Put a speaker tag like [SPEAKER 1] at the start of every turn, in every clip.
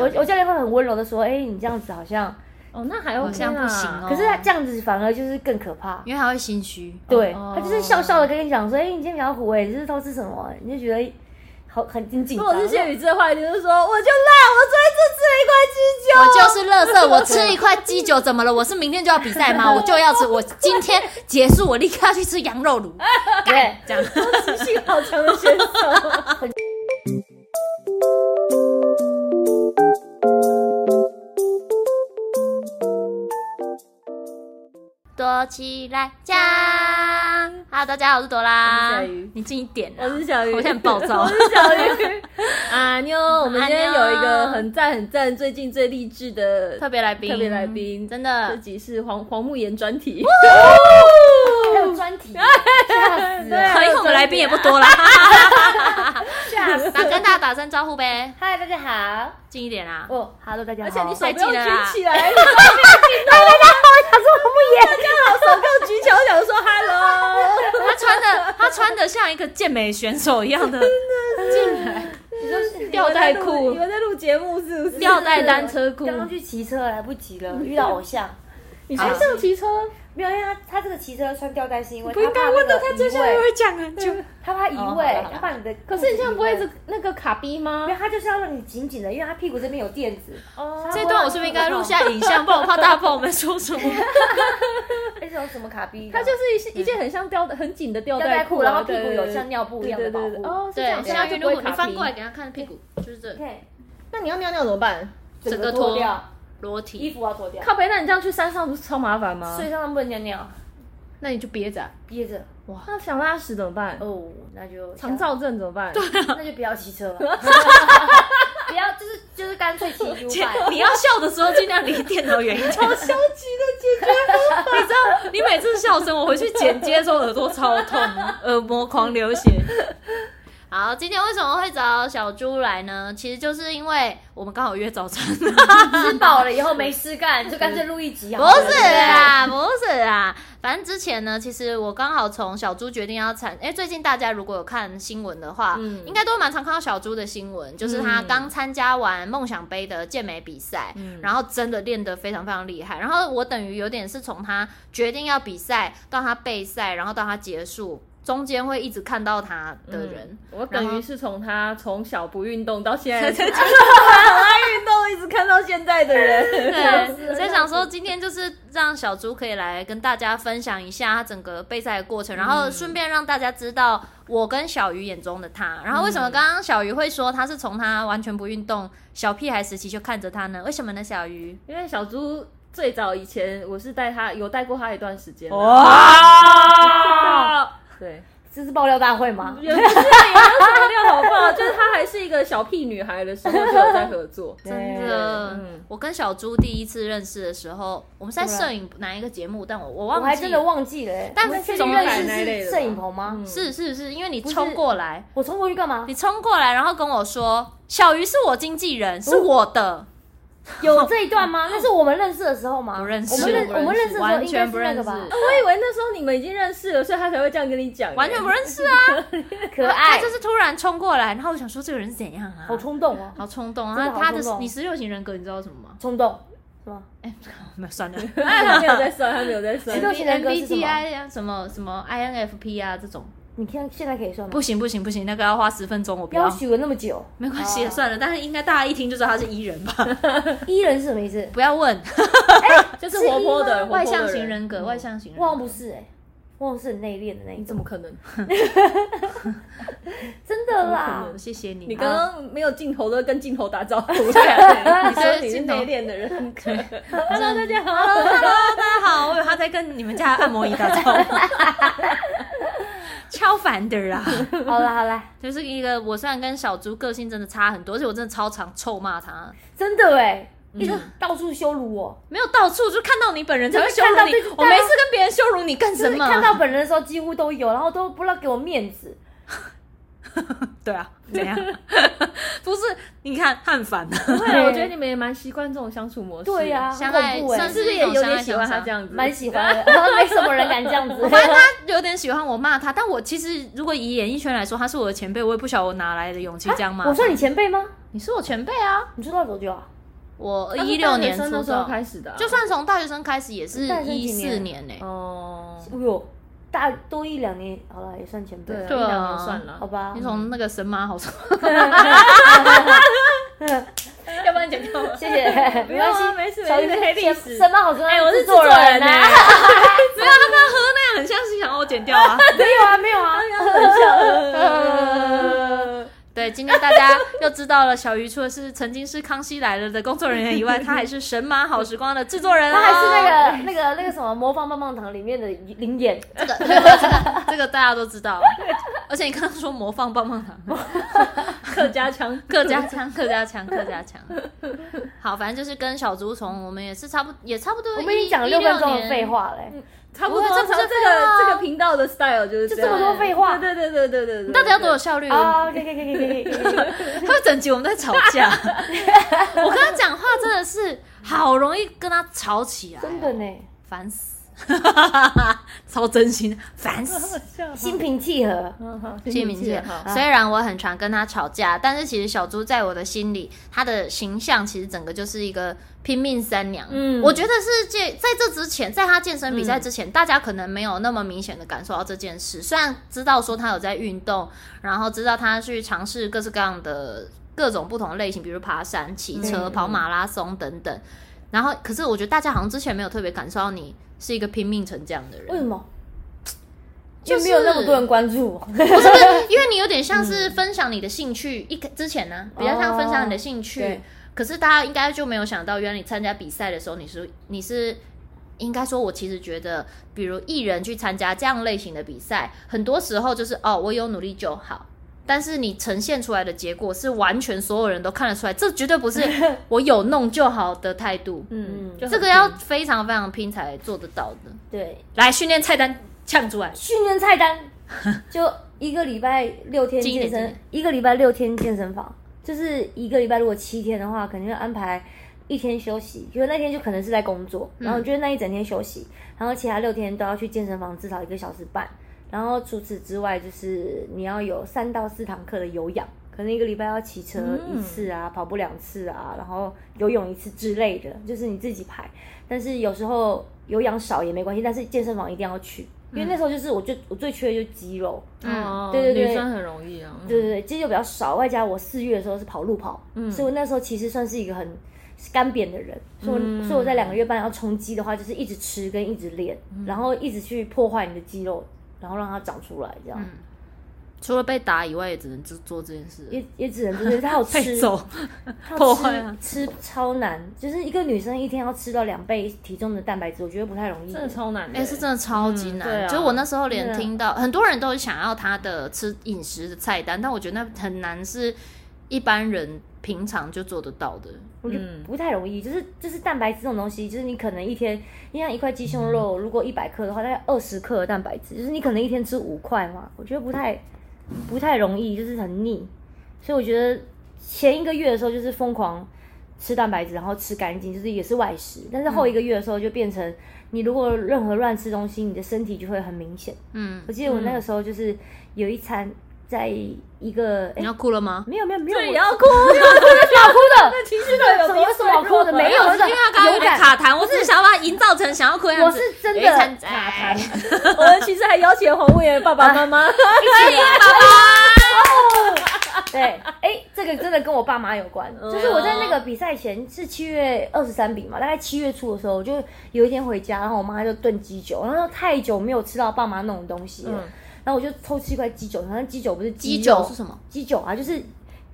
[SPEAKER 1] 我我教练会很温柔的说，哎、你这样子好像，
[SPEAKER 2] 哦，那还 OK 啦
[SPEAKER 3] 好像不行哦
[SPEAKER 1] 可是他这样子反而就是更可怕。
[SPEAKER 3] 因为他会心虚。
[SPEAKER 1] 对、
[SPEAKER 2] 哦
[SPEAKER 1] 他就是笑笑的跟你讲说，哎、你今天比较虎哎、你这是偷吃什 么？你就觉得好很很紧
[SPEAKER 2] 如
[SPEAKER 1] 张。
[SPEAKER 2] 果是谢宇之的话，一定是说我就烂，我昨天就吃了一块鸡
[SPEAKER 3] 我
[SPEAKER 2] 酒。
[SPEAKER 3] 就是乐色，我吃一块鸡酒怎么了？我是明天就要比赛 吗？我就要吃，我今天结束，我立刻要去吃羊肉炉。
[SPEAKER 1] 对，
[SPEAKER 3] 这样，
[SPEAKER 2] 自信好强的选手。
[SPEAKER 3] 躲起来讲。Hello，大家好，我是朵拉
[SPEAKER 2] 我是小鱼。
[SPEAKER 3] 你近一点啊，
[SPEAKER 2] 我是小鱼，
[SPEAKER 3] 我现在很暴躁
[SPEAKER 2] 我。是 小鱼。 啊妞，我们今天有一
[SPEAKER 3] 啊
[SPEAKER 2] 个
[SPEAKER 3] 妞
[SPEAKER 2] 很赞很赞，最近最励志的
[SPEAKER 3] 特别来宾，
[SPEAKER 2] 特别来宾
[SPEAKER 3] 真
[SPEAKER 2] 这
[SPEAKER 3] 的，
[SPEAKER 2] 集是黄黄慕言专题。
[SPEAKER 1] 还有专 题，吓死
[SPEAKER 2] 啊
[SPEAKER 1] 了！
[SPEAKER 3] 可以，我们来宾也不多啦。
[SPEAKER 1] 吓死！
[SPEAKER 3] 打跟大家打声招呼呗，
[SPEAKER 1] 嗨，大家好，
[SPEAKER 3] 近一点啊啦。
[SPEAKER 1] 哦哈喽，大家好。
[SPEAKER 2] 而且你手
[SPEAKER 3] 太
[SPEAKER 2] 不要
[SPEAKER 3] 近了啦
[SPEAKER 2] 举起来，你知道吗
[SPEAKER 1] 他说我不演，
[SPEAKER 2] 手不要举起来，我想说 hello。
[SPEAKER 3] 他穿的，他穿的像一个健美选手一样 的， 进来
[SPEAKER 1] 你说是
[SPEAKER 3] 吊带裤
[SPEAKER 2] 你们在录节目是不是？
[SPEAKER 3] 吊带单车裤
[SPEAKER 1] 刚。刚去骑车来不及了，遇到偶像。
[SPEAKER 2] 你学校骑车，
[SPEAKER 1] 没有，因为他他这个骑车穿吊带是因为
[SPEAKER 3] 不应该问到他接下来会讲啊，就
[SPEAKER 1] 他怕移
[SPEAKER 3] 哦好
[SPEAKER 1] 位
[SPEAKER 3] 了
[SPEAKER 1] 他
[SPEAKER 3] 好，了
[SPEAKER 1] 怕你的。
[SPEAKER 2] 可是你这样不会是那个卡逼吗
[SPEAKER 1] 没有，？他就是要让你紧紧的，因为他屁股这边有垫子。
[SPEAKER 2] 哦
[SPEAKER 3] 这段我是不是应该录下影像，不然我怕大家不知道我们说什么。
[SPEAKER 1] 那种什么卡逼的？
[SPEAKER 2] 它就是一些一件很像吊很紧的吊
[SPEAKER 1] 吊带
[SPEAKER 2] 裤
[SPEAKER 1] 裤，
[SPEAKER 2] 啊，
[SPEAKER 1] 然后屁股
[SPEAKER 2] 对
[SPEAKER 1] 有像尿布一样的保
[SPEAKER 2] 对 对对对
[SPEAKER 1] 护。
[SPEAKER 2] 哦，是这样，
[SPEAKER 3] 像
[SPEAKER 2] 就
[SPEAKER 3] 运
[SPEAKER 2] 不
[SPEAKER 3] 动
[SPEAKER 2] 会
[SPEAKER 3] 裤，
[SPEAKER 2] 卡哎
[SPEAKER 3] 你翻过来
[SPEAKER 2] 皮。
[SPEAKER 3] 给他看屁股，就是这
[SPEAKER 1] 对，
[SPEAKER 2] 那你要尿尿怎么办？
[SPEAKER 1] 整
[SPEAKER 3] 个
[SPEAKER 1] 个
[SPEAKER 3] 脱
[SPEAKER 1] 脱掉，
[SPEAKER 3] 裸
[SPEAKER 1] 衣
[SPEAKER 3] 体。
[SPEAKER 1] 服要脱掉，
[SPEAKER 2] 靠背，那你这样去山上不是超麻烦吗
[SPEAKER 1] 所？以上不能尿尿，
[SPEAKER 2] 那你就憋着啊。
[SPEAKER 1] 憋着。
[SPEAKER 3] 哇，
[SPEAKER 2] 那想拉屎怎么办？
[SPEAKER 1] 哦，那就
[SPEAKER 2] 肠燥症怎么办？对，
[SPEAKER 1] 那就不要骑车了，不要就是就是干脆骑 U
[SPEAKER 3] 姐
[SPEAKER 1] 拜。
[SPEAKER 3] 你要笑的时候尽量离电 脑远一点。你
[SPEAKER 2] 啊消极的解决。
[SPEAKER 3] 知道， 你每次笑声，我回去剪接的时候耳朵超痛，耳膜狂流血。好，今天为什么会找小猪来呢？其实就是因为我们刚好约早餐。
[SPEAKER 1] 吃饱了以后没事干，就干脆录一集好
[SPEAKER 3] 不
[SPEAKER 1] 了。对
[SPEAKER 3] 是
[SPEAKER 1] 对
[SPEAKER 3] 啊，不是啊，反正之前呢，其实我刚好从小猪决定要参，哎、最近大家如果有看新闻的话，
[SPEAKER 2] 嗯
[SPEAKER 3] 应该都蛮常看到小猪的新闻，就是他刚参加完梦想杯的健美比赛，然后真的练得非常非常厉害。然后我等于有点是从他决定要比赛到他备赛，然后到他结束，中间会一直看到他的人。
[SPEAKER 2] 我
[SPEAKER 3] 然
[SPEAKER 2] 等
[SPEAKER 3] 后
[SPEAKER 2] 于是从他从小不运动到 现在，很爱运动，一直看到现在的人。
[SPEAKER 3] 对，所以想说今天就是让小猪可以来跟大家分享一下他整个备赛的过
[SPEAKER 1] 嗯
[SPEAKER 3] 程，然后顺便让大家知道我跟小鱼眼中的他。然后为什么刚刚小鱼会说他是从他完全不运动、小屁孩时期就看着他呢？为什么呢？小鱼
[SPEAKER 2] 因为小猪最早以前，我是带他有带过他一段时间的。
[SPEAKER 3] 哇！
[SPEAKER 2] 对，
[SPEAKER 1] 这是爆料大会 吗？
[SPEAKER 2] 也不是也没有什么料好不好？就是她还是一个小屁女孩的时候就有在合 作。嗯
[SPEAKER 3] 真的，
[SPEAKER 1] 嗯
[SPEAKER 3] 我跟小猪第一次认识的时候，我们是在摄影哪一个节目？但我我忘
[SPEAKER 1] 我
[SPEAKER 3] 记，
[SPEAKER 1] 还真的忘记了欸。
[SPEAKER 3] 但
[SPEAKER 1] 我们
[SPEAKER 3] 是
[SPEAKER 1] 确定认识
[SPEAKER 2] 那一类
[SPEAKER 1] 是
[SPEAKER 2] 的吧
[SPEAKER 1] 摄影棚吗？
[SPEAKER 3] 是是是，因为你
[SPEAKER 1] 是
[SPEAKER 3] 冲过来，
[SPEAKER 1] 我冲过去干嘛？
[SPEAKER 3] 嗯你冲过来，然后跟我说小鱼是我经纪人，
[SPEAKER 1] 哦
[SPEAKER 3] 是我的。
[SPEAKER 1] 有这一段吗？那是我们认识的时候吗？
[SPEAKER 3] 不认识
[SPEAKER 1] 我们认
[SPEAKER 3] 不
[SPEAKER 1] 我
[SPEAKER 3] 认
[SPEAKER 1] 们认识的时
[SPEAKER 3] 识
[SPEAKER 1] 候
[SPEAKER 3] 完
[SPEAKER 1] 应该
[SPEAKER 3] 全
[SPEAKER 1] 是
[SPEAKER 3] 不
[SPEAKER 1] 那
[SPEAKER 3] 认
[SPEAKER 1] 个
[SPEAKER 3] 识
[SPEAKER 1] 吧？
[SPEAKER 2] 我以为那时候你们已经认识了，所以她才会这样跟你讲、
[SPEAKER 3] 完全不认识啊！
[SPEAKER 1] 可
[SPEAKER 3] 他
[SPEAKER 1] 爱
[SPEAKER 3] 就，是突然冲过来，然后我想说这个人是怎样啊？
[SPEAKER 1] 好冲动哦，
[SPEAKER 3] 好冲动啊！
[SPEAKER 1] 真的
[SPEAKER 3] 他
[SPEAKER 1] 好
[SPEAKER 3] 他的
[SPEAKER 1] 冲动
[SPEAKER 3] 你十六型人格你知道什么吗？
[SPEAKER 1] 冲动是吗？
[SPEAKER 3] 没有算 了
[SPEAKER 2] 哎，她没有在算，她没有在算
[SPEAKER 1] 十。六型人格是什么
[SPEAKER 3] ，MBTI 啊，什么什么 INFP 啊这种，
[SPEAKER 1] 你看现在可以算吗
[SPEAKER 3] 不？行不行不行，那个要花十分钟，我不
[SPEAKER 1] 要啊
[SPEAKER 3] 要。
[SPEAKER 1] 许了那么久，
[SPEAKER 3] 没关系，算了，但是应该大家一听就知道他是 E 人吧？
[SPEAKER 1] 伊人是什么意思？
[SPEAKER 3] 不要问，
[SPEAKER 2] 就是活泼
[SPEAKER 1] 是
[SPEAKER 2] 的
[SPEAKER 1] 一吗
[SPEAKER 3] 外向型，人格，外向型人
[SPEAKER 1] 旺
[SPEAKER 3] 格。
[SPEAKER 1] 嗯不是哎，旺是很内敛的那一
[SPEAKER 2] 你怎
[SPEAKER 1] 种，
[SPEAKER 2] 么可能？
[SPEAKER 1] 真的啦。
[SPEAKER 3] 谢谢你，啊
[SPEAKER 2] 你
[SPEAKER 3] 你
[SPEAKER 2] 刚
[SPEAKER 3] 刚
[SPEAKER 2] 刚没有镜头都跟镜头打招 呼，啊你
[SPEAKER 3] 对
[SPEAKER 2] 说啊你是
[SPEAKER 3] 镜头
[SPEAKER 2] 内敛的 人格。
[SPEAKER 3] Hello 大家好，Hello 大家好，我以为他在跟你们家按摩椅打招呼，超烦的啦。
[SPEAKER 1] 好啦好啦，
[SPEAKER 3] 就是一个我虽然跟小猪个性真的差很多，而且我真的超常臭骂他，
[SPEAKER 1] 真的哎，
[SPEAKER 2] 嗯
[SPEAKER 1] 你就到处羞辱我，
[SPEAKER 3] 没有到处就看到你本人才会
[SPEAKER 1] 就是
[SPEAKER 3] 羞
[SPEAKER 1] 看到
[SPEAKER 3] 辱你
[SPEAKER 1] 对对，
[SPEAKER 2] 哎
[SPEAKER 3] 我没
[SPEAKER 2] 啊
[SPEAKER 3] 事跟别人羞辱你干什
[SPEAKER 1] 就是
[SPEAKER 3] 么？啊
[SPEAKER 1] 看到本人的时候几乎都有，然后都不知道给我面子。
[SPEAKER 3] 对啊，怎样？ 不是，你看他很烦的，
[SPEAKER 2] 对，啊我觉得你们也蛮习惯这种相处模式。
[SPEAKER 1] 对呀、，
[SPEAKER 3] 相
[SPEAKER 1] 很
[SPEAKER 3] 爱
[SPEAKER 1] 恐怖哎
[SPEAKER 3] 算
[SPEAKER 2] 是不是也有点喜欢他这样子？
[SPEAKER 1] 蛮喜欢的，没什么人敢这样 子。
[SPEAKER 3] 反正他有点喜欢我骂他，但我其实如果以演艺圈来说，他是我的前辈，我也不晓得我哪来的勇气这样骂 他。
[SPEAKER 1] 我算你前辈吗？
[SPEAKER 2] 你是我前辈啊，
[SPEAKER 1] 你出道多久啊？
[SPEAKER 3] 我
[SPEAKER 2] 那是
[SPEAKER 3] 一六
[SPEAKER 2] 大学
[SPEAKER 3] 年
[SPEAKER 2] 生
[SPEAKER 3] 出
[SPEAKER 2] 的时候
[SPEAKER 3] 道，
[SPEAKER 2] 开始的啊、
[SPEAKER 3] 就算从大学生开始也是
[SPEAKER 1] 大学生
[SPEAKER 3] 一
[SPEAKER 1] 几
[SPEAKER 3] 四
[SPEAKER 1] 年
[SPEAKER 3] 年欸呢、
[SPEAKER 2] 哦，
[SPEAKER 1] 哎呦，大多一两年，好了，也算前辈
[SPEAKER 2] 对
[SPEAKER 1] 了。
[SPEAKER 2] 啊，
[SPEAKER 3] 对
[SPEAKER 2] 一
[SPEAKER 3] 啊
[SPEAKER 2] 两年算了，
[SPEAKER 1] 好，吧，
[SPEAKER 3] 你从那个神马好说，
[SPEAKER 2] 要不然讲干嘛？
[SPEAKER 1] 谢 谢，没关系，
[SPEAKER 2] 没事
[SPEAKER 1] 小鱼
[SPEAKER 2] 没事黑历史
[SPEAKER 1] 什么好说？
[SPEAKER 2] 哎我是
[SPEAKER 1] 制作欸
[SPEAKER 2] 制作人
[SPEAKER 1] 呢，
[SPEAKER 2] 哎
[SPEAKER 3] 没有他刚喝那样很像是想要我剪掉 啊。
[SPEAKER 1] 没有啊，没有啊，
[SPEAKER 3] 对，今天大家又知道了，小鱼除了是曾经是《康熙来了》的工作人员以外，他还是《神马好时光》的制作人哦，
[SPEAKER 1] 他还是那个那个那个什么模仿棒棒糖里面的灵眼，
[SPEAKER 3] 这个这个这个哦这个大家都知道，而且你刚刚说模仿棒棒糖，
[SPEAKER 2] 客家腔，
[SPEAKER 3] 客家腔，客家腔，客家腔。好，反正就是跟小猪虫，我们也是差不也差不多一，
[SPEAKER 1] 我们已经讲了六分钟的废
[SPEAKER 3] 话。
[SPEAKER 1] 话嘞，
[SPEAKER 2] 差不多，
[SPEAKER 3] 不会这不是
[SPEAKER 2] 差这
[SPEAKER 3] 废话
[SPEAKER 2] 个
[SPEAKER 3] 啊
[SPEAKER 2] 这个频道的 style 就是
[SPEAKER 1] 就
[SPEAKER 2] 样
[SPEAKER 1] 这么多废话
[SPEAKER 2] 对对对对对对，
[SPEAKER 3] 到底要多 有效率？
[SPEAKER 1] 啊，可以可以可以可以可以可以，
[SPEAKER 3] 他们整集我们在吵 架，我跟他讲话真的是好容易跟他吵起来，
[SPEAKER 1] 真的呢，
[SPEAKER 3] 烦死， 超真心烦死。
[SPEAKER 2] 对？
[SPEAKER 1] 心平气和，
[SPEAKER 2] 谢
[SPEAKER 3] 谢明姐，虽然我很常跟他吵架，但是其实小猪在我的心里，她的形象其实整个就是一个拼命三娘。
[SPEAKER 2] 嗯
[SPEAKER 3] 我觉得是这在这之前，在她健身比
[SPEAKER 1] 嗯
[SPEAKER 3] 赛之前，大家可能没有那么明显的感受到这件事。虽然知道说她有在运动，然后知道她去尝试各式各样的各种不同类型，比如爬山、骑车、
[SPEAKER 1] 嗯
[SPEAKER 3] 跑马拉松等等。然后，可是我觉得大家好像之前没有特别感受到你是一个拼命成这样的人。
[SPEAKER 1] 为什么？
[SPEAKER 3] 就
[SPEAKER 1] 就是没有那么多人关注我，
[SPEAKER 3] 不是，不是因为你有点像
[SPEAKER 1] 嗯
[SPEAKER 3] 是分享你的兴趣，一开之前呢、比较像分享你的兴
[SPEAKER 1] 哦
[SPEAKER 3] 趣
[SPEAKER 1] 对。
[SPEAKER 3] 可是大家应该就没有想到，原来你参加比赛的时候，你是你是应该说，我其实觉得，比如艺人去参加这样类型的比赛，很多时候就是哦，我有努力就好。但是你呈现出来的结果是完全所有人都看得出来，这绝对 不是我有弄就好的态度。
[SPEAKER 2] 嗯，
[SPEAKER 1] 就
[SPEAKER 3] 这个要非常非常拼才做得到的。
[SPEAKER 1] 对，
[SPEAKER 3] 来训练菜单呛出来，
[SPEAKER 1] 训练菜单就一个礼拜六天
[SPEAKER 3] 近一
[SPEAKER 1] 健
[SPEAKER 3] 点近一
[SPEAKER 1] 身
[SPEAKER 3] 点，
[SPEAKER 1] 一个礼拜六天健身房，就是一个礼拜如果七天的话，肯定会安排一天休息，因为那天就可能是在工作，然后就是那一整天休息，然后其他六天都要去健身房至少一个小时半，然后除此之外就是你要有三到四堂课的有氧。可能一个礼拜要骑车一次啊，跑步两次啊，然后游泳一次之类的，就是你自己排。但是有时候有氧少也没关系，但是健身房一定要去，因为那时候就是我最我最缺的就是肌肉，
[SPEAKER 2] 哦，
[SPEAKER 1] 对对对
[SPEAKER 2] 女生很容易啊，
[SPEAKER 1] 对对对，肌肉比较少，外加我四月的时候是跑路跑，所以我那时候其实算是一个很干瘪的人，所以我、所以我在两个月半要充肌的话，就是一直吃跟一直练，然后一直去破坏你的肌肉，然后让它长出来，这样、
[SPEAKER 3] 除了被打以外，也只能就做这件事了。
[SPEAKER 1] 也也只能就是 它有吃
[SPEAKER 3] 被揍，
[SPEAKER 1] 它有
[SPEAKER 3] 破坏啊
[SPEAKER 1] 吃吃超难，就是一个女生一天要吃到两倍体重的蛋白质，我觉得不太容易，
[SPEAKER 2] 真的超难的，
[SPEAKER 3] 哎、是真的超级
[SPEAKER 2] 嗯
[SPEAKER 3] 难。
[SPEAKER 2] 对啊
[SPEAKER 3] 就我那时候连
[SPEAKER 1] 对啊
[SPEAKER 3] 听到、很多人都想要他的吃饮食的菜单，但我觉得那很难是一般人平常就做得到的。
[SPEAKER 1] 我觉得
[SPEAKER 2] 嗯
[SPEAKER 1] 不太容易，就是就是蛋白质这种东西，就是你可能一天，你像一块鸡胸肉，如果一百克的话，大概二十克的蛋白质，就是你可能一天吃五块嘛，我觉得不太不太容易，就是很腻，所以我觉得前一个月的时候就是疯狂吃蛋白质，然后吃干净，就是也是外食，但是后一个月的时候就变成你如果任何乱吃东西，你的身体就会很明显。
[SPEAKER 3] 嗯，
[SPEAKER 1] 我记得我那个时候就是有一餐在一个，哎、
[SPEAKER 3] 你要哭了吗？
[SPEAKER 1] 没有没有没有，
[SPEAKER 2] 对，
[SPEAKER 1] 我
[SPEAKER 2] 也要哭，要哭
[SPEAKER 1] 的
[SPEAKER 2] 那情绪都有
[SPEAKER 1] 怎么有什么好哭的没有
[SPEAKER 3] 哎因为他刚刚有
[SPEAKER 1] 勇
[SPEAKER 3] 点
[SPEAKER 1] 敢
[SPEAKER 3] 卡痰，我只是想要把它营造成想要哭的样
[SPEAKER 1] 我
[SPEAKER 3] 子。哎
[SPEAKER 1] 是真
[SPEAKER 3] 有一
[SPEAKER 1] 的
[SPEAKER 3] 餐
[SPEAKER 1] 卡痰。
[SPEAKER 2] 我们其实还邀请黄文言爸爸妈妈，
[SPEAKER 1] 啊对，哎、这个真的跟我爸妈有关。就是我在那个比赛前是七月二十三比嘛，大概七月初的时候，我就有一天回家，然后我妈就炖鸡酒，然后太久没有吃到爸妈那种东西了，
[SPEAKER 2] 嗯
[SPEAKER 1] 然后我就偷吃一块鸡酒，然后鸡酒不是
[SPEAKER 3] 鸡
[SPEAKER 1] 鸡
[SPEAKER 3] 酒是什么？
[SPEAKER 1] 鸡酒啊，就是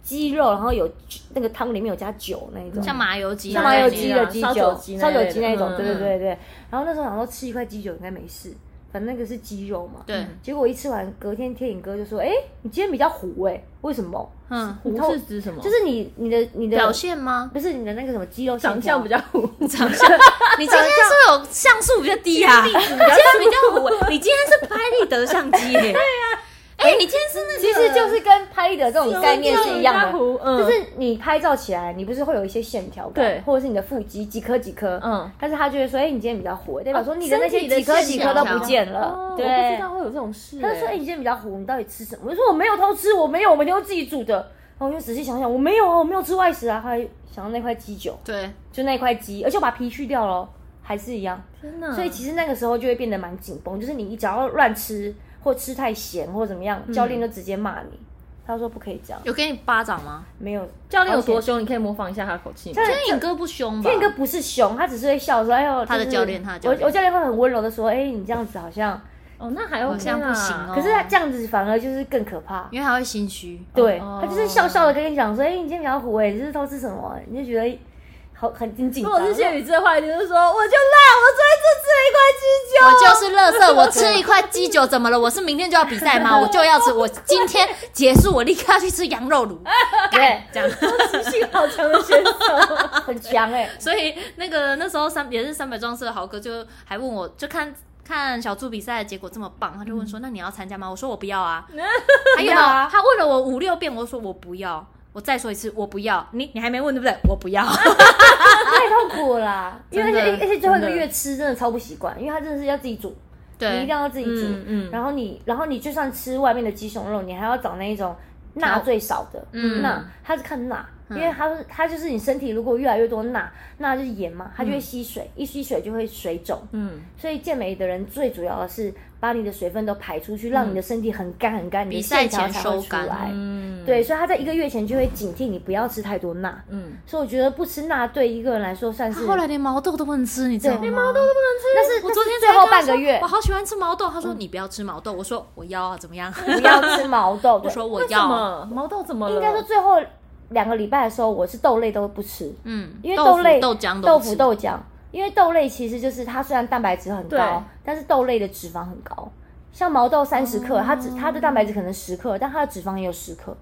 [SPEAKER 1] 鸡肉，然后有那个汤里面有加酒那一种，
[SPEAKER 3] 像麻油鸡，
[SPEAKER 1] 嗯像
[SPEAKER 2] 麻
[SPEAKER 1] 麻油
[SPEAKER 2] 鸡
[SPEAKER 1] 鸡
[SPEAKER 2] 啊
[SPEAKER 1] 的鸡
[SPEAKER 2] 烧
[SPEAKER 1] 酒
[SPEAKER 2] 酒鸡、那
[SPEAKER 1] 烧酒
[SPEAKER 2] 类的
[SPEAKER 1] 鸡那一种
[SPEAKER 2] 嗯，
[SPEAKER 1] 对对
[SPEAKER 2] 嗯
[SPEAKER 1] 对对。然后那时候想说吃一块鸡酒应该没事，反正那个是鸡肉嘛。
[SPEAKER 3] 对，
[SPEAKER 1] 结果一吃完，隔天天影哥就说：“哎、你今天比较糊哎、为什么？
[SPEAKER 3] 嗯，
[SPEAKER 2] 糊是指什么？
[SPEAKER 1] 就是你你的你的
[SPEAKER 3] 表现吗？
[SPEAKER 1] 不是你的那个什么肌肉线条
[SPEAKER 2] 长相比较糊，
[SPEAKER 3] 长相， 你今天是不是有像素比较 低啊？你今天比较糊，你今天是拍立得相 机耶。对呀，哎，你今天是那个
[SPEAKER 1] 其实就是跟拍立得这种概念是一样的。”
[SPEAKER 2] 糊，嗯，
[SPEAKER 1] 就是你拍照起来，你不是会有一些线条感，
[SPEAKER 2] 对
[SPEAKER 1] 或者是你的腹肌几颗几颗，
[SPEAKER 2] 嗯哦
[SPEAKER 1] 嗯，但是他就会说，哎、你今天比较糊，代表说你的那些
[SPEAKER 2] 身体的
[SPEAKER 1] 几颗几颗都
[SPEAKER 3] 线条
[SPEAKER 1] 不见了，
[SPEAKER 2] 哦
[SPEAKER 1] 对，
[SPEAKER 2] 我不知道会有这种事欸，
[SPEAKER 1] 他就说：“哎、你今天比较糊，你到底吃什么？”我说：“我没有偷吃，我没有，我每天都自己煮的。”然后我就仔细想想，我没有啊，我没有吃外食啊。后来想到那块鸡酒，
[SPEAKER 3] 对，
[SPEAKER 1] 就那块鸡，而且我把皮去掉了哦，还是一样。
[SPEAKER 3] 真的。
[SPEAKER 1] 所
[SPEAKER 2] 嗯
[SPEAKER 1] 以其实那个时候就会变得蛮紧绷，就是你只要乱吃或吃太咸或怎么
[SPEAKER 2] 嗯
[SPEAKER 1] 样，教练就直接骂你。他说不可以这样，
[SPEAKER 3] 有给你巴掌吗？
[SPEAKER 1] 没有
[SPEAKER 2] 教练有多凶？你可以模仿一下他的口气吗。
[SPEAKER 1] 但
[SPEAKER 3] 天颖哥不凶吧？
[SPEAKER 1] 天宇哥不是凶，他只是会笑说：“哎呦，
[SPEAKER 3] 他的
[SPEAKER 1] 就是
[SPEAKER 3] 教练他的教练
[SPEAKER 1] 我我教练会很温柔的说：‘哎、你这样子好像……’
[SPEAKER 2] 哦，那还 OK 啦
[SPEAKER 3] 好像不行哦
[SPEAKER 1] 可是他这样子反而就是更可怕。
[SPEAKER 3] 因为他会心虚。
[SPEAKER 1] 对、啊
[SPEAKER 2] 哦
[SPEAKER 1] 他就是笑笑的跟你讲说：‘哎、你今天比较虎哎、你这是偷吃什么？’你就觉得好很很紧
[SPEAKER 2] 如
[SPEAKER 1] 张。
[SPEAKER 2] 果是谢宇之的话，一定是说我就烂，我昨天
[SPEAKER 3] 我就是乐色，我吃一块鸡酒怎么了？我是明天就要比赛吗？ 我就要吃，我今天结束，我立刻要去吃羊肉炉，
[SPEAKER 1] 对，
[SPEAKER 3] 这样。
[SPEAKER 2] 只吃一块鸡酒，性好强的选手。
[SPEAKER 1] 很强哎、
[SPEAKER 3] 所以那个那时候三也是三百壮士的豪哥就还问我，就看看小猪比赛的结果这么棒，他就问说：“那你要参加吗？”我说：“我不要 啊。”还有
[SPEAKER 1] 不要嗯啊
[SPEAKER 3] 呢，他问了我五六遍，我说：“我不要。”我再说一次，我不要。你你还没问对不对？我不 要。
[SPEAKER 1] 太痛苦了啦。因为而
[SPEAKER 2] 真的
[SPEAKER 1] 且而且最后一个
[SPEAKER 2] 真的
[SPEAKER 1] 月吃真的超不习惯，因为他真的是要自己煮，你一
[SPEAKER 3] 对
[SPEAKER 1] 定，要自己煮。
[SPEAKER 2] 嗯嗯
[SPEAKER 1] 然后你，然后你就算吃外面的鸡胸肉，你还要找那一种钠最少的。
[SPEAKER 3] 嗯
[SPEAKER 1] 钠，它是看钠，因为它是它就是你身体如果越来越多钠，钠就是盐
[SPEAKER 3] 嗯
[SPEAKER 1] 嘛，它就会吸水，一吸水就会水肿。
[SPEAKER 2] 嗯，
[SPEAKER 1] 所以健美的人最主要的是把你的水分都排出去，让你的身体很干很干，你的
[SPEAKER 3] 嗯比赛
[SPEAKER 1] 线条
[SPEAKER 3] 前
[SPEAKER 1] 才会
[SPEAKER 3] 收
[SPEAKER 1] 出
[SPEAKER 3] 干
[SPEAKER 1] 来。
[SPEAKER 2] 嗯，
[SPEAKER 1] 对，所以他在一个月前就会警惕你不要吃太多钠。
[SPEAKER 2] 嗯，
[SPEAKER 1] 所以我觉得不吃钠对一个人来说算
[SPEAKER 3] 他
[SPEAKER 1] 是，
[SPEAKER 3] 啊后来连毛豆都不能吃，你知道吗？
[SPEAKER 1] 对连
[SPEAKER 3] 毛豆都不能吃。
[SPEAKER 1] 但是
[SPEAKER 3] 我昨天
[SPEAKER 1] 但是最后半个
[SPEAKER 3] 才跟他
[SPEAKER 1] 月
[SPEAKER 3] 说我好喜欢吃毛豆。他说：“你不要吃毛豆。”我说：“我要啊，怎么样？”
[SPEAKER 1] 不要吃毛豆。对
[SPEAKER 3] 我说：“我
[SPEAKER 2] 为什
[SPEAKER 3] 要。
[SPEAKER 2] 么毛豆怎么了？
[SPEAKER 1] 应该说最后两个礼拜的时候，我是豆类都不吃，”
[SPEAKER 3] 嗯，
[SPEAKER 1] 因为
[SPEAKER 3] 豆腐
[SPEAKER 1] 类、
[SPEAKER 3] 豆浆、
[SPEAKER 1] 豆腐、豆浆，因为豆类其实就是它虽然蛋白质很
[SPEAKER 2] 对
[SPEAKER 1] 高，但是豆类的脂肪很高。像毛豆三十克，
[SPEAKER 2] 哦
[SPEAKER 1] 它只它的蛋白质可能十克，但它的脂肪也有十克，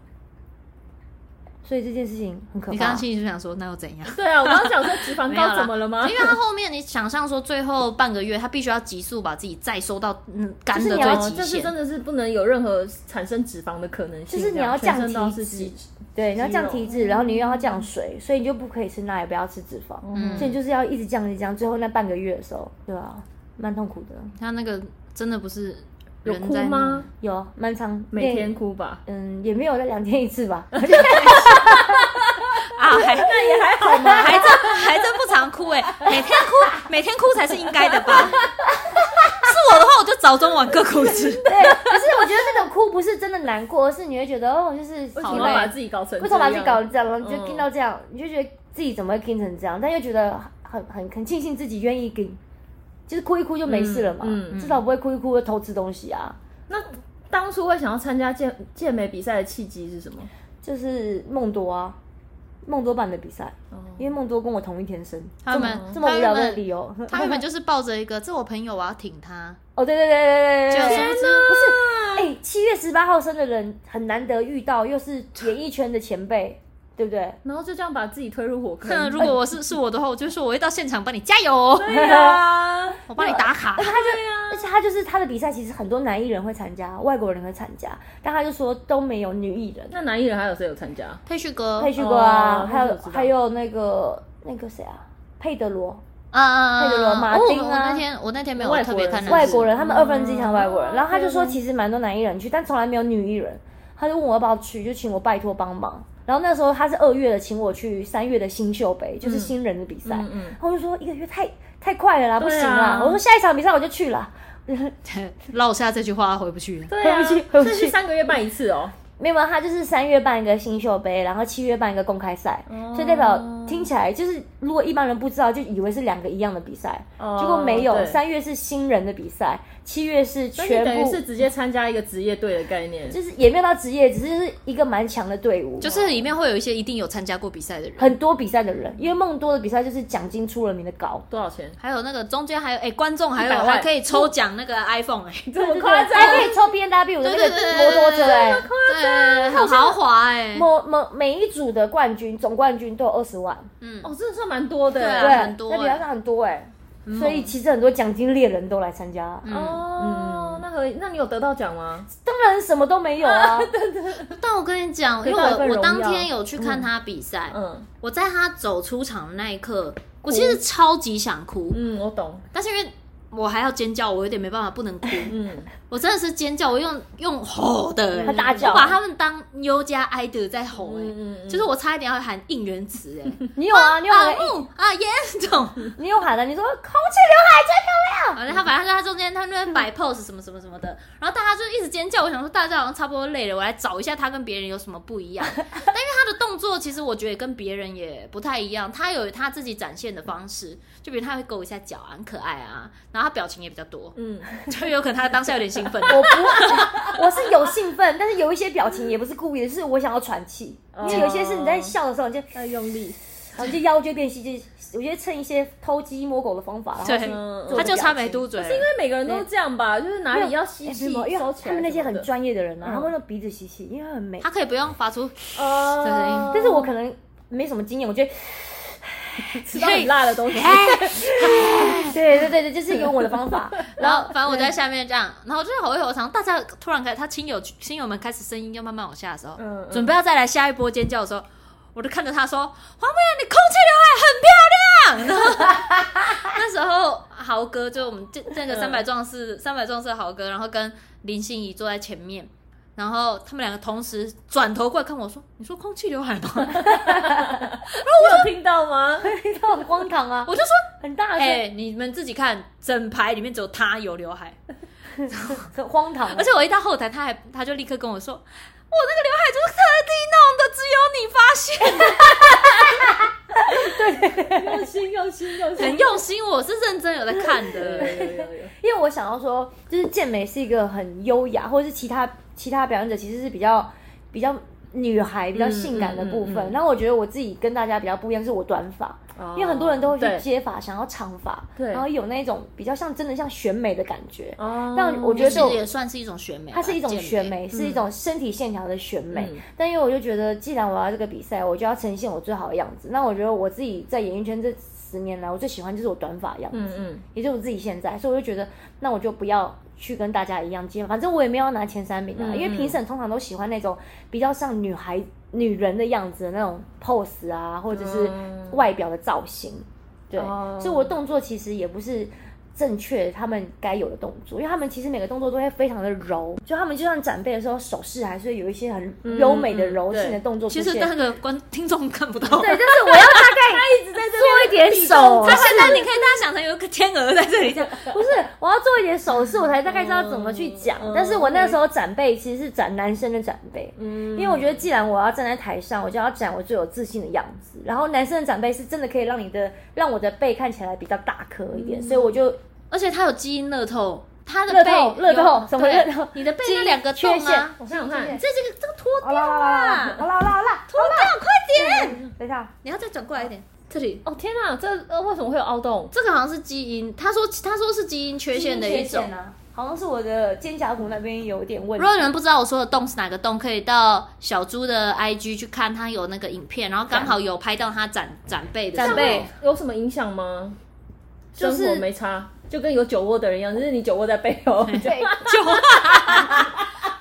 [SPEAKER 1] 所以这件事情很可
[SPEAKER 3] 你刚
[SPEAKER 1] 怕
[SPEAKER 3] 刚。心里就想说：“那又怎样？”
[SPEAKER 2] 对啊，我刚刚讲说脂肪
[SPEAKER 3] 没有啦
[SPEAKER 2] 高怎么了吗
[SPEAKER 3] 因？为他后面你想象说，最后半个月他必须要急速把自己再收到嗯干
[SPEAKER 1] 就是
[SPEAKER 3] 的
[SPEAKER 1] 你要
[SPEAKER 3] 最
[SPEAKER 2] 哦就
[SPEAKER 3] 极
[SPEAKER 2] 是真
[SPEAKER 3] 限。
[SPEAKER 2] 的是不能有任何产生脂肪的可能
[SPEAKER 1] 就
[SPEAKER 2] 性，
[SPEAKER 1] 是你要
[SPEAKER 2] 这样
[SPEAKER 1] 降
[SPEAKER 2] 全身都
[SPEAKER 1] 体
[SPEAKER 2] 是
[SPEAKER 1] 脂
[SPEAKER 2] 脂，
[SPEAKER 1] 对，你要
[SPEAKER 2] 肌
[SPEAKER 1] 降
[SPEAKER 2] 肉嗯
[SPEAKER 1] 体脂，然后你又要降水，所以你就不可以吃钠，也不要吃脂肪，所以你就是要一直降，一直降。最后那半个月的时候，对啊，蛮痛苦的，
[SPEAKER 3] 他那个真的不是
[SPEAKER 2] 有
[SPEAKER 3] 人
[SPEAKER 2] 哭
[SPEAKER 3] 在
[SPEAKER 2] 吗？？
[SPEAKER 1] 有蛮长，
[SPEAKER 2] 每天哭吧，
[SPEAKER 1] 嗯，也没有，在两天一次吧。
[SPEAKER 3] 啊，还那也还好嘛，还真还真不常哭哎、每天哭每天哭才是应该的吧？是我的话，我就早中晚各哭一次。
[SPEAKER 1] 对，可是我觉得那种哭不是真的难过，而是你会觉得哦，就是
[SPEAKER 2] 为什
[SPEAKER 1] 好
[SPEAKER 2] 么要把自己搞成这样？
[SPEAKER 1] 为什么把自己搞成这样，然后就
[SPEAKER 2] 嗯
[SPEAKER 1] 听到这样，你就觉得自己怎么会听成这样，但又觉得很很很庆幸自己愿意听，就是哭一哭就没事了嘛，
[SPEAKER 2] 嗯嗯
[SPEAKER 1] 至少不会哭一哭会偷吃东西啊。
[SPEAKER 2] 那当初会想要参加健健美比赛的契机是什么？
[SPEAKER 1] 就是梦多啊，梦多办的比赛，
[SPEAKER 2] 哦
[SPEAKER 1] 因为梦多跟我同一天生，
[SPEAKER 3] 他们
[SPEAKER 1] 这么无聊
[SPEAKER 3] 他
[SPEAKER 1] 的
[SPEAKER 3] 们
[SPEAKER 1] 理由，
[SPEAKER 3] 他原本就是抱着一个，这我朋友，我要挺他。
[SPEAKER 1] 哦，对对对对对对
[SPEAKER 3] 天
[SPEAKER 1] 对，
[SPEAKER 3] 哪！
[SPEAKER 1] 哎、七月十八号生的人很难得遇到，又是演艺圈的前 辈，对不对？
[SPEAKER 2] 然后就这样把自己推入火
[SPEAKER 3] 哼
[SPEAKER 2] 坑。
[SPEAKER 3] 如果我是是我的话，我就说我会到现场帮你加油，
[SPEAKER 2] 对啊，
[SPEAKER 3] 我帮你打卡。
[SPEAKER 1] 而且他就是他的比赛，其实很多男艺人会参加，外国人会参加，但他就说都没有女艺人，
[SPEAKER 2] 那男艺人还有谁有参加？
[SPEAKER 3] 佩旭哥，
[SPEAKER 1] 佩旭哥啊，
[SPEAKER 2] 哦
[SPEAKER 1] 还
[SPEAKER 2] 那
[SPEAKER 1] 有
[SPEAKER 2] 我知道
[SPEAKER 1] 还有那个那个谁啊，佩德罗，
[SPEAKER 3] 啊，
[SPEAKER 1] 佩德罗马
[SPEAKER 3] 哦我
[SPEAKER 1] 丁啊
[SPEAKER 3] 我那天我那天没有
[SPEAKER 2] 外
[SPEAKER 3] 特
[SPEAKER 2] 国
[SPEAKER 3] 别
[SPEAKER 2] 人
[SPEAKER 3] 看
[SPEAKER 2] 是
[SPEAKER 3] 那
[SPEAKER 2] 不
[SPEAKER 1] 外
[SPEAKER 2] 是
[SPEAKER 1] 国人，他们二分之一强外国人，
[SPEAKER 2] 哦
[SPEAKER 1] 然后他就说
[SPEAKER 2] 对对
[SPEAKER 1] 其实蛮多男艺人去，但从来没有女艺人，他就问我要不要去，就请我拜托帮忙。然后那时候他是二月的，请我去三月的新秀杯，就是新人的比赛。
[SPEAKER 2] 嗯嗯
[SPEAKER 1] 然后我就说一个月太太快了啦，不行啦
[SPEAKER 2] 啊。
[SPEAKER 1] 我说下一场比赛我就去啦。
[SPEAKER 3] 落下这句话回不去了。
[SPEAKER 2] 对
[SPEAKER 1] 回
[SPEAKER 2] 啊，
[SPEAKER 1] 不去回不
[SPEAKER 2] 所以
[SPEAKER 1] 去
[SPEAKER 2] 是三个月办一次哦。
[SPEAKER 1] 没有，啊他就是三月办一个新秀杯，然后七月办一个公开赛，
[SPEAKER 2] 哦
[SPEAKER 1] 所以代表听起来就是，如果一般人不知道，就以为是两个一样的比赛，
[SPEAKER 2] 哦
[SPEAKER 1] 结果没有。
[SPEAKER 2] 对
[SPEAKER 1] 三月是新人的比赛，七月是
[SPEAKER 2] 所以
[SPEAKER 1] 全
[SPEAKER 2] 你等于
[SPEAKER 1] 部，
[SPEAKER 2] 是直接参加一个职业队的概念。
[SPEAKER 1] 就是也没有到职业，只是就是一个蛮强的队伍，
[SPEAKER 3] 就是里面会有一些一定有参加过比赛的人，
[SPEAKER 1] 很多比赛的人，因为梦多的比赛就是奖金出了名的高，
[SPEAKER 2] 多少钱？
[SPEAKER 3] 还有那个中间还有哎、观众还有
[SPEAKER 2] 100万
[SPEAKER 3] 还可以抽奖那个 iPhone 哎、
[SPEAKER 2] 这么
[SPEAKER 1] 对
[SPEAKER 2] 夸
[SPEAKER 1] 对对还
[SPEAKER 2] 张？
[SPEAKER 1] 可以抽 B N W 的那
[SPEAKER 3] 对对
[SPEAKER 1] 个
[SPEAKER 3] 对
[SPEAKER 1] 摩托车哎、欸，
[SPEAKER 3] 对，很豪华哎、
[SPEAKER 1] 某某每一组的冠军总冠军都有二十万，
[SPEAKER 2] 哦，真的算蛮多的。
[SPEAKER 3] 对啊
[SPEAKER 1] 对，
[SPEAKER 3] 很多欸嗯
[SPEAKER 1] 那比赛上很多哎、所以其实很多奖金猎人都来参加、嗯
[SPEAKER 2] 哦，那可以，那你有得到奖吗？
[SPEAKER 1] 当然什么都没有 啊，
[SPEAKER 3] 但我跟你讲，因为
[SPEAKER 2] 得到一份
[SPEAKER 3] 我
[SPEAKER 2] 荣
[SPEAKER 3] 我
[SPEAKER 2] 耀
[SPEAKER 3] 当天有去看他比赛，
[SPEAKER 2] 嗯
[SPEAKER 3] 我在他走出场的那一刻，我其实超级想哭，
[SPEAKER 2] 嗯，我懂。
[SPEAKER 3] 但是因为我还要尖叫，我有点没办法，不能哭。
[SPEAKER 2] 嗯，
[SPEAKER 3] 我真的是尖叫，我用用吼的、欸，
[SPEAKER 1] 他大叫
[SPEAKER 3] 我把他们当优加哀的在吼、欸，哎、
[SPEAKER 2] 嗯嗯
[SPEAKER 3] 就是我差一点要喊应援词、欸，哎，
[SPEAKER 1] 你有啊，你有
[SPEAKER 3] 啊
[SPEAKER 1] 喊，
[SPEAKER 3] 木啊耶这种，
[SPEAKER 1] 你有喊啊的，你说空气
[SPEAKER 3] 反正他反正他中间他那边摆 pose 什么什么什么的，然后大家就一直尖叫，我想说大家好像差不多累了，我来找一下他跟别人有什么不一样，但因为他的动作其实我觉得跟别人也不太一样，他有他自己展现的方式，就比如他会勾一下脚啊，很可爱啊，然后他表情也比较多，
[SPEAKER 2] 嗯，
[SPEAKER 3] 就有可能他当下有点 兴奋，
[SPEAKER 1] 流还在 飘，我是有兴奋，但是有一些表情也不是故意的，就是我想要喘气，因
[SPEAKER 3] 哦
[SPEAKER 1] 为有一些是你在笑的时候，你就
[SPEAKER 2] 要用力，
[SPEAKER 1] 然后就腰就变细，就我觉得趁一些偷鸡摸狗的方法，然后
[SPEAKER 3] 对
[SPEAKER 1] 去
[SPEAKER 2] 嗯
[SPEAKER 1] 做
[SPEAKER 3] 他就差
[SPEAKER 1] 表情
[SPEAKER 3] 没嘟嘴了，
[SPEAKER 2] 是因为每个人都这样吧，就是哪里要吸
[SPEAKER 1] 哎
[SPEAKER 2] 气
[SPEAKER 1] 没有因
[SPEAKER 2] 收
[SPEAKER 1] 为
[SPEAKER 2] 起
[SPEAKER 1] 他
[SPEAKER 2] 来什么的，
[SPEAKER 1] 们那些很专业的人啊，
[SPEAKER 2] 嗯
[SPEAKER 1] 他们的鼻子吸气，因为他很美
[SPEAKER 3] 他。可以不用发 出，
[SPEAKER 2] 呃，
[SPEAKER 1] 但是我可能没什么经验，我觉 得
[SPEAKER 2] 吃到很辣的东西，
[SPEAKER 1] 对对对对，就是有我的方 法。
[SPEAKER 3] 然后反正我就在下面这样，然后就是吼一吼，然后大家突然开，他亲友亲友们开始声音要慢慢往下的时候，
[SPEAKER 2] 嗯嗯
[SPEAKER 3] 准备要再来下一波尖叫的时候，我就看着他说：“黄美雅，你空气刘海很漂亮。” 然后那时候豪哥就我们这这个三百壮士三百壮士豪哥，然后跟林心怡坐在前面。然后他们两个同时转头过来看我说：“你说空气刘海吗？”
[SPEAKER 2] 你有听 到吗？
[SPEAKER 1] 他很荒唐啊，
[SPEAKER 3] 我就说：“
[SPEAKER 1] 很大声，
[SPEAKER 3] 哎、你们自己看，整排里面只有他有刘海。”
[SPEAKER 1] 很荒唐啊。
[SPEAKER 3] 而且我一到后台，他还他就立刻跟我说，我那个刘海就是特地弄的，只有你发现，
[SPEAKER 2] 用心用心用
[SPEAKER 3] 很
[SPEAKER 2] 心，
[SPEAKER 3] 用心，我是认真有在看的。
[SPEAKER 2] 有有有
[SPEAKER 1] 因为我想要说，就是健美是一个很优雅，或者是其他其他表演者其实是比较比较女孩、比较性感的部分。
[SPEAKER 2] 嗯嗯嗯
[SPEAKER 1] 然后我觉得我自己跟大家比较不一样，是我短发，
[SPEAKER 2] 哦
[SPEAKER 1] 因为很多人都会去
[SPEAKER 2] 对
[SPEAKER 1] 接发，想要长发，
[SPEAKER 2] 对
[SPEAKER 1] 然后有那种比较像真的像选美的感觉。
[SPEAKER 2] 哦啊
[SPEAKER 1] 但 我觉得
[SPEAKER 3] 其实也算是一种选美吧，
[SPEAKER 1] 它是一种
[SPEAKER 3] 健
[SPEAKER 1] 选美，是一种身体线条的选美。
[SPEAKER 2] 嗯
[SPEAKER 1] 但因为我就觉得，既然我要这个比赛，我就要呈现我最好的样子。那我觉得我自己在演艺圈这十年来，我最喜欢就是我短发的样子。
[SPEAKER 2] 嗯嗯，
[SPEAKER 1] 也就是我自己现在，所以我就觉得，那我就不要去跟大家一样接，反正我也没有要拿前三名啊，
[SPEAKER 2] 嗯
[SPEAKER 1] 因为评审通常都喜欢那种比较像女孩、女人的样子的那种 pose 啊，或者是
[SPEAKER 2] 嗯
[SPEAKER 1] 外表的造型，对，
[SPEAKER 2] 哦
[SPEAKER 1] 所以我动作其实也不是。正确他们该有的动作，因为他们其实每个动作都会非常的柔，就他们就算展背的时候，手势还是会有一些很优美的
[SPEAKER 2] 嗯
[SPEAKER 1] 柔性的
[SPEAKER 2] 对
[SPEAKER 1] 动作出
[SPEAKER 3] 其
[SPEAKER 1] 现。
[SPEAKER 3] 实那个观听众看不到。
[SPEAKER 1] 对，但是我要大概一直在这做一点手，
[SPEAKER 3] 他现在你可以大家想成有一个天鹅在这里这样，
[SPEAKER 1] 不是，我要做一点手势，我才大概知道怎么去讲。
[SPEAKER 2] 嗯嗯
[SPEAKER 1] 但是我那时候展背其实是展男生的展背，
[SPEAKER 2] 嗯
[SPEAKER 1] 因为我觉得既然我要站在台上，我就要展我最有自信的样子。然后男生的展背是真的可以让你的让我的背看起来比较大颗一点，所以我就
[SPEAKER 3] 而且他有基因乐透，他的
[SPEAKER 1] 乐
[SPEAKER 3] 背
[SPEAKER 1] 透乐
[SPEAKER 3] 有
[SPEAKER 1] 透什么
[SPEAKER 3] 对
[SPEAKER 1] 乐透
[SPEAKER 3] 你的背
[SPEAKER 1] 基
[SPEAKER 3] 那
[SPEAKER 1] 因
[SPEAKER 3] 两个
[SPEAKER 1] 缺
[SPEAKER 3] 洞
[SPEAKER 1] 陷
[SPEAKER 3] 啊，
[SPEAKER 2] 我看我看，
[SPEAKER 3] 这这个这个脱
[SPEAKER 1] 好
[SPEAKER 3] 掉
[SPEAKER 1] 啦好啦
[SPEAKER 3] 啊，
[SPEAKER 1] 好啦好啦好啦，嗯
[SPEAKER 3] 脱掉，快点！
[SPEAKER 1] 等一下，
[SPEAKER 3] 你要再转过来一点，这里
[SPEAKER 2] 哦天哪，这呃为什么会有凹洞？
[SPEAKER 3] 这个好像是基因，他说他说是基因缺陷的一种
[SPEAKER 1] 缺陷，啊，好像是我的肩胛骨那边有点问
[SPEAKER 3] 如
[SPEAKER 1] 题
[SPEAKER 3] 果。你们不知道我说的洞是哪个洞，可以到小猪的 IG 去看，他有那个影片，然后刚好有拍到他展展背的时候
[SPEAKER 1] 展背
[SPEAKER 2] 有什么影响吗？
[SPEAKER 1] 就是
[SPEAKER 2] 生活没差，就跟有酒窝的人一样，就是你酒窝在背 后，就
[SPEAKER 1] 对，
[SPEAKER 3] 酒窝，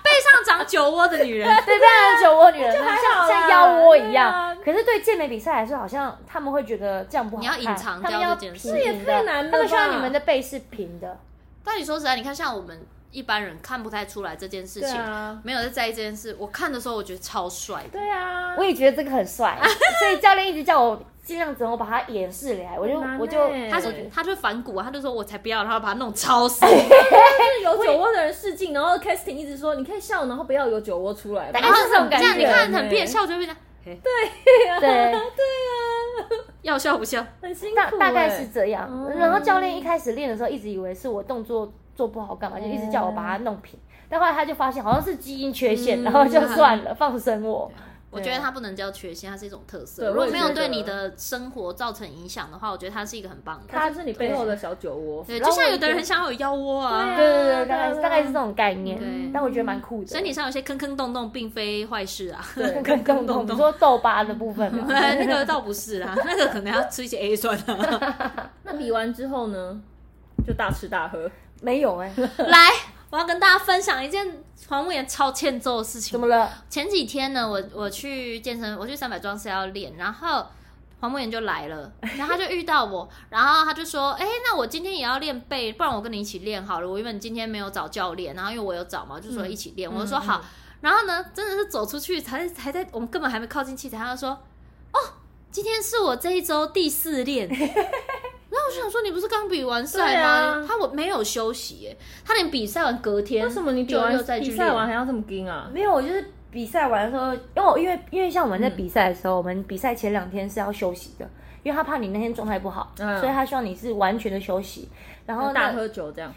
[SPEAKER 3] 背上长酒窝的女人，
[SPEAKER 1] 对，非常酒窝女人，
[SPEAKER 2] 还
[SPEAKER 1] 像
[SPEAKER 2] 好啦
[SPEAKER 1] 像腰窝一样。
[SPEAKER 2] 对啊
[SPEAKER 1] 可是对健美比赛来说，好像他们会觉得这样不好看，
[SPEAKER 3] 你要隐藏
[SPEAKER 1] 他
[SPEAKER 3] 掉
[SPEAKER 1] 们要
[SPEAKER 3] 这件事
[SPEAKER 1] 平平的
[SPEAKER 2] 这也太难了吧
[SPEAKER 1] 他们希望你们的背是平的，
[SPEAKER 3] 但你说实在，你看像我们一般人看不太出来这件事
[SPEAKER 2] 对
[SPEAKER 3] 情，
[SPEAKER 2] 啊
[SPEAKER 3] 没有在在意这件事。我看的时候，我觉得超帅的。
[SPEAKER 2] 对啊，
[SPEAKER 1] 我也觉得这个很 帅，所以教练一直叫我尽量怎么把它掩饰来，我就
[SPEAKER 2] 很难欸
[SPEAKER 1] 我就
[SPEAKER 3] 他说
[SPEAKER 2] 我觉得
[SPEAKER 3] 他就反骨啊，他就说我才不要，然后把它弄超死。
[SPEAKER 2] 就是有酒窝的人试镜，然后 casting 一直说你可以笑，然后不要有酒窝出来吧。
[SPEAKER 1] 大
[SPEAKER 2] 啊
[SPEAKER 1] 概是这种感觉
[SPEAKER 3] 这样你看很变笑，就会变成嘿
[SPEAKER 1] 对，啊
[SPEAKER 3] 要笑不笑？
[SPEAKER 2] 很辛苦
[SPEAKER 1] 大
[SPEAKER 2] 欸、
[SPEAKER 1] 大概是这样。
[SPEAKER 2] 哦
[SPEAKER 1] 然后教练一开始练的时候，一直以为是我动作做不好干
[SPEAKER 2] 哦
[SPEAKER 1] 嘛，就一直叫我把它弄平。但后来他就发现好像是基因缺陷，
[SPEAKER 2] 嗯
[SPEAKER 1] 然后就算了，放生我。
[SPEAKER 3] 我觉得它不能叫缺陷，它是一种特色。
[SPEAKER 2] 对
[SPEAKER 3] 如果
[SPEAKER 2] 我也
[SPEAKER 3] 没有
[SPEAKER 2] 觉得
[SPEAKER 3] 对你的生活造成影响的话，我觉得它是一个很棒的。
[SPEAKER 2] 它就是你背后的小酒窝。
[SPEAKER 3] 对，
[SPEAKER 1] 然
[SPEAKER 3] 就
[SPEAKER 1] 后
[SPEAKER 3] 像
[SPEAKER 1] 我
[SPEAKER 3] 有的
[SPEAKER 1] 觉
[SPEAKER 3] 人
[SPEAKER 1] 得
[SPEAKER 3] 很想要有腰窝
[SPEAKER 2] 对
[SPEAKER 3] 啊，
[SPEAKER 2] 啊
[SPEAKER 1] 对对对，大概
[SPEAKER 2] 对
[SPEAKER 1] 是
[SPEAKER 2] 啊
[SPEAKER 1] 大概是这种概念
[SPEAKER 3] 对，
[SPEAKER 1] 但我觉得蛮酷的。
[SPEAKER 3] 身体上有些坑坑洞洞，并非坏事啊。
[SPEAKER 1] 跟 跟跟跟，你说痘疤的部分 吗？
[SPEAKER 3] 那 个倒不是啦，那个可能要吃一些 A 酸啊。
[SPEAKER 2] 那比完之后呢，就大吃大喝。
[SPEAKER 1] 没有哎、
[SPEAKER 3] 来，我要跟大家分享一件黄木妍超欠揍的事情
[SPEAKER 1] 怎。么了？
[SPEAKER 3] 前几天呢，我我去健身，我去三百壮士要练，然后黄梦妍就 来了，然后她就遇到我，然后她就说：“哎、那我今天也要练背，不然我跟你一起练好了。我原本今天没有找教练，然后因为我有找嘛，就
[SPEAKER 2] 嗯
[SPEAKER 3] 说一起练。我就说好。然后呢，真的是走出去才才在我们根本还没靠近器材，她就说：“哦，今天是我这一周第四 练。”然后我就想说，你不是刚比完赛
[SPEAKER 2] 对
[SPEAKER 3] 吗？
[SPEAKER 2] 啊
[SPEAKER 3] 他我没有休息耶，他连比赛完隔天
[SPEAKER 2] 为什么你比
[SPEAKER 3] 就
[SPEAKER 2] 完
[SPEAKER 3] 又再去
[SPEAKER 2] 比赛
[SPEAKER 3] 练
[SPEAKER 2] 完还要这么硬啊？
[SPEAKER 1] 没有，我就是比赛完的时候，因为我因为因为像我们在比赛的时候，我们比赛前两天是要休息的，因为他怕你那天状态不好，
[SPEAKER 2] 嗯
[SPEAKER 1] 所以他希望你是完全的休息，然后
[SPEAKER 2] 大
[SPEAKER 1] 呢，
[SPEAKER 2] 喝酒这样，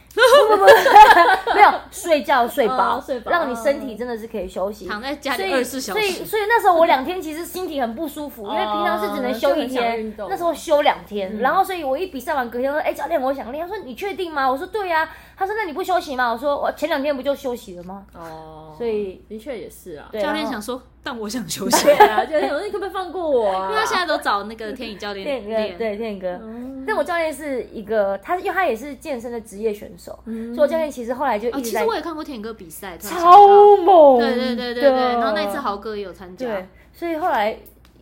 [SPEAKER 1] 没有睡觉睡饱、
[SPEAKER 2] 哦睡饱
[SPEAKER 1] 让你身体真的是可以休息。
[SPEAKER 3] 躺在家
[SPEAKER 1] 所
[SPEAKER 3] 里
[SPEAKER 1] 以，
[SPEAKER 3] 二十四小
[SPEAKER 1] 所以，
[SPEAKER 3] 时，哦
[SPEAKER 1] 所以那时候我两天其实心情很不舒服，因为平常是只能休一
[SPEAKER 2] 就很想运
[SPEAKER 1] 天
[SPEAKER 2] 动，
[SPEAKER 1] 那时候休两天，
[SPEAKER 3] 嗯
[SPEAKER 1] 然后所以我一比赛完隔天我说，哎、教练我想练，他说你确定吗？我说对呀、他说那你不休息吗？我说我前两天不就休息了吗？
[SPEAKER 2] 哦，
[SPEAKER 1] 所以
[SPEAKER 2] 的确也是啊。
[SPEAKER 1] 对
[SPEAKER 3] 教练
[SPEAKER 1] 然后
[SPEAKER 3] 想 说，但我想休息。
[SPEAKER 2] 对啊，就是有人你可不可以放过我啊？
[SPEAKER 3] 因为他现在都找那个天宇教练
[SPEAKER 1] 天宇
[SPEAKER 3] 练，哦
[SPEAKER 1] 哥，，对天宇哥，但我教练是一个，他因为他也是健身的职业选手，所以我教练其实后来就
[SPEAKER 3] 嗯哦，
[SPEAKER 1] 一
[SPEAKER 3] 其
[SPEAKER 1] 直
[SPEAKER 3] 实
[SPEAKER 1] 在、
[SPEAKER 3] 我也看过天宇哥比赛，突然想到
[SPEAKER 1] 超猛，
[SPEAKER 3] 对对对对对，然后那一次啊豪哥也有参加
[SPEAKER 1] 对，，所以后来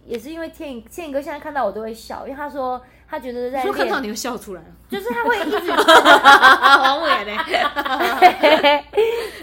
[SPEAKER 1] 也是因为天宇天宇哥现在看到我都会笑，因为他说他觉得在
[SPEAKER 3] 说看到
[SPEAKER 1] 练，
[SPEAKER 3] 你就笑出 来了，
[SPEAKER 1] 就是他会一 直啊
[SPEAKER 3] 王伟嘞，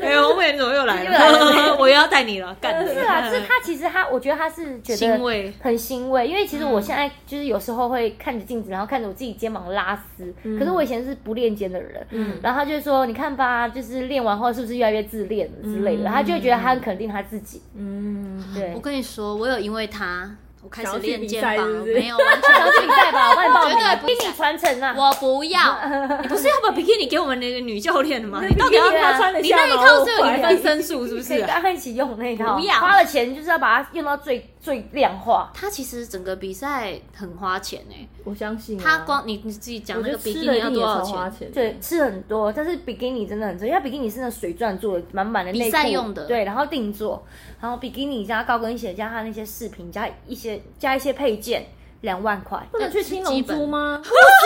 [SPEAKER 3] 哎，王伟你怎么又来
[SPEAKER 1] 又来
[SPEAKER 3] 了？ 我又要带你了，干
[SPEAKER 1] 是啊，就是他其实他我觉得他是觉
[SPEAKER 3] 欣
[SPEAKER 1] 得。
[SPEAKER 3] 慰，嗯
[SPEAKER 1] 很欣慰，因为其实我现在就是有时候会看着镜子，然后看着我自己肩膀拉丝。可是我以前是不练肩的人，
[SPEAKER 3] 嗯
[SPEAKER 1] 然后他就说：“你看吧，就是练完后是不是越来越自恋了之类的？”
[SPEAKER 2] 嗯
[SPEAKER 1] 他就会觉得他很肯定他自己。
[SPEAKER 2] 嗯，
[SPEAKER 1] 对，
[SPEAKER 3] 我跟你说，我有因为他，我开始
[SPEAKER 2] 想要去
[SPEAKER 3] 练
[SPEAKER 2] 比
[SPEAKER 3] 肩
[SPEAKER 2] 赛
[SPEAKER 3] 膀
[SPEAKER 2] 是
[SPEAKER 3] 了，
[SPEAKER 2] 不是
[SPEAKER 3] 没有完全
[SPEAKER 1] 想去比赛 吧，我帮你报
[SPEAKER 3] 绝对
[SPEAKER 1] 名，
[SPEAKER 3] 不
[SPEAKER 1] 给你传承啊。
[SPEAKER 3] 我不 要，你不是要把比基尼给我们那个女教练的吗？你到底要
[SPEAKER 1] 比基尼啊
[SPEAKER 2] 穿得
[SPEAKER 3] 你
[SPEAKER 2] 下
[SPEAKER 3] 那一
[SPEAKER 2] 吗
[SPEAKER 3] 套
[SPEAKER 2] 我
[SPEAKER 3] 是有
[SPEAKER 1] 哦
[SPEAKER 3] 你
[SPEAKER 2] 怀
[SPEAKER 3] 分
[SPEAKER 2] 疑
[SPEAKER 3] 身术是不是
[SPEAKER 1] 可以
[SPEAKER 3] 啊？
[SPEAKER 1] 大家一起用那一套，
[SPEAKER 3] 不要
[SPEAKER 1] 花了钱就是要把它用到最最量化。
[SPEAKER 3] 他其实整个比赛很花钱哎、
[SPEAKER 2] 我相信啊
[SPEAKER 3] 他光你你自己讲
[SPEAKER 2] 我
[SPEAKER 3] 那
[SPEAKER 2] 觉
[SPEAKER 3] 个
[SPEAKER 2] 得
[SPEAKER 3] 比
[SPEAKER 2] 吃
[SPEAKER 3] 基
[SPEAKER 2] 的
[SPEAKER 3] 尼
[SPEAKER 2] 一
[SPEAKER 3] 要
[SPEAKER 2] 定也
[SPEAKER 3] 多少
[SPEAKER 2] 超花
[SPEAKER 3] 钱？
[SPEAKER 2] 钱的，
[SPEAKER 1] 对，吃很多，但是比基尼真的很重要，因为比基尼是那水钻做的，满满的内裤
[SPEAKER 3] 比赛用的
[SPEAKER 1] 对，然后定做，然后比基尼加高跟鞋加它那些饰品加一些加一些配件，两万块。
[SPEAKER 2] 不能去青龙珠吗？
[SPEAKER 1] 那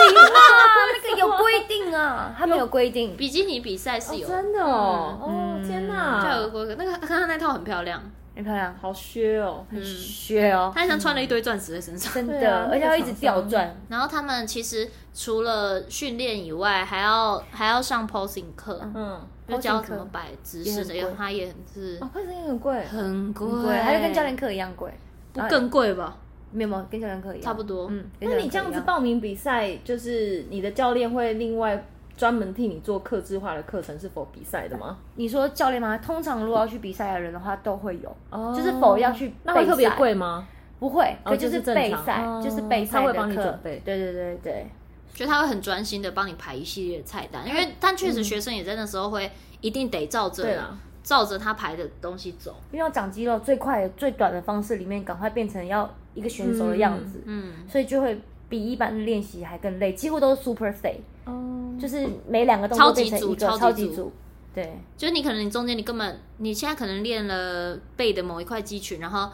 [SPEAKER 1] 个有规定啊，他们有规定。
[SPEAKER 3] 比基尼比赛是有，
[SPEAKER 2] 真的哦，哦天
[SPEAKER 3] 叫俄
[SPEAKER 2] 哪，
[SPEAKER 3] 国那个刚刚那套很漂亮，
[SPEAKER 1] 很漂亮，
[SPEAKER 2] 好削哦，
[SPEAKER 1] 学哦，
[SPEAKER 3] 他像穿了一堆钻石在身上。
[SPEAKER 1] 真
[SPEAKER 2] 对啊
[SPEAKER 1] 的，
[SPEAKER 2] 那个
[SPEAKER 1] 而且要一直掉
[SPEAKER 2] 厂嗯
[SPEAKER 1] 钻。
[SPEAKER 3] 然后他们其实除了训练以外，还要还要上 posing 课，
[SPEAKER 2] 嗯，
[SPEAKER 3] 就教
[SPEAKER 1] posing
[SPEAKER 3] 怎么
[SPEAKER 1] 课
[SPEAKER 3] 摆姿势的，
[SPEAKER 1] 也很贵
[SPEAKER 3] 他也是
[SPEAKER 2] 哦，快餐也哦很贵，
[SPEAKER 3] 很贵，
[SPEAKER 1] 对，还是跟教练课一样贵，啊
[SPEAKER 3] 不更贵吧，
[SPEAKER 2] 嗯
[SPEAKER 1] 没有没有跟教练课一样，
[SPEAKER 3] 差不多。
[SPEAKER 1] 嗯，跟
[SPEAKER 2] 那
[SPEAKER 1] 教练
[SPEAKER 2] 你
[SPEAKER 1] 课
[SPEAKER 2] 这样
[SPEAKER 1] 一
[SPEAKER 2] 子报名比赛，就是你的教练会另外专门替你做客制化的课程，是否比赛的吗？
[SPEAKER 1] 你说教练吗？通常如果要去比赛的人的话，都会有，
[SPEAKER 2] 哦
[SPEAKER 1] 就是否要去
[SPEAKER 2] 那会
[SPEAKER 1] 备赛
[SPEAKER 2] 特别贵吗？
[SPEAKER 1] 不会，
[SPEAKER 2] 哦
[SPEAKER 1] 可
[SPEAKER 2] 就是
[SPEAKER 1] 是
[SPEAKER 2] 正
[SPEAKER 1] 备
[SPEAKER 2] 常
[SPEAKER 1] 赛
[SPEAKER 2] 哦，
[SPEAKER 1] 就是备赛
[SPEAKER 2] 他会
[SPEAKER 1] 的
[SPEAKER 2] 帮你
[SPEAKER 1] 课
[SPEAKER 2] 准备
[SPEAKER 1] 对对对对，
[SPEAKER 3] 就他会很专心的帮你排一系列菜
[SPEAKER 2] 嗯
[SPEAKER 3] 单，因为但确实学生也在那时候会一定得照
[SPEAKER 2] 对啊
[SPEAKER 3] 着
[SPEAKER 2] 啦，
[SPEAKER 3] 照着他排的东西走。
[SPEAKER 1] 因为要长肌肉最快最短的方式里面，赶快变成要一个选手的样子，
[SPEAKER 3] 嗯，
[SPEAKER 1] 所以就会比一般的练习还更累，几乎都是 super stay，
[SPEAKER 2] 哦，就
[SPEAKER 1] 就是每两个动作
[SPEAKER 3] 超级
[SPEAKER 1] 变成
[SPEAKER 3] 组
[SPEAKER 1] 一个
[SPEAKER 3] 超
[SPEAKER 1] 超
[SPEAKER 3] 级
[SPEAKER 1] 级
[SPEAKER 3] 组
[SPEAKER 1] 组，对，
[SPEAKER 3] 就是你可能你中间你根本你现在可能练了背的某一块肌群，然后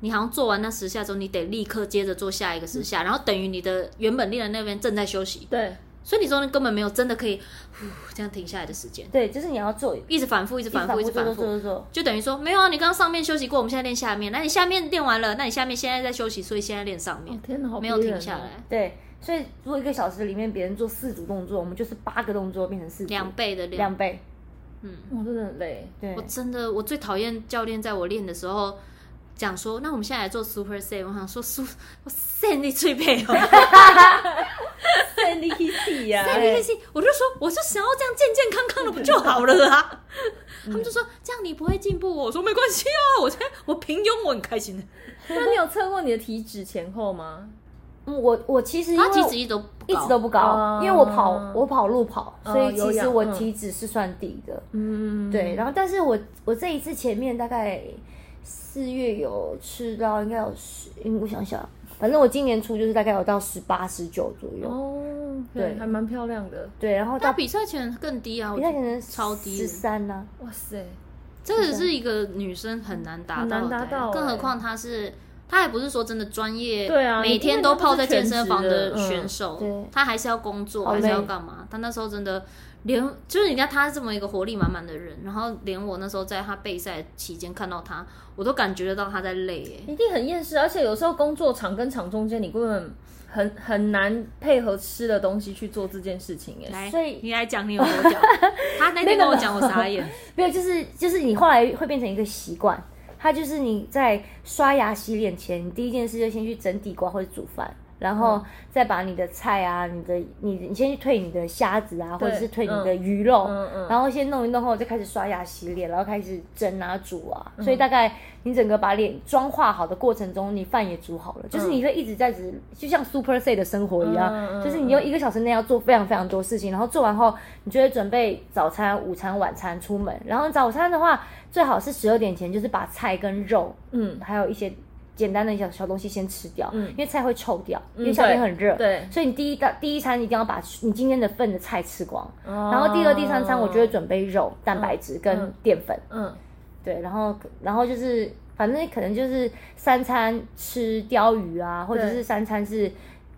[SPEAKER 3] 你好像做完那十下之后，你得立刻接着做下一个十下，然后等于你的原本练的那边正在休息，
[SPEAKER 2] 对，
[SPEAKER 3] 所以你中间根本没有真的可以呼这样停下来的时间，
[SPEAKER 1] 对，就是你要做，
[SPEAKER 3] 一直反复，一直反复，一直
[SPEAKER 1] 做
[SPEAKER 3] 反
[SPEAKER 1] 做做
[SPEAKER 3] 复。
[SPEAKER 1] 做做，
[SPEAKER 3] 就等于说，没有啊，你刚刚上面休息过，我们现在练下面，那你下面练完了，那你下面现在在休息，所以现在练上面，
[SPEAKER 2] 天哪，好
[SPEAKER 3] 没有
[SPEAKER 2] 逼人
[SPEAKER 3] 停
[SPEAKER 2] 哦
[SPEAKER 3] 下来，，
[SPEAKER 1] 对，所以如果一个小时里面别人做四组动作，我们就是八个动作变成四组
[SPEAKER 3] 两倍的嗯量
[SPEAKER 1] 两。倍，
[SPEAKER 2] 哇，真的很累，
[SPEAKER 1] 对
[SPEAKER 3] 我，真的，我最讨厌教练在我练的时候讲说，那我们现在来做 super set。我想说，su 我 set 你最配 哦，
[SPEAKER 2] 对，你 Kitty 呀，
[SPEAKER 3] set 你开心。我就说，我就想要这样健健康康的不就好了啊？
[SPEAKER 1] 嗯
[SPEAKER 3] 他们就说这样你不会进步哦。我说没关系啊，我现在我平庸，我很开心的。
[SPEAKER 2] 那你有测过你的体脂前后吗？
[SPEAKER 1] 嗯我我其实因
[SPEAKER 3] 他
[SPEAKER 1] 为
[SPEAKER 3] 体脂一直都不
[SPEAKER 1] 一
[SPEAKER 3] 高
[SPEAKER 1] 直都不高
[SPEAKER 2] 哦，
[SPEAKER 1] 因为我跑我跑路跑，
[SPEAKER 2] 哦
[SPEAKER 1] 所以其
[SPEAKER 2] 有
[SPEAKER 1] 实
[SPEAKER 2] 氧
[SPEAKER 1] 我
[SPEAKER 2] 嗯
[SPEAKER 1] 体脂是算低的。
[SPEAKER 2] 嗯，
[SPEAKER 1] 对，然后但是我我这一次前面大概四月有吃到应该有十，嗯我想想，反正我今年初就是大概有到十八十九左右。
[SPEAKER 2] 哦，
[SPEAKER 1] 对
[SPEAKER 2] 对，还蛮漂亮的，
[SPEAKER 1] 对，然后
[SPEAKER 3] 他
[SPEAKER 1] 到
[SPEAKER 3] 比赛前更低啊，我
[SPEAKER 1] 比
[SPEAKER 3] 觉
[SPEAKER 1] 赛
[SPEAKER 3] 得
[SPEAKER 1] 可能
[SPEAKER 3] 超低
[SPEAKER 1] 十三啊呢，
[SPEAKER 2] 哇塞，
[SPEAKER 3] 这个是一个女生很难达到的欸，
[SPEAKER 2] 很难达到欸
[SPEAKER 3] 更何况她是他还不是说真的专业，
[SPEAKER 2] 对啊
[SPEAKER 3] 每天都泡在健身房
[SPEAKER 2] 因为他们是全职的
[SPEAKER 3] 选手，
[SPEAKER 1] 嗯对
[SPEAKER 3] 他还是要工作，
[SPEAKER 1] 好
[SPEAKER 3] 还
[SPEAKER 1] 累
[SPEAKER 3] 是要干嘛？他那时候真的连就是人家他这么一个活力满满的人，然后连我那时候在他备赛期间看到他，我都感觉得到他在累欸耶。
[SPEAKER 2] 一定很厌世，而且有时候工作场跟场中间，你根本很很难配合吃的东西去做这件事情哎。
[SPEAKER 3] 来，
[SPEAKER 1] 所以
[SPEAKER 3] 你来讲你有多屌？他那天跟我讲，我傻眼。
[SPEAKER 1] 没有，就是就是你后来会变成一个习惯，它就是你在刷牙洗脸前，你第一件事就先去整地瓜或者煮饭，然
[SPEAKER 2] 嗯
[SPEAKER 1] 后再把你的菜啊、你的你你先去退你的虾子啊，或者是退你的鱼肉，
[SPEAKER 2] 嗯嗯
[SPEAKER 1] 然后先弄一弄后再开始刷牙洗脸，然后开始蒸啊煮啊，
[SPEAKER 2] 嗯
[SPEAKER 1] 所以大概你整个把脸妆化好的过程中，你饭也煮好了，就是你会一直在只就像 Super C 的生活一样，
[SPEAKER 2] 嗯嗯嗯
[SPEAKER 1] 就是你用一个小时内要做非常非常多事情，然后做完后，你就会准备早餐、午餐、晚餐出门，然后早餐的话最好是十二点前，就是把菜跟肉，
[SPEAKER 2] 嗯
[SPEAKER 1] 还有一些。简单的小小东西先吃掉，
[SPEAKER 2] 嗯
[SPEAKER 1] 因为菜会臭掉，因为
[SPEAKER 2] 嗯
[SPEAKER 1] 夏天
[SPEAKER 2] 对
[SPEAKER 1] 很热，
[SPEAKER 2] 对
[SPEAKER 1] 所以你第一道第一餐一定要把你今天的份的菜吃光，然后第二、第三餐，我就会准备肉、蛋白质跟淀粉，
[SPEAKER 2] 哦嗯
[SPEAKER 1] 对，然后然后就是反正可能就是三餐吃鲷鱼啊，或者
[SPEAKER 2] 对嗯
[SPEAKER 1] 是三餐是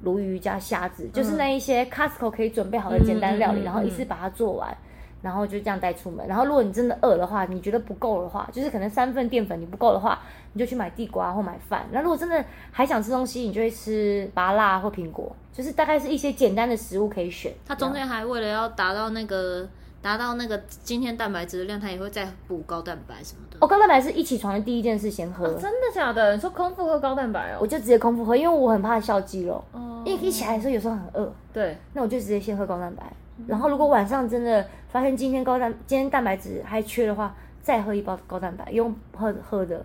[SPEAKER 1] 鲈鱼加虾子，就是那一些 Costco 可以准备好的简单料理，
[SPEAKER 2] 嗯嗯嗯
[SPEAKER 1] 然后一次把它做完。然后就这样带出门。然后如果你真的饿的话，你觉得不够的话，就是可能三份淀粉你不够的话，你就去买地瓜或买饭。那如果真的还想吃东西，你就会吃芭辣或苹果，就是大概是一些简单的食物可以选。
[SPEAKER 3] 他中间还为了要达到那个达到那个今天蛋白质的量，他也会再补高蛋白什么的。
[SPEAKER 1] 我哦高蛋白是一起床的第一件事先喝，
[SPEAKER 2] 啊真的假的？你说空腹喝高蛋白
[SPEAKER 1] 我
[SPEAKER 2] 哦？
[SPEAKER 1] 就直接空腹喝，因为我很怕消肌肉。嗯
[SPEAKER 2] 哦
[SPEAKER 1] 因为一起来的时候有时候很饿，
[SPEAKER 2] 对，
[SPEAKER 1] 那我就直接先喝高蛋白。
[SPEAKER 2] 嗯
[SPEAKER 1] 然后如果晚上真的发现今天高蛋今天蛋白质还缺的话，再喝一包高蛋白，用喝喝的。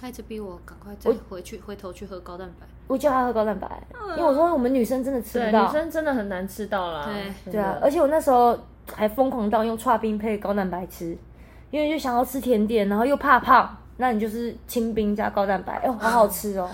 [SPEAKER 3] 他一直逼我赶快再回去回头去喝高蛋白。
[SPEAKER 1] 我叫他喝高蛋白，因为我说我们女生真的吃
[SPEAKER 2] 嗯对，
[SPEAKER 1] 不
[SPEAKER 2] 女
[SPEAKER 1] 到。
[SPEAKER 2] 生真的很难吃到啦。
[SPEAKER 3] 对
[SPEAKER 1] 对
[SPEAKER 2] 真
[SPEAKER 1] 啊
[SPEAKER 2] 的，
[SPEAKER 1] 而且我那时候还疯狂到用刨冰配高蛋白吃，因为就想要吃甜点，然后又怕胖，那你就是清冰加高蛋白，哎、呦，好好吃哦，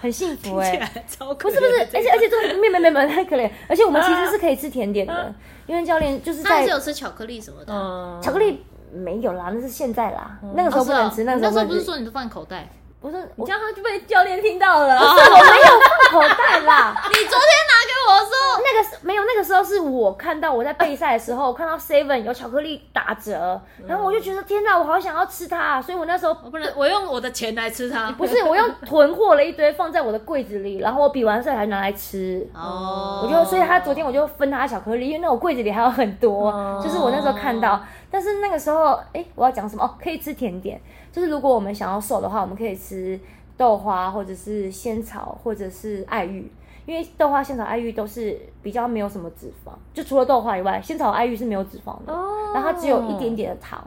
[SPEAKER 1] 很 幸福哎、
[SPEAKER 3] 超
[SPEAKER 1] 不是不是，哎而且而且重点没没没没太可怜，而且我们其实是可以吃甜点的，因为教练就是
[SPEAKER 3] 他还
[SPEAKER 1] 在
[SPEAKER 3] 是有吃巧克力什么的。哦，
[SPEAKER 2] 嗯，
[SPEAKER 1] 巧克力没有啦，那是现在啦，那个时候不能吃，
[SPEAKER 3] 是哦
[SPEAKER 1] 那
[SPEAKER 3] 你
[SPEAKER 1] 个
[SPEAKER 3] 那时
[SPEAKER 1] 时
[SPEAKER 3] 候
[SPEAKER 1] 候不
[SPEAKER 3] 不是
[SPEAKER 1] 能吃
[SPEAKER 3] 说你都放口袋？
[SPEAKER 1] 不是
[SPEAKER 2] 你
[SPEAKER 1] 我
[SPEAKER 2] 这样他就被教练听到了。
[SPEAKER 1] 我没有 放口袋啦，
[SPEAKER 3] 你昨天拿给我说，
[SPEAKER 1] 那个是没有那个时候是我看到我在备赛的时候，我看到 Seven 有巧克力打折，然后我就觉得天哪，我好想要吃它啊，所以我那时候
[SPEAKER 3] 哦我不能，我用我的钱来吃它。
[SPEAKER 1] 不是我用囤货了一堆放在我的柜子里，然后我比完赛还拿来吃。
[SPEAKER 3] 哦，
[SPEAKER 1] 我就所以他昨天我就分他巧克力，因为那我柜子里还有很多，
[SPEAKER 2] 哦
[SPEAKER 1] 就是我那时候看到。但是那个时候，哎、我要讲什么？哦，可以吃甜点，就是如果我们想要瘦的话，我们可以吃豆花或者是仙草或者是爱玉。因为豆花、仙草、爱玉都是比较没有什么脂肪，就除了豆花以外，仙草、爱玉是没有脂肪的，
[SPEAKER 2] 哦
[SPEAKER 1] 然后它只有一点点的糖，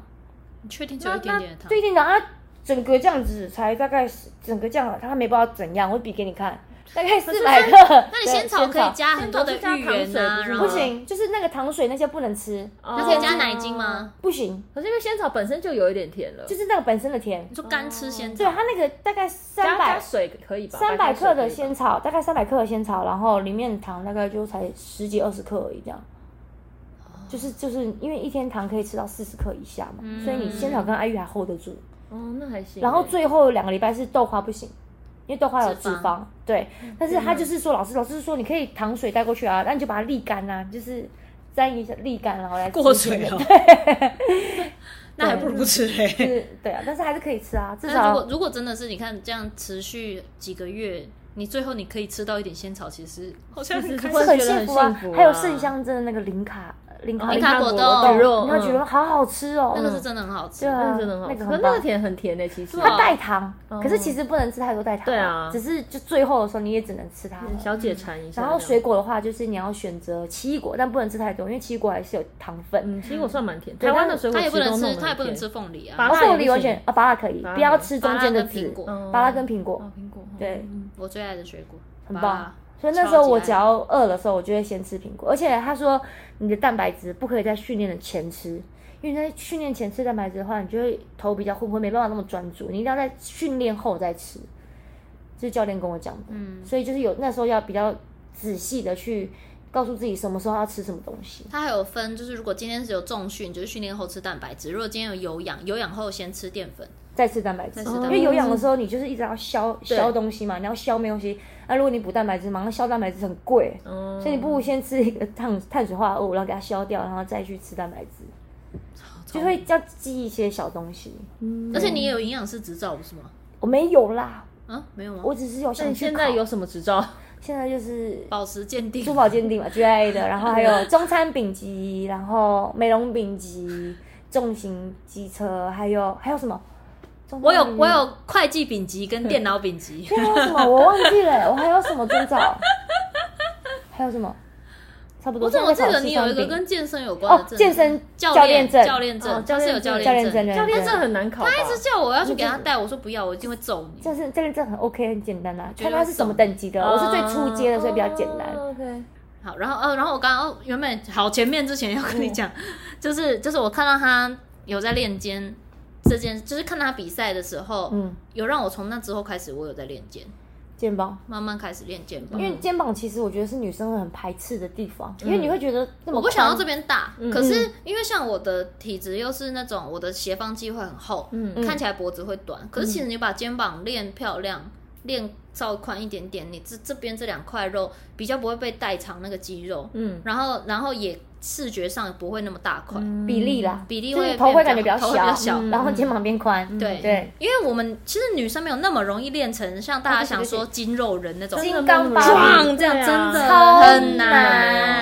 [SPEAKER 3] 你确定只有一点点的糖？
[SPEAKER 1] 最近的它整个这样子才大概是整个这样，它没不知道怎样，我比给你看，大概四百克。
[SPEAKER 3] 那你
[SPEAKER 1] 对
[SPEAKER 3] 仙草可以加很多的
[SPEAKER 2] 仙草
[SPEAKER 3] 芋
[SPEAKER 2] 是加
[SPEAKER 3] 圆
[SPEAKER 2] 糖
[SPEAKER 3] 啊，
[SPEAKER 2] 水
[SPEAKER 3] 然后
[SPEAKER 1] 不，行，就是那个糖水那些不能吃，
[SPEAKER 3] 那可以加奶精吗？
[SPEAKER 1] 不行，
[SPEAKER 2] 可是因为仙草本身就有一点甜了，
[SPEAKER 1] 就是那个本身的甜
[SPEAKER 3] 你。说干吃仙
[SPEAKER 1] 对，啊
[SPEAKER 3] 草，
[SPEAKER 1] 它那个大概三
[SPEAKER 2] 加加
[SPEAKER 1] 百
[SPEAKER 2] 水可以吧？
[SPEAKER 1] 三百克的
[SPEAKER 2] 仙
[SPEAKER 1] 仙草，大概三百克的仙草，然后里面的糖大概就才十几二十克而已，这样。就是就是因为一天糖可以吃到四十克以下嘛，
[SPEAKER 3] 嗯
[SPEAKER 1] 所以你仙草跟爱玉还 hold 得住。
[SPEAKER 2] 哦，那还行欸。
[SPEAKER 1] 然后最后两个礼拜是豆花不行，因为豆花有
[SPEAKER 3] 脂
[SPEAKER 1] 脂
[SPEAKER 3] 肪
[SPEAKER 1] 肪。对，但是他就是说，老师老师是说你可以糖水带过去啊，那你就把它沥干啊，就是沾一下沥干，然后来
[SPEAKER 3] 过
[SPEAKER 1] 吃
[SPEAKER 3] 水
[SPEAKER 1] 甜
[SPEAKER 3] 哦
[SPEAKER 1] 的。
[SPEAKER 3] 那还不如不吃嘞。
[SPEAKER 1] 就是对啊，但是还是可以吃啊，至
[SPEAKER 3] 但如果
[SPEAKER 1] 少
[SPEAKER 3] 如果真的是你看这样持续几个月，你最后你可以吃到一点仙草，其实好像
[SPEAKER 2] 是
[SPEAKER 3] 很开
[SPEAKER 2] 会
[SPEAKER 1] 是
[SPEAKER 3] 心。
[SPEAKER 1] 很
[SPEAKER 2] 觉得很
[SPEAKER 1] 幸福啊
[SPEAKER 2] 幸福。啊
[SPEAKER 1] 还有圣香镇的那个零卡零卡
[SPEAKER 3] 零卡
[SPEAKER 2] 果
[SPEAKER 3] 果冻
[SPEAKER 2] 肉，
[SPEAKER 1] 你会觉得
[SPEAKER 2] 嗯
[SPEAKER 1] 好好吃哦。
[SPEAKER 3] 那个是真的很好吃
[SPEAKER 1] 对。啊
[SPEAKER 2] 那个真的很好
[SPEAKER 1] 那
[SPEAKER 2] 吃，
[SPEAKER 1] 个
[SPEAKER 2] 可是
[SPEAKER 1] 很
[SPEAKER 2] 那
[SPEAKER 1] 棒
[SPEAKER 2] 个甜很甜的，其实
[SPEAKER 3] 啊
[SPEAKER 1] 它带糖，可是其实不能吃太多带糖。
[SPEAKER 2] 对啊嗯
[SPEAKER 1] 只是就最后的时候你也只能吃它了。
[SPEAKER 2] 小姐馋一下。
[SPEAKER 1] 然后水，果的话，就是你要选择奇异果，但不能吃太多，因为奇异果还是有糖分。
[SPEAKER 2] 嗯，其实我算蛮甜。台湾的水果
[SPEAKER 3] 它也不能
[SPEAKER 2] 其实都弄
[SPEAKER 3] 吃，
[SPEAKER 2] 得
[SPEAKER 3] 它也不能
[SPEAKER 2] 很
[SPEAKER 3] 吃
[SPEAKER 2] 甜
[SPEAKER 3] 凤梨啊
[SPEAKER 2] 拔
[SPEAKER 1] 然。后
[SPEAKER 2] 辣也
[SPEAKER 1] 凤
[SPEAKER 2] 不
[SPEAKER 1] 梨完
[SPEAKER 2] 行
[SPEAKER 1] 全啊，芭乐可以
[SPEAKER 2] 芭，乐
[SPEAKER 1] 不要吃中间的
[SPEAKER 3] 芭乐跟
[SPEAKER 1] 籽嗯
[SPEAKER 3] 苹，果
[SPEAKER 1] 芭乐跟苹果
[SPEAKER 2] 哦，苹果
[SPEAKER 1] 对
[SPEAKER 2] 嗯
[SPEAKER 3] 我最爱的水果，
[SPEAKER 1] 很
[SPEAKER 3] 芭
[SPEAKER 1] 棒
[SPEAKER 3] 乐。
[SPEAKER 1] 所以那时候
[SPEAKER 3] 超级
[SPEAKER 1] 我
[SPEAKER 3] 爱
[SPEAKER 1] 只要饿的时候，我就会先吃苹果。而且他说，你的蛋白质不可以在训练的前吃，因为在训练前吃蛋白质的话，你就会头比较昏昏，没办法那么专注。你一定要在训练后再吃，这是教练跟我讲的。
[SPEAKER 3] 嗯
[SPEAKER 1] 所以就是有那时候要比较仔细的去告诉自己什么时候要吃什么东西。
[SPEAKER 3] 它还有分，就是如果今天是有重训，就是训练后吃蛋白质；如果今天有有氧，有氧后先吃淀粉。
[SPEAKER 1] 再吃蛋白质，
[SPEAKER 3] 吃
[SPEAKER 1] 因
[SPEAKER 3] 蛋白质嗯
[SPEAKER 1] 为有氧的时候你就是一直要消消东西嘛，你要消灭东西。那、如果你补蛋白质，马上消蛋白质很贵，
[SPEAKER 2] 嗯
[SPEAKER 1] 所以你不如先吃一个碳碳水化合物，然后给它消掉，然后再去吃蛋白质，就会要记一些小东西。
[SPEAKER 3] 而且你也有营养师执照不是吗？
[SPEAKER 1] 我没有啦，
[SPEAKER 3] 啊，没有吗？
[SPEAKER 1] 我只是有
[SPEAKER 2] 那
[SPEAKER 1] 想
[SPEAKER 2] 你
[SPEAKER 1] 去
[SPEAKER 2] 现在
[SPEAKER 1] 考
[SPEAKER 2] 有什么执照？
[SPEAKER 1] 现在 就是
[SPEAKER 3] 宝石鉴定，
[SPEAKER 1] 珠宝鉴定嘛 GIA 的，然后还有中餐丙级，然后美容丙级，重型机车，还有还有什么？中餐
[SPEAKER 3] 我有
[SPEAKER 1] 丙级
[SPEAKER 3] 我有会计丙级跟电脑丙级，
[SPEAKER 1] 还有哦什么？我忘记了，我 还有什么征兆？还有什么？差不多。
[SPEAKER 3] 我怎么记
[SPEAKER 1] 现在考
[SPEAKER 3] 得
[SPEAKER 1] 试
[SPEAKER 3] 你有一个
[SPEAKER 1] 上
[SPEAKER 3] 跟健身有关的
[SPEAKER 1] 哦
[SPEAKER 3] 证？
[SPEAKER 1] 健身
[SPEAKER 3] 教
[SPEAKER 1] 练
[SPEAKER 3] 证，
[SPEAKER 1] 证、
[SPEAKER 3] 教练
[SPEAKER 2] 哦
[SPEAKER 3] 证，
[SPEAKER 2] 教
[SPEAKER 3] 他
[SPEAKER 2] 练
[SPEAKER 3] 是有教
[SPEAKER 1] 教
[SPEAKER 3] 练
[SPEAKER 1] 练
[SPEAKER 3] 证
[SPEAKER 1] 证、。
[SPEAKER 2] 教练证
[SPEAKER 1] 证、
[SPEAKER 2] 很难考吧？
[SPEAKER 3] 他一直叫我要去给他带，我说不要，我一定会揍你。
[SPEAKER 1] 健身教练证很 OK，很简单啦。
[SPEAKER 3] 觉得啊
[SPEAKER 1] 看他是什么等级的，我是最初阶的，所以比较简单。
[SPEAKER 2] 哦 OK，
[SPEAKER 3] 好，然后呃，然后我刚刚哦原本好前面之前要跟你讲，就是就是我看到他有在练肩这件，就是看他比赛的时候，
[SPEAKER 1] 嗯，
[SPEAKER 3] 有让我从那之后开始，我有在练肩，
[SPEAKER 1] 肩膀，
[SPEAKER 3] 慢慢开始练肩膀
[SPEAKER 1] 因。为肩膀其实我觉得是女生会很排斥的地方，因为你会觉得这么
[SPEAKER 3] 嗯我不想要
[SPEAKER 1] 宽
[SPEAKER 3] 这边大，可是因为像我的体质又是那种我的斜方肌会很厚，
[SPEAKER 2] 嗯
[SPEAKER 3] 看起来脖子会短，可是其实你把肩膀练漂亮，练稍微宽一点点，你这这边这两块肉比较不会被代偿那个肌肉，
[SPEAKER 2] 嗯，
[SPEAKER 3] 然后然后也视觉上也不会那么大块，
[SPEAKER 1] 比例啦，
[SPEAKER 3] 嗯比例
[SPEAKER 1] 就
[SPEAKER 3] 会
[SPEAKER 1] 是头会感觉
[SPEAKER 3] 变
[SPEAKER 1] 比较
[SPEAKER 3] 头会比
[SPEAKER 1] 小
[SPEAKER 3] 较
[SPEAKER 1] 嗯
[SPEAKER 3] 小，嗯
[SPEAKER 1] 然后肩膀变宽。
[SPEAKER 3] 对嗯
[SPEAKER 1] 对，
[SPEAKER 3] 因为我们其实女生没有那么容易练成像大家想
[SPEAKER 1] 哦
[SPEAKER 3] 说筋肉人那种
[SPEAKER 1] 筋刚芭
[SPEAKER 3] 壮
[SPEAKER 1] 比
[SPEAKER 3] 这样，
[SPEAKER 2] 对啊
[SPEAKER 3] 真的
[SPEAKER 1] 超
[SPEAKER 3] 很
[SPEAKER 1] 难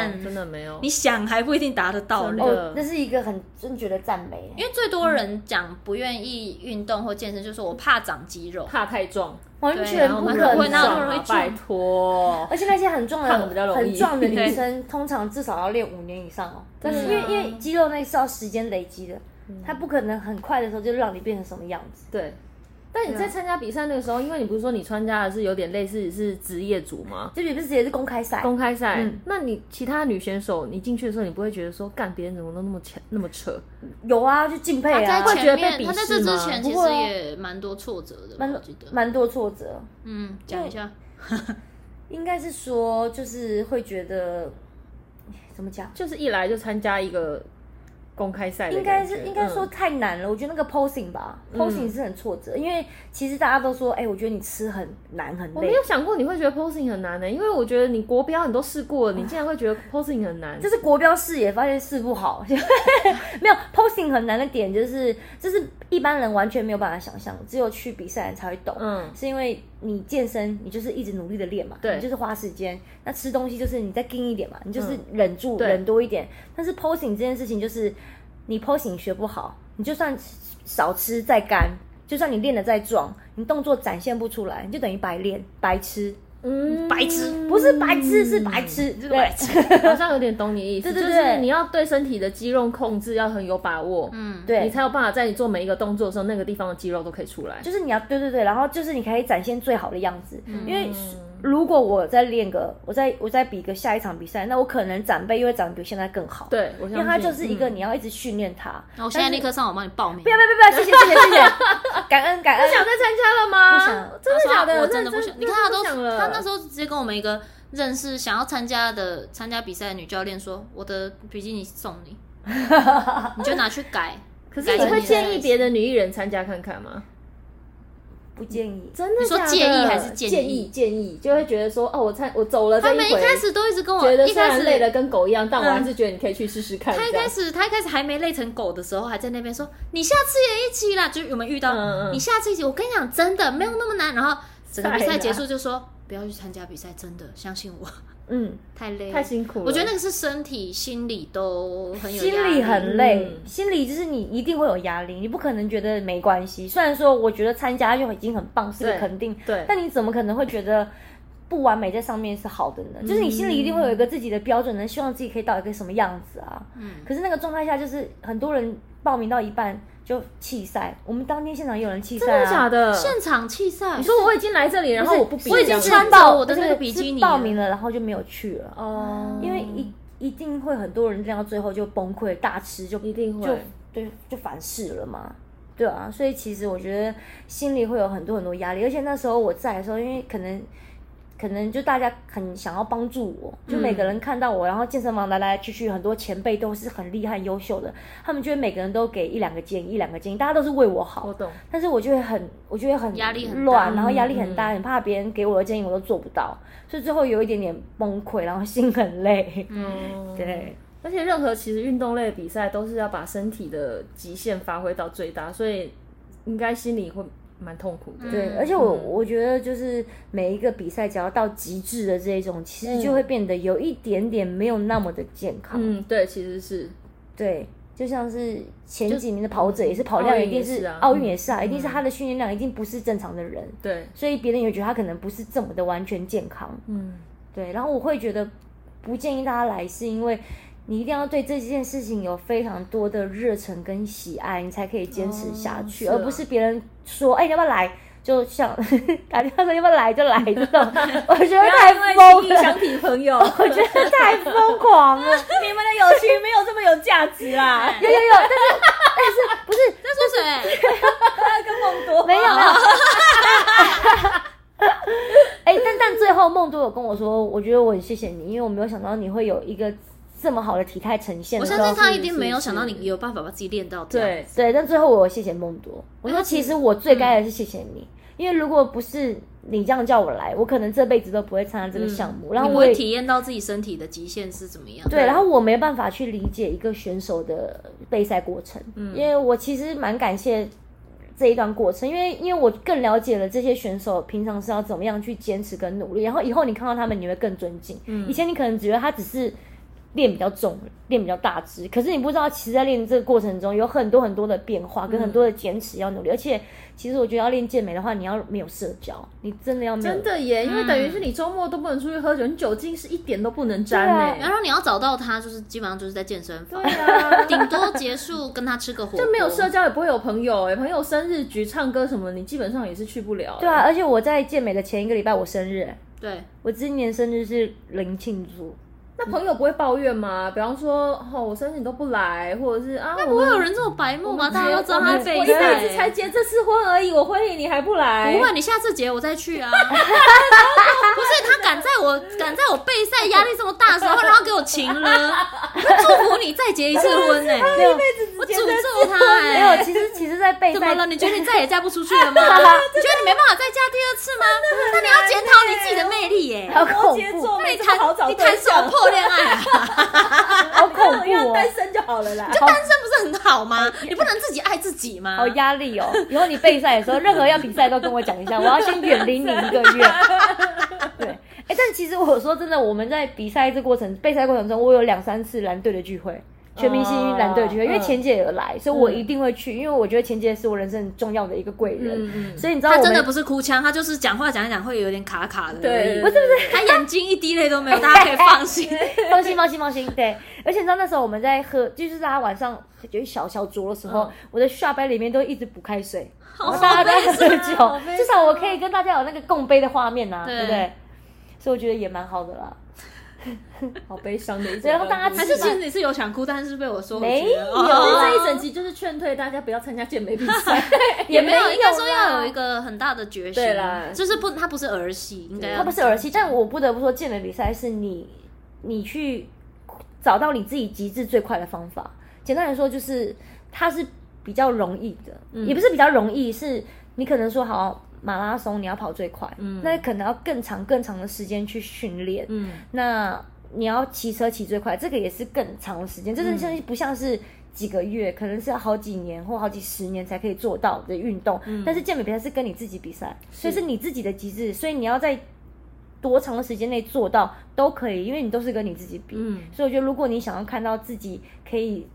[SPEAKER 3] 难
[SPEAKER 2] 真的没有
[SPEAKER 3] 你。想还不一定达得到
[SPEAKER 2] 真
[SPEAKER 3] 嘞
[SPEAKER 2] 的。
[SPEAKER 1] 哦，那是一个很真觉得赞美。
[SPEAKER 3] 因为最多人讲不愿意运动或健身，就是我怕长肌肉。
[SPEAKER 2] 怕太壮，
[SPEAKER 1] 完
[SPEAKER 3] 对
[SPEAKER 1] 全
[SPEAKER 3] 然后
[SPEAKER 1] 不可
[SPEAKER 3] 蛮
[SPEAKER 1] 能，
[SPEAKER 3] 不会那
[SPEAKER 2] 那
[SPEAKER 3] 么容易壮
[SPEAKER 2] 拜托，
[SPEAKER 1] 而且那些很壮
[SPEAKER 2] 胖得比较
[SPEAKER 1] 的、
[SPEAKER 2] 容易
[SPEAKER 1] 很壮的女生，通常至少要练五年以上哦。
[SPEAKER 2] 啊
[SPEAKER 1] 但是因为
[SPEAKER 3] 嗯
[SPEAKER 1] 因为肌肉那是要时间累积的，
[SPEAKER 2] 嗯
[SPEAKER 1] 它不可能很快的时候就让你变成什么样子。
[SPEAKER 2] 对。但你
[SPEAKER 1] 啊
[SPEAKER 2] 在参加比赛那个时候，因为你不是说你参加的是有点类似是职业组吗？
[SPEAKER 1] 就你不是也是公开赛，
[SPEAKER 2] 公开赛，
[SPEAKER 1] 嗯
[SPEAKER 2] 那你其他女选手，你进去的时候，你不会觉得说，干别人怎么都那么强，那么扯？
[SPEAKER 1] 有啊，就敬佩
[SPEAKER 3] 在
[SPEAKER 1] 啊，
[SPEAKER 2] 会觉得
[SPEAKER 3] 前
[SPEAKER 2] 被
[SPEAKER 3] 面，
[SPEAKER 2] 鄙
[SPEAKER 3] 他在这
[SPEAKER 2] 视
[SPEAKER 3] 之
[SPEAKER 2] 吗
[SPEAKER 3] 前
[SPEAKER 1] 不
[SPEAKER 3] 其
[SPEAKER 1] 会
[SPEAKER 3] 实
[SPEAKER 1] 啊
[SPEAKER 3] 也蛮多挫折的，我记得。
[SPEAKER 1] 蛮多挫折。
[SPEAKER 3] 嗯，讲一下，
[SPEAKER 1] 应该是说，就是会觉得怎么讲？
[SPEAKER 2] 就是一来就参加一个公开赛的
[SPEAKER 1] 应
[SPEAKER 2] 感
[SPEAKER 1] 该
[SPEAKER 2] 觉，
[SPEAKER 1] 是应该说
[SPEAKER 2] 嗯
[SPEAKER 1] 太难了，我觉得那个 posing 吧，posing 是很挫折，因为其实大家都说，哎，我觉得你吃很难很
[SPEAKER 2] 我
[SPEAKER 1] 累
[SPEAKER 2] 没，有想过你会觉得 posing 很难呢、欸因为我觉得你国标你都试过了，你竟然会觉得 posing 很难，
[SPEAKER 1] 这是国标视野，发现试不好， 没有 posing 很难的点就是，这是一般人完全没有办法想象，只有去比赛人才会懂。
[SPEAKER 2] 嗯
[SPEAKER 1] 是因为你健身，你就是一直努力的练嘛，
[SPEAKER 2] 对
[SPEAKER 1] 你就是花时间。那吃东西就是你再盯一点嘛，你就是
[SPEAKER 2] 嗯
[SPEAKER 1] 忍住、
[SPEAKER 2] 对
[SPEAKER 1] 忍多一点。但是 posing 这件事情就是，你 posing 学不好，你就算少吃再干，就算你练的再壮，你动作展现不出来，你就等于白练白吃。
[SPEAKER 2] 嗯，
[SPEAKER 3] 白痴
[SPEAKER 1] 不是白痴，是白痴，
[SPEAKER 3] 这个白痴。
[SPEAKER 2] 好像有点懂你意思，
[SPEAKER 1] 对对
[SPEAKER 2] 就
[SPEAKER 1] 对
[SPEAKER 2] 是你要对身体的肌肉控制要很有把握，
[SPEAKER 3] 嗯，
[SPEAKER 1] 对，
[SPEAKER 2] 你才有办法在你做每一个动作的时候，那个地方的肌肉都可以出来。
[SPEAKER 1] 就是你要对对对，然后就是你可以展现最好的样子，
[SPEAKER 2] 嗯
[SPEAKER 1] 因为如果我再练个，我再我再比个下一场比赛，那我可能长辈又会长得比现在更好，，
[SPEAKER 2] 对，我
[SPEAKER 1] 因
[SPEAKER 2] 相信
[SPEAKER 1] 为它就是一个
[SPEAKER 2] 嗯
[SPEAKER 1] 你要一直训练它。
[SPEAKER 3] 那我现在立刻上网帮你报名。
[SPEAKER 1] 不要不要不要，谢谢谢谢谢谢， 感恩感恩
[SPEAKER 2] 不。想再参加了吗？
[SPEAKER 1] 不想
[SPEAKER 2] 真的
[SPEAKER 3] 他说
[SPEAKER 2] 假的？
[SPEAKER 3] 我真的不想
[SPEAKER 2] 想，，
[SPEAKER 3] 你看他都
[SPEAKER 2] 想了。
[SPEAKER 3] 他那时候直接跟我们一个认识想要参加的参加比赛的女教练说，我的比基尼送你，你就拿去改。
[SPEAKER 2] 可是你会建议别的女艺人参加看看吗？
[SPEAKER 1] 不建议，
[SPEAKER 2] 真的
[SPEAKER 3] 你说
[SPEAKER 2] 假的
[SPEAKER 3] 建议还是建
[SPEAKER 2] 建
[SPEAKER 3] 议
[SPEAKER 2] 议？建议就会觉得说，哦，我参我走了这
[SPEAKER 3] 他
[SPEAKER 2] 一
[SPEAKER 3] 们
[SPEAKER 2] 回，
[SPEAKER 3] 一开始都一直跟我，
[SPEAKER 2] 觉得
[SPEAKER 3] 一
[SPEAKER 2] 虽
[SPEAKER 3] 开
[SPEAKER 2] 然
[SPEAKER 3] 始嗯
[SPEAKER 2] 累的跟狗一样，但我还是觉得你可以去试试看。
[SPEAKER 3] 他一
[SPEAKER 2] 这样
[SPEAKER 3] 开始，他一开始还没累成狗的时候，还在那边说：“你下次也一起啦。”就是我们遇到、
[SPEAKER 2] 嗯嗯
[SPEAKER 3] 你下次一起。我跟你讲，真的没有那么难。然后整个比
[SPEAKER 2] 太
[SPEAKER 3] 赛
[SPEAKER 2] 难
[SPEAKER 3] 结束就说：“不要去参加比赛，真的相信我，
[SPEAKER 1] 嗯，
[SPEAKER 3] 太累了，
[SPEAKER 2] 太辛苦了，
[SPEAKER 3] 我觉得那个是身体、心理都很有
[SPEAKER 1] 心
[SPEAKER 3] 压力
[SPEAKER 1] 里很累，
[SPEAKER 2] 嗯
[SPEAKER 1] 心里就是你一定会有压力，你不可能觉得没关系。虽然说我觉得参加就已经很棒，是个
[SPEAKER 2] 对
[SPEAKER 1] 肯定，
[SPEAKER 2] 对
[SPEAKER 1] 但你怎么可能会觉得不完美在上面是好的呢？就是你心里一定会有一个自己的标准，能希望自己可以到一个什么样子啊？
[SPEAKER 3] 嗯，
[SPEAKER 1] 可是那个状态下，就是很多人报名到一半就弃赛，我们当天现场也有人弃
[SPEAKER 2] 真
[SPEAKER 1] 赛
[SPEAKER 2] 的
[SPEAKER 1] 啊。
[SPEAKER 2] 假的？
[SPEAKER 3] 现场弃赛。
[SPEAKER 2] 你说我已经来这里，然后我不比，
[SPEAKER 1] 是
[SPEAKER 3] 我已经
[SPEAKER 2] 这样子
[SPEAKER 3] 穿
[SPEAKER 1] 是
[SPEAKER 3] 着
[SPEAKER 1] 报
[SPEAKER 3] 我的
[SPEAKER 1] 不是
[SPEAKER 3] 那个比基尼
[SPEAKER 1] 是
[SPEAKER 3] 了
[SPEAKER 1] 报名了，然后就没有去了，
[SPEAKER 2] 哦，
[SPEAKER 1] 因为一一定会很多人练到最后就崩溃大吃，就
[SPEAKER 2] 一定
[SPEAKER 1] 就
[SPEAKER 2] 会。
[SPEAKER 1] 对就反噬了嘛。对啊，所以其实我觉得心里会有很多很多压力，而且那时候我在的时候，因为可能可能就大家很想要帮助我，就每个人看到我，然后健身房来来去去，很多前辈都是很厉害、优秀的，他们就会每个人都给一两个建议，一两个建议，大家都是为我好
[SPEAKER 2] 我。懂，
[SPEAKER 1] 但是我就会很，我就会很
[SPEAKER 3] 压力很大
[SPEAKER 1] 乱，然后压
[SPEAKER 2] 嗯
[SPEAKER 1] 力很大，很怕别人给我的建议我都做不到，所以最后有一点点崩溃，然后心很累。
[SPEAKER 2] 嗯，
[SPEAKER 1] 对，
[SPEAKER 2] 而且任何其实运动类比赛都是要把身体的极限发挥到最大，所以应该心里会蛮痛苦的。
[SPEAKER 1] 对，
[SPEAKER 3] 嗯
[SPEAKER 1] 而且我、我觉得就是每一个比赛，只要到极致的这一种，其实就会变得有一点点没有那么的健康。
[SPEAKER 2] 嗯，对，其实是
[SPEAKER 1] 对，就像是前几名的跑者也是跑量
[SPEAKER 2] 奥运
[SPEAKER 1] 一定
[SPEAKER 2] 也
[SPEAKER 1] 是
[SPEAKER 2] 是啊
[SPEAKER 1] 奥运也是啊，一定是他的训练量一定不是正常的人，
[SPEAKER 2] 对，
[SPEAKER 1] 所以别人也觉得他可能不是这么的完全健康。
[SPEAKER 2] 嗯，
[SPEAKER 1] 对，然后我会觉得不建议大家来，是因为你一定要对这件事情有非常多的热忱跟喜爱，你才可以坚持下去，
[SPEAKER 2] 哦是啊
[SPEAKER 1] 而不是别人说，哎、你要不要来？就像 打电话说要不要来就来这 种，我觉得太
[SPEAKER 2] 因为
[SPEAKER 1] 疯
[SPEAKER 2] 利益相
[SPEAKER 1] 了，
[SPEAKER 2] 体 朋友，
[SPEAKER 1] 我觉得太疯狂了。
[SPEAKER 2] 你们的友情没有这么有价值 啊啦，
[SPEAKER 1] 有有有，但是但是不是
[SPEAKER 3] 在说谁？
[SPEAKER 2] 跟梦多
[SPEAKER 1] 没有没有。 哎、但但最后梦多有跟我说，我觉得我很谢谢你，因为我没有想到你会有一个这么好的体态呈现。
[SPEAKER 3] 我相信他
[SPEAKER 1] 然后
[SPEAKER 3] 一定没有想到你有办法把自己练到这样。
[SPEAKER 2] 对，
[SPEAKER 1] 对，但最后我有谢谢梦多，我
[SPEAKER 3] 嗯
[SPEAKER 1] 说其实我最该的是谢谢你，因为如果不是你这样叫我来，我可能这辈子都不会参加这个项目。然后
[SPEAKER 3] 嗯你
[SPEAKER 1] 我也
[SPEAKER 3] 会体验到自己身体的极限是怎么样。
[SPEAKER 1] 对，然后我没办法去理解一个选手的备赛过程，
[SPEAKER 2] 嗯
[SPEAKER 1] 因为我其实蛮感谢这一段过程，因为因为我更了解了这些选手平常是要怎么样去坚持跟努力，然后以后你看到他们，你会更尊敬。
[SPEAKER 2] 嗯
[SPEAKER 1] 以前你可能只觉得他只是练比较重，练比较大只，可是你不知道，其实在练这个过程中有很多很多的变
[SPEAKER 2] 嗯
[SPEAKER 1] 化，跟很多的坚持要努力，而且其实我觉得要练健美的话，你要没有社交，你真的要没有
[SPEAKER 2] 真的耶，因为等于是你周末都不能出去喝酒，你酒精是一点都不能沾
[SPEAKER 1] 对
[SPEAKER 2] 呢
[SPEAKER 3] 然。后你要找到他，就是基本上就是在健身房，
[SPEAKER 2] 啊，
[SPEAKER 3] 顶多结束跟他吃个火锅，
[SPEAKER 2] 就没有社交也不会有朋友哎，朋友生日局唱歌什么，你基本上也是去不了欸。
[SPEAKER 1] 对啊，而且我在健美的前一个礼拜我生日、
[SPEAKER 3] 对，
[SPEAKER 1] 我今年生日是零庆祝，
[SPEAKER 2] 那朋友不会抱怨吗？比方说，哦，我生日你都不来，或者是啊，
[SPEAKER 3] 不
[SPEAKER 2] 我
[SPEAKER 3] 会
[SPEAKER 2] 们
[SPEAKER 3] 有人这么白目吧？大家都知道他被
[SPEAKER 2] 我一辈子才结这次婚而已，我婚礼你还不来？
[SPEAKER 3] 不会，啊你下次结我再去啊。 不是他敢在我敢在我备赛压力这么大的时候，然后给我情了，我祝福你再结一次婚呢、
[SPEAKER 1] 没有
[SPEAKER 3] 我诅咒他
[SPEAKER 1] 没
[SPEAKER 3] 哎、
[SPEAKER 1] 有，其实其实， 在备
[SPEAKER 3] 怎么了？
[SPEAKER 1] 赛，
[SPEAKER 3] 你觉得你再也嫁不出去了吗？你觉得你没办法再嫁第二次吗？那你要检讨你自己的魅力耶、
[SPEAKER 1] 好
[SPEAKER 2] 摩
[SPEAKER 1] 恐
[SPEAKER 2] 羯
[SPEAKER 1] 怖
[SPEAKER 2] 座，
[SPEAKER 3] 那
[SPEAKER 2] 没
[SPEAKER 3] 你
[SPEAKER 2] 这么
[SPEAKER 3] 谈
[SPEAKER 2] 好找
[SPEAKER 3] 你
[SPEAKER 2] 对
[SPEAKER 3] 谈什么
[SPEAKER 2] 象，
[SPEAKER 3] 破恋爱啊？
[SPEAKER 1] 好 恐
[SPEAKER 2] 一样
[SPEAKER 1] 怖哦，
[SPEAKER 2] 单身就好了啦。
[SPEAKER 1] 好
[SPEAKER 3] 单身不是很好吗？你不能自己爱自己吗？
[SPEAKER 1] 好压力哦。以后你备赛的时候，任何要比赛都跟我讲一下，我要先远离你一个 月。对，哎，但其实我说真的，我们在比赛这过程，备赛过程中，我有两三次蓝队的聚会。全明
[SPEAKER 3] 哦
[SPEAKER 1] 星蓝队的聚会，因为
[SPEAKER 2] 嗯
[SPEAKER 1] 前姐也有来，所以我一定会去，因为我觉得前姐是我人生很重要的一个贵
[SPEAKER 3] 嗯
[SPEAKER 1] 人，所以你知道
[SPEAKER 3] 他
[SPEAKER 1] 我
[SPEAKER 3] 真的
[SPEAKER 1] 们
[SPEAKER 3] 不是哭腔，他就是讲话讲一讲会有点卡卡的而已。
[SPEAKER 2] 对，
[SPEAKER 1] 不是
[SPEAKER 2] 不是
[SPEAKER 3] 他眼睛一滴泪都没有，大家可以放 心。
[SPEAKER 1] 放心，放心，放心。对，而且你知道那时候我们在喝，就是大家晚上有一小小酌的时候，我的下杯里面都一直补开水，然后大家在喝
[SPEAKER 3] 悲伤嗯啊好
[SPEAKER 1] 酒，至少我可以跟大家有那个共杯的画面呐、
[SPEAKER 3] 对
[SPEAKER 1] 对不对？所以我觉得也蛮好的啦。
[SPEAKER 2] 好悲伤的一
[SPEAKER 1] 对
[SPEAKER 2] 整
[SPEAKER 1] 然后大家
[SPEAKER 2] 段
[SPEAKER 3] 还
[SPEAKER 2] 故事
[SPEAKER 3] 是其实嗯你是有想哭，但是被我说回去
[SPEAKER 1] 没有
[SPEAKER 3] 了哦
[SPEAKER 1] 啊
[SPEAKER 2] 这一整集就是劝退大家不要参加健美比 赛，
[SPEAKER 1] 也
[SPEAKER 3] 没有，应该说
[SPEAKER 1] 啦
[SPEAKER 3] 要有一。个很大的决心
[SPEAKER 2] 对啦，
[SPEAKER 3] 就是不，他不是儿戏，应该要
[SPEAKER 1] 它不是儿戏，但我不得不说，健美比赛是你你去找到你自己极致最快的方法。简单来说，就是它是比较容易的，也不是比较容易，是你可能说好马拉松你要跑最快，那可能要更长更长的时间去训练，
[SPEAKER 2] 嗯
[SPEAKER 1] 那你要骑车骑最快，这个也是更长的时间，这
[SPEAKER 3] 嗯
[SPEAKER 1] 真的像不像是几个月，可能是要好几年或好几十年才可以做到的运动。
[SPEAKER 3] 嗯
[SPEAKER 1] 但是健美比赛是跟你自己比赛，所以是你自己的极致，所以你要在多长的时间内做到都可以，因为你都是跟你自己比。
[SPEAKER 2] 嗯，
[SPEAKER 1] 所以我觉得，如果你想要看到自己可以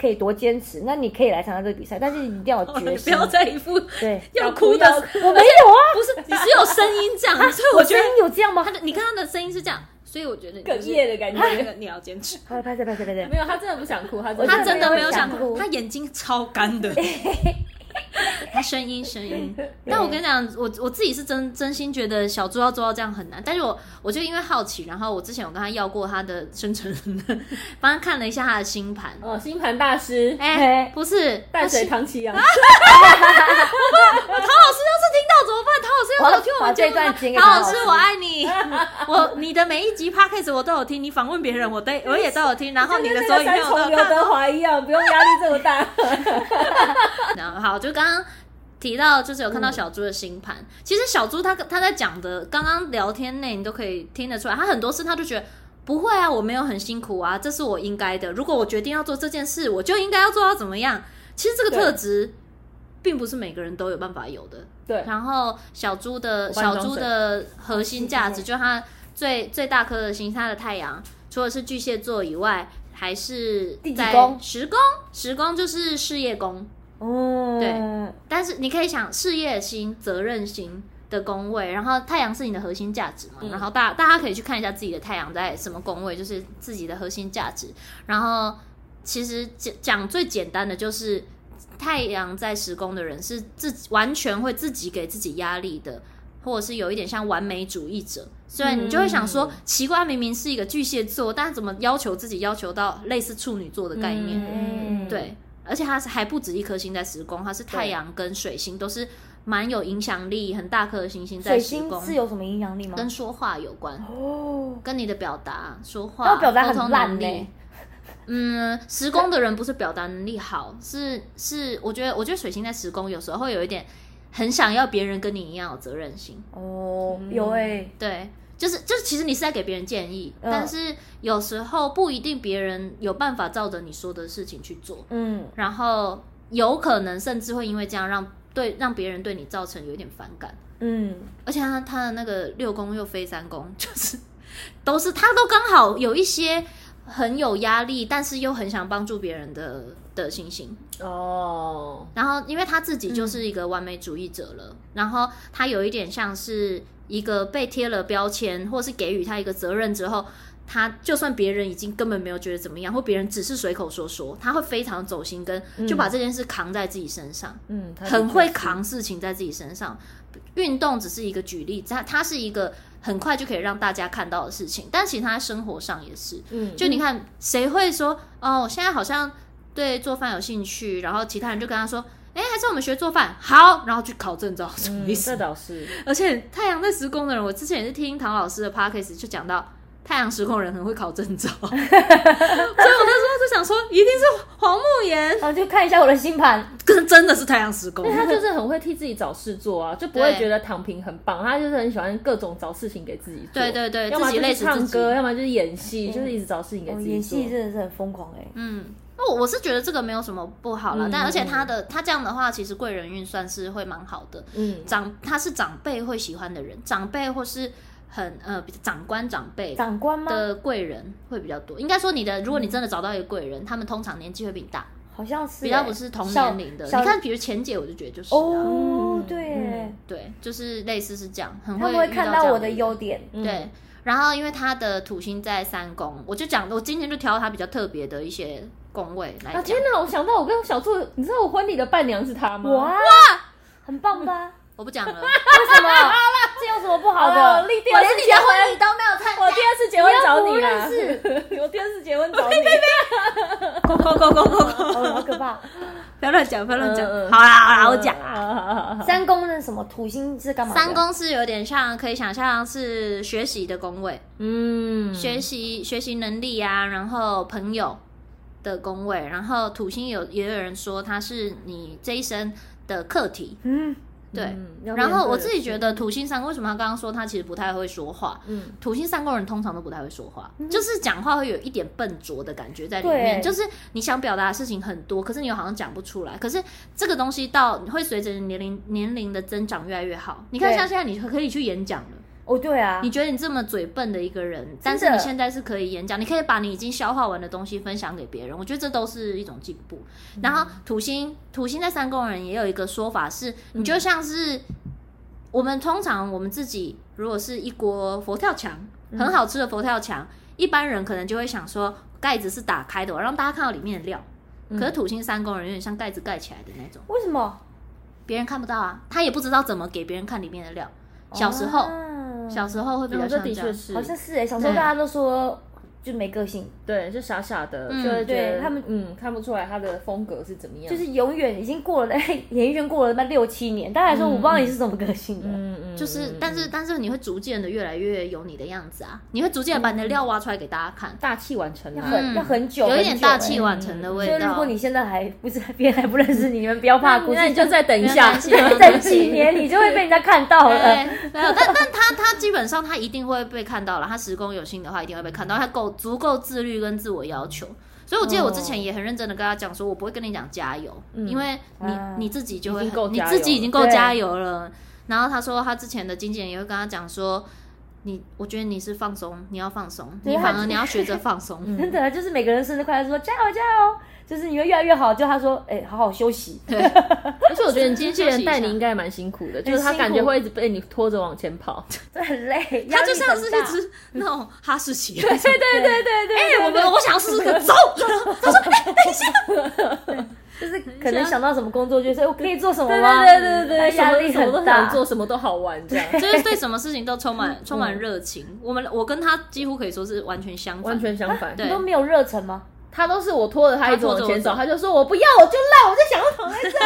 [SPEAKER 1] 可以多坚持，那你可以来参加这个比赛，但是你一定要有 决
[SPEAKER 3] 哦不
[SPEAKER 1] 心。
[SPEAKER 3] 要再一副
[SPEAKER 1] 对，
[SPEAKER 3] 要哭的，
[SPEAKER 1] 我没有啊，
[SPEAKER 3] 不是你只有声音 这样，所以我觉
[SPEAKER 1] 声
[SPEAKER 3] 得
[SPEAKER 1] 音有这样吗
[SPEAKER 3] 他？的，你看他的声音是这样，所以我觉得
[SPEAKER 2] 哽咽的感
[SPEAKER 3] 觉，那
[SPEAKER 2] 觉。
[SPEAKER 3] 个你要 坚持。
[SPEAKER 1] 好，拍手拍手拍手
[SPEAKER 2] 没。有，他真的不想哭，他
[SPEAKER 1] 我
[SPEAKER 3] 他真的没
[SPEAKER 1] 没有
[SPEAKER 3] 有想
[SPEAKER 1] 想
[SPEAKER 3] 哭，
[SPEAKER 1] 哭
[SPEAKER 3] 他眼睛超干的。 他声音 声音，但我跟你讲，我我自己是真真心觉得小猪要做到这样很难，但是我我就因为好奇，然后我之前有跟他要过他的生辰， 帮他看了一下他的星 盘，
[SPEAKER 2] 哦，星盘大师
[SPEAKER 3] 哎、
[SPEAKER 1] 嘿
[SPEAKER 3] 不是，啊
[SPEAKER 2] 淡水啊
[SPEAKER 3] 他
[SPEAKER 2] 唐奇阳，
[SPEAKER 3] 是唐老师要是听到怎么办？唐老师又没有听我
[SPEAKER 1] 把
[SPEAKER 3] 们节
[SPEAKER 1] 这
[SPEAKER 3] 目
[SPEAKER 1] 段
[SPEAKER 3] 吗
[SPEAKER 1] 剪给
[SPEAKER 3] 唐
[SPEAKER 1] 唐
[SPEAKER 3] 老师，
[SPEAKER 1] 老师
[SPEAKER 3] 我爱你。我你 的每一集 podcast 我都有听，你访问别人我都我也都有听，然后哦你的所有影片
[SPEAKER 2] 三
[SPEAKER 3] 我
[SPEAKER 2] 重
[SPEAKER 1] 啊
[SPEAKER 3] 都有
[SPEAKER 2] 刘
[SPEAKER 3] 看。
[SPEAKER 2] 德华一样，不用压力这么大。
[SPEAKER 3] 然后好，就刚刚提到，就是有看到小猪的星盘。其实小猪他他在讲的，刚刚聊天内你都可以听得出来，他很多事他就觉得。不会啊，我没有很辛苦啊，这是我应该的。如果我决定要做这件事，我就应该要做到怎么样。其实这个
[SPEAKER 2] 对
[SPEAKER 3] 特质，并不是每个人都有办法有的。
[SPEAKER 2] 对，
[SPEAKER 3] 然后小猪的
[SPEAKER 2] 我帮你
[SPEAKER 3] 小
[SPEAKER 2] 装
[SPEAKER 3] 猪
[SPEAKER 2] 水
[SPEAKER 3] 的核心价值，
[SPEAKER 1] 谢
[SPEAKER 3] 就是它最最大颗的星，它的太阳，除了是巨蟹座以外，还是
[SPEAKER 1] 第几
[SPEAKER 3] 在
[SPEAKER 1] 宫
[SPEAKER 3] 十宫，十宫就是事业宫。哦
[SPEAKER 1] 嗯，
[SPEAKER 3] 对但是你可以想事业心、责任心的宫位，然后太阳是你的核心价值嘛，然后大大家可以去看一下自己的太阳在什么宫位，就是自己的核心价值。然后其实讲讲最简单的就是。太阳在十宫的人是自己完全会自己给自己压力的，或者是有一点像完美主义者，所以你就会想说，
[SPEAKER 2] 嗯
[SPEAKER 3] 奇怪，明明是一个巨蟹座，但怎么要求自己要求到类似处女座的概念？
[SPEAKER 1] 嗯
[SPEAKER 3] 对，而且它是还不止一颗星在十宫，它是太阳跟水星都是蛮有影响力、很大颗的行星在
[SPEAKER 1] 水
[SPEAKER 3] 十
[SPEAKER 1] 星
[SPEAKER 3] 宫，
[SPEAKER 1] 是有什么影响力吗？
[SPEAKER 3] 跟说话有关，
[SPEAKER 1] 哦，
[SPEAKER 3] 跟你的表达、说
[SPEAKER 1] 那
[SPEAKER 3] 话、
[SPEAKER 1] 我表达
[SPEAKER 3] 沟通
[SPEAKER 1] 很烂欸
[SPEAKER 3] 能
[SPEAKER 1] 呢、
[SPEAKER 3] 力。嗯，十宫的人不是表达能力好，是是，我觉得我觉得水星在十宫有时候会有一点很想要别人跟你一样有责任心，
[SPEAKER 1] 哦，有哎、
[SPEAKER 3] 嗯对。就是就是，其实你是在给别人建议，
[SPEAKER 1] 嗯
[SPEAKER 3] 但是有时候不一定别人有办法照着你说的事情去做。
[SPEAKER 1] 嗯，
[SPEAKER 3] 然后有可能甚至会因为这样让对让别人对你造成有一点反感，
[SPEAKER 1] 嗯，
[SPEAKER 3] 而且他他的那个六宫又非三宫，就是 都是他都刚好有一些很有压力，但是又很想帮助别人的的星星。
[SPEAKER 2] 哦，
[SPEAKER 3] 然后因为他自己就是一个完美主义者了，然后他有一点像是一个被贴了标签，或是给予他一个责任之后。他就算别人已经根本没有觉得怎么样，或别人只是随口说说，他会非常走心，跟就把这件事扛在自己身上。
[SPEAKER 2] 嗯，他
[SPEAKER 3] 很会扛事情在自己身上。运动只是一个举例，它它是一个很快就可以让大家看到的事情，但其实他在生活上也是。
[SPEAKER 2] 嗯
[SPEAKER 3] 就你看，谁会说哦，我现在好像对做饭有兴趣，然后其他人就跟他说，哎、还是我们学做饭好，然后去考证照，什么意
[SPEAKER 2] 嗯，
[SPEAKER 3] 思？
[SPEAKER 2] 这倒是，
[SPEAKER 3] 而且太阳在时宫的人，我之前也是听唐老师的 podcast 就讲到。太阳时空人很会考证照， 所以我那时候就想说，一定是黄慕言，
[SPEAKER 1] 然后就看一下我的星盘，
[SPEAKER 3] 跟真的是太阳时空。
[SPEAKER 2] 他就是很会替自己找事做啊，就不会
[SPEAKER 3] 对
[SPEAKER 2] 觉得躺平很棒，他就是很喜欢各种找事情给自己做，
[SPEAKER 3] 对对对
[SPEAKER 2] 要么
[SPEAKER 3] 自己
[SPEAKER 2] 就
[SPEAKER 3] 累
[SPEAKER 2] 是
[SPEAKER 3] 死
[SPEAKER 2] 唱
[SPEAKER 3] 自己
[SPEAKER 2] 歌，要么就是演戏，就是一直找事情给
[SPEAKER 1] 哦
[SPEAKER 2] 自己做。
[SPEAKER 1] 演戏真的是很疯狂哎、
[SPEAKER 3] 嗯，那我我是觉得这个没有什么不好啦，
[SPEAKER 2] 嗯
[SPEAKER 3] 但而且他的他这样的话，其实贵人运算是会蛮好的。
[SPEAKER 2] 嗯，
[SPEAKER 3] 长他是长辈会喜欢的人，长辈或是很呃比长官长辈
[SPEAKER 1] 长官吗？
[SPEAKER 3] 的贵人会比较多。应该说你的，如果你真的找到一个贵人，他们通常年纪会比你大，
[SPEAKER 1] 好像是、欸，
[SPEAKER 3] 比较不是同年龄的。
[SPEAKER 1] 小
[SPEAKER 3] 你看，比如钱姐，我就觉得就是、啊、
[SPEAKER 1] 哦
[SPEAKER 2] 嗯，
[SPEAKER 1] 对、欸
[SPEAKER 2] 嗯
[SPEAKER 3] 对，就是类似是这样，很
[SPEAKER 1] 他们
[SPEAKER 3] 会
[SPEAKER 1] 会
[SPEAKER 3] 遇
[SPEAKER 1] 看
[SPEAKER 3] 这样
[SPEAKER 1] 到我
[SPEAKER 3] 的
[SPEAKER 1] 的
[SPEAKER 3] 人
[SPEAKER 1] 优点，
[SPEAKER 2] 嗯
[SPEAKER 1] 嗯
[SPEAKER 3] 对，然后因为他的土星在三宫，我就讲，我今天就挑他比较特别的一些宫位来
[SPEAKER 2] 啊
[SPEAKER 3] 讲。
[SPEAKER 2] 天哪！我想到我跟小兔，你知道我婚礼的伴娘是她吗？
[SPEAKER 1] 哇，很棒吧？
[SPEAKER 3] 我不讲
[SPEAKER 1] 为
[SPEAKER 3] 了，
[SPEAKER 1] 什么？这有什么不好
[SPEAKER 2] 好了
[SPEAKER 3] 哦
[SPEAKER 1] 的？
[SPEAKER 2] 我立第二次
[SPEAKER 1] 我连你
[SPEAKER 2] 结
[SPEAKER 1] 的
[SPEAKER 2] 婚
[SPEAKER 1] 婚礼都没有参加，
[SPEAKER 2] 我第二次结婚找你啦
[SPEAKER 1] 你又不！
[SPEAKER 2] 我第二次结婚找 你，
[SPEAKER 3] go go go go go go，
[SPEAKER 1] 哦，好可 怕！
[SPEAKER 3] 不要乱讲，不要乱讲
[SPEAKER 2] 嗯。嗯
[SPEAKER 3] 好啦好啦，我讲啦。
[SPEAKER 2] 啊！
[SPEAKER 1] 三宫的什么土星是干嘛的？
[SPEAKER 3] 三宫是有点像，可以想象是学习的宫位，
[SPEAKER 2] 嗯，
[SPEAKER 3] 学习学习能力啊，然后朋友的宫位，然后土星有也有人说它是你这一生的课题，
[SPEAKER 1] 嗯，
[SPEAKER 3] 对。
[SPEAKER 2] 嗯，要
[SPEAKER 3] 然后我
[SPEAKER 2] 面对
[SPEAKER 3] 自己觉得土星三宫为什么他刚刚说他其实不太会说话？
[SPEAKER 2] 嗯，
[SPEAKER 3] 土星三宫人通常都不太会说话，就是讲话会有一点笨拙的感觉在里
[SPEAKER 1] 对
[SPEAKER 3] 面。就是你想表达的事情很多，可是你又好像讲不出来。可是这个东西到你会随着你年龄年龄的增长越来越好。你看
[SPEAKER 1] 对
[SPEAKER 3] 像现在你可以去演讲了。
[SPEAKER 1] 哦，对啊，
[SPEAKER 3] 你觉得你这么嘴笨的一个人，但是你现在是可以演讲，你可以把你已经消化完的东西分享给别人，我觉得这都是一种进步。然后土星，土星在三宫人也有一个说法是，你就像是、我们通常我们自己如果是一锅佛跳墙，很好吃的佛跳墙，一般人可能就会想说盖子是打开的，我让大家看到里面的料。可是土星三宫人有点像盖子盖起来的那种，
[SPEAKER 1] 为什么？
[SPEAKER 3] 别人看不到啊，他也不知道怎么给别人看里面的料。小时候，
[SPEAKER 1] 啊
[SPEAKER 3] 小时候会比较啊
[SPEAKER 2] 嗯这
[SPEAKER 3] 像这
[SPEAKER 2] 的
[SPEAKER 3] 样
[SPEAKER 2] 确。是，
[SPEAKER 1] 欸好像是哎、小时候大家都说就没个性，
[SPEAKER 2] 对，就傻傻的，就会觉
[SPEAKER 1] 对
[SPEAKER 2] 得
[SPEAKER 1] 他们
[SPEAKER 2] 嗯看不出来他的风格是怎么样，
[SPEAKER 1] 就是永远已经过了 演艺圈过了那六七年，大家还
[SPEAKER 3] 嗯
[SPEAKER 1] 说我不知道你是什么个性的，
[SPEAKER 2] 嗯嗯，
[SPEAKER 3] 就是
[SPEAKER 2] 嗯，
[SPEAKER 3] 但是但是你会逐渐的越来越有你的样子啊，你会逐渐地把你的料挖出来给大家看，嗯
[SPEAKER 2] 大器晚成
[SPEAKER 1] 要
[SPEAKER 2] 啊，
[SPEAKER 1] 嗯很要很久，
[SPEAKER 3] 有一点大
[SPEAKER 1] 气
[SPEAKER 3] 器晚成的味
[SPEAKER 1] 所以
[SPEAKER 3] 道。
[SPEAKER 1] 如果你现在还不是 别人还不认 识你，你们不要怕，估计
[SPEAKER 2] 那你就再等一下，
[SPEAKER 3] 没有关系
[SPEAKER 1] 等几年你就会被人家看到 了。嗯
[SPEAKER 3] 对，哎没有，但但他他基本上他一定会被看到了，他时工有心的话一定会被看到，他够足够自律跟自我要求。所以我记得我之前也很认真的跟他讲说，我不会跟你讲加油，因为你、
[SPEAKER 1] 啊
[SPEAKER 3] 你自己就会
[SPEAKER 2] 已经够
[SPEAKER 3] 很你
[SPEAKER 2] 加油
[SPEAKER 3] 自己已经够
[SPEAKER 1] 了
[SPEAKER 3] 加油了。然后他说他之前的经纪人也会跟他讲说，你我觉得你是放松，你要放松，
[SPEAKER 1] 对
[SPEAKER 3] 你
[SPEAKER 1] 他嗯
[SPEAKER 3] 反而你要学着放松。
[SPEAKER 1] 真的，啊就是每个人生日快乐，说加油加油，就是你会越来越好。就他说，哎、好好休 息。
[SPEAKER 2] 而且我觉得你经纪人带你应该蛮辛苦的，就是他感觉会一直被你拖着往前 跑。
[SPEAKER 1] 这很累，
[SPEAKER 3] 他就像
[SPEAKER 1] 压力很
[SPEAKER 3] 是一
[SPEAKER 1] 大嗯
[SPEAKER 3] 只那种哈士奇，啊对对
[SPEAKER 1] 对对对对，哎、
[SPEAKER 3] 我们我想要试试看，走。
[SPEAKER 1] 就是可能想到什么工作，就说我可以做什么
[SPEAKER 2] 对
[SPEAKER 1] 吗？哎
[SPEAKER 2] 对对对对，
[SPEAKER 1] 压力
[SPEAKER 2] 什么都
[SPEAKER 1] 很
[SPEAKER 2] 想
[SPEAKER 1] 大。
[SPEAKER 2] 做，什么都好玩这样。
[SPEAKER 3] 就是对什么事情都 充
[SPEAKER 1] 嗯
[SPEAKER 3] 满充满热情。我们我跟他几乎可以说是完全相反，
[SPEAKER 2] 完全相反，
[SPEAKER 3] 对
[SPEAKER 1] 你都没有热忱吗？
[SPEAKER 2] 他都是我拖着他一直往前走，他就说我不要，我就烂，我就想要躺在这。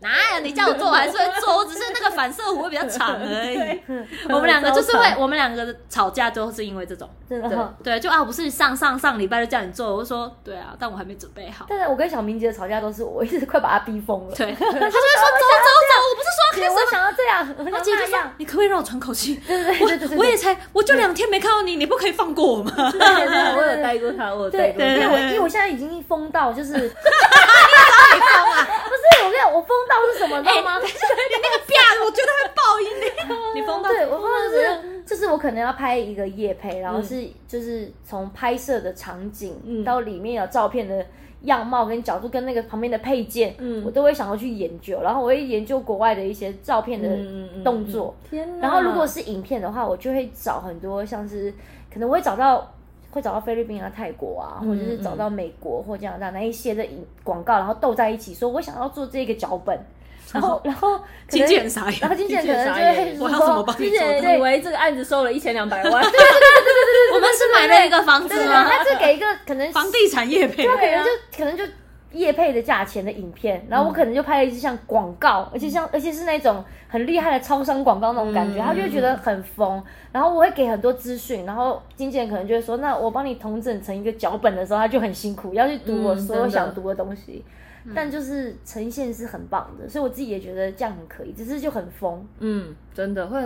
[SPEAKER 3] 哪有你叫我做我还是会做，我只是那个反射弧会比较长 而已。 我们两个就是会，我们两个吵架都是因为这种，
[SPEAKER 1] 真的
[SPEAKER 2] 对
[SPEAKER 1] 哈。
[SPEAKER 3] 对，就啊，不是上上上礼拜就叫你做，我就说对啊，但我还没准 备好。
[SPEAKER 1] 但是我跟小明姐吵架都是，我一直快把她逼疯了。
[SPEAKER 3] 对，他就会 说走走走，我不是说
[SPEAKER 1] 姐，我想要这样，我想要
[SPEAKER 3] 他姐就
[SPEAKER 1] 那
[SPEAKER 3] 说
[SPEAKER 1] 样。
[SPEAKER 3] 你可不可以让我喘口气？
[SPEAKER 1] 对对对对对
[SPEAKER 3] 我我也才我就两天没看到你，你不可以放过我 吗？
[SPEAKER 2] 我有带过他，我有带
[SPEAKER 1] 对，
[SPEAKER 2] 过
[SPEAKER 1] 因为
[SPEAKER 2] 他。
[SPEAKER 1] 我因为我现在已经疯到 就是， 不是我跟你讲，我疯到是什么，你知道吗？
[SPEAKER 2] 哎
[SPEAKER 3] 啪！我觉得他报应 你，你疯
[SPEAKER 2] 哦
[SPEAKER 3] 到
[SPEAKER 1] 对，我疯到是，就是我可能要拍一个夜配，然后是就是从拍摄的场景
[SPEAKER 2] 嗯
[SPEAKER 1] 到里面有照片的。样貌跟角度跟那个旁边的配件，
[SPEAKER 2] 嗯
[SPEAKER 1] 我都会想要去研究，然后我会研究国外的一些照片
[SPEAKER 2] 嗯
[SPEAKER 1] 的动作，
[SPEAKER 2] 天哪！
[SPEAKER 1] 然后如果是影片的话，我就会找很多像是可能我会找到会找到菲律宾啊、泰国啊，或者
[SPEAKER 2] 嗯
[SPEAKER 1] 是找到美国或加拿大那一些的影广告，然后斗在一起，说我想要做这个脚本，然后然后可
[SPEAKER 3] 经
[SPEAKER 1] 能
[SPEAKER 3] 纪人傻眼
[SPEAKER 1] 然后经纪人可能就
[SPEAKER 2] 经纪
[SPEAKER 1] 会
[SPEAKER 2] 人
[SPEAKER 1] 说
[SPEAKER 3] 我要怎么帮你
[SPEAKER 2] 之
[SPEAKER 3] 做这个？
[SPEAKER 2] 前以为这个案子收了一千两百 万，
[SPEAKER 3] 我们是买了一个房
[SPEAKER 1] 对对
[SPEAKER 3] 子
[SPEAKER 1] 对，
[SPEAKER 3] 吗？
[SPEAKER 1] 他就给一个可能
[SPEAKER 3] 啊房地产业配，
[SPEAKER 1] 他可能
[SPEAKER 2] 啊
[SPEAKER 1] 就可能就业配的价钱的影片，然后我可能就拍了一支像广告，而且像而且是那种很厉害的超商广告那种感觉，
[SPEAKER 2] 嗯
[SPEAKER 1] 他就会觉得很疯。然后我会给很多资讯，然后经纪人可能就会说，那我帮你统整成一个脚本的时候，他就很辛苦，要去读我
[SPEAKER 2] 嗯
[SPEAKER 1] 所有
[SPEAKER 2] 真的
[SPEAKER 1] 想读的东西。但就是呈现是很棒的，所以我自己也觉得这样很可以，只是就很疯，
[SPEAKER 2] 嗯，真的会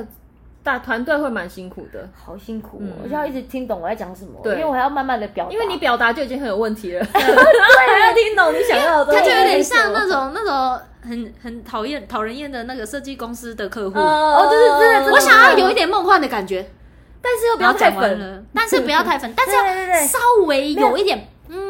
[SPEAKER 2] 大团队会蛮辛苦的，
[SPEAKER 1] 好辛苦、哦，
[SPEAKER 2] 嗯
[SPEAKER 1] 我就要一直听懂我在讲什么，因
[SPEAKER 2] 对
[SPEAKER 1] 为我还要慢慢的表达。
[SPEAKER 2] 因为你表达就已经很有问题 了，然后还要听懂你想 要的东西，
[SPEAKER 3] 他就有点像那种那种很很讨厌讨人厌的那个设计公司的客户。
[SPEAKER 2] 哦
[SPEAKER 1] 就是真的真的
[SPEAKER 3] 我想要有一点梦幻的感觉，
[SPEAKER 2] 但是又不
[SPEAKER 3] 然
[SPEAKER 2] 要
[SPEAKER 3] 后
[SPEAKER 2] 太
[SPEAKER 3] 讲完
[SPEAKER 2] 粉，
[SPEAKER 3] 了，但是 不要太粉，但是
[SPEAKER 1] 对对对
[SPEAKER 3] 要
[SPEAKER 1] 对
[SPEAKER 3] 稍微有一点，嗯，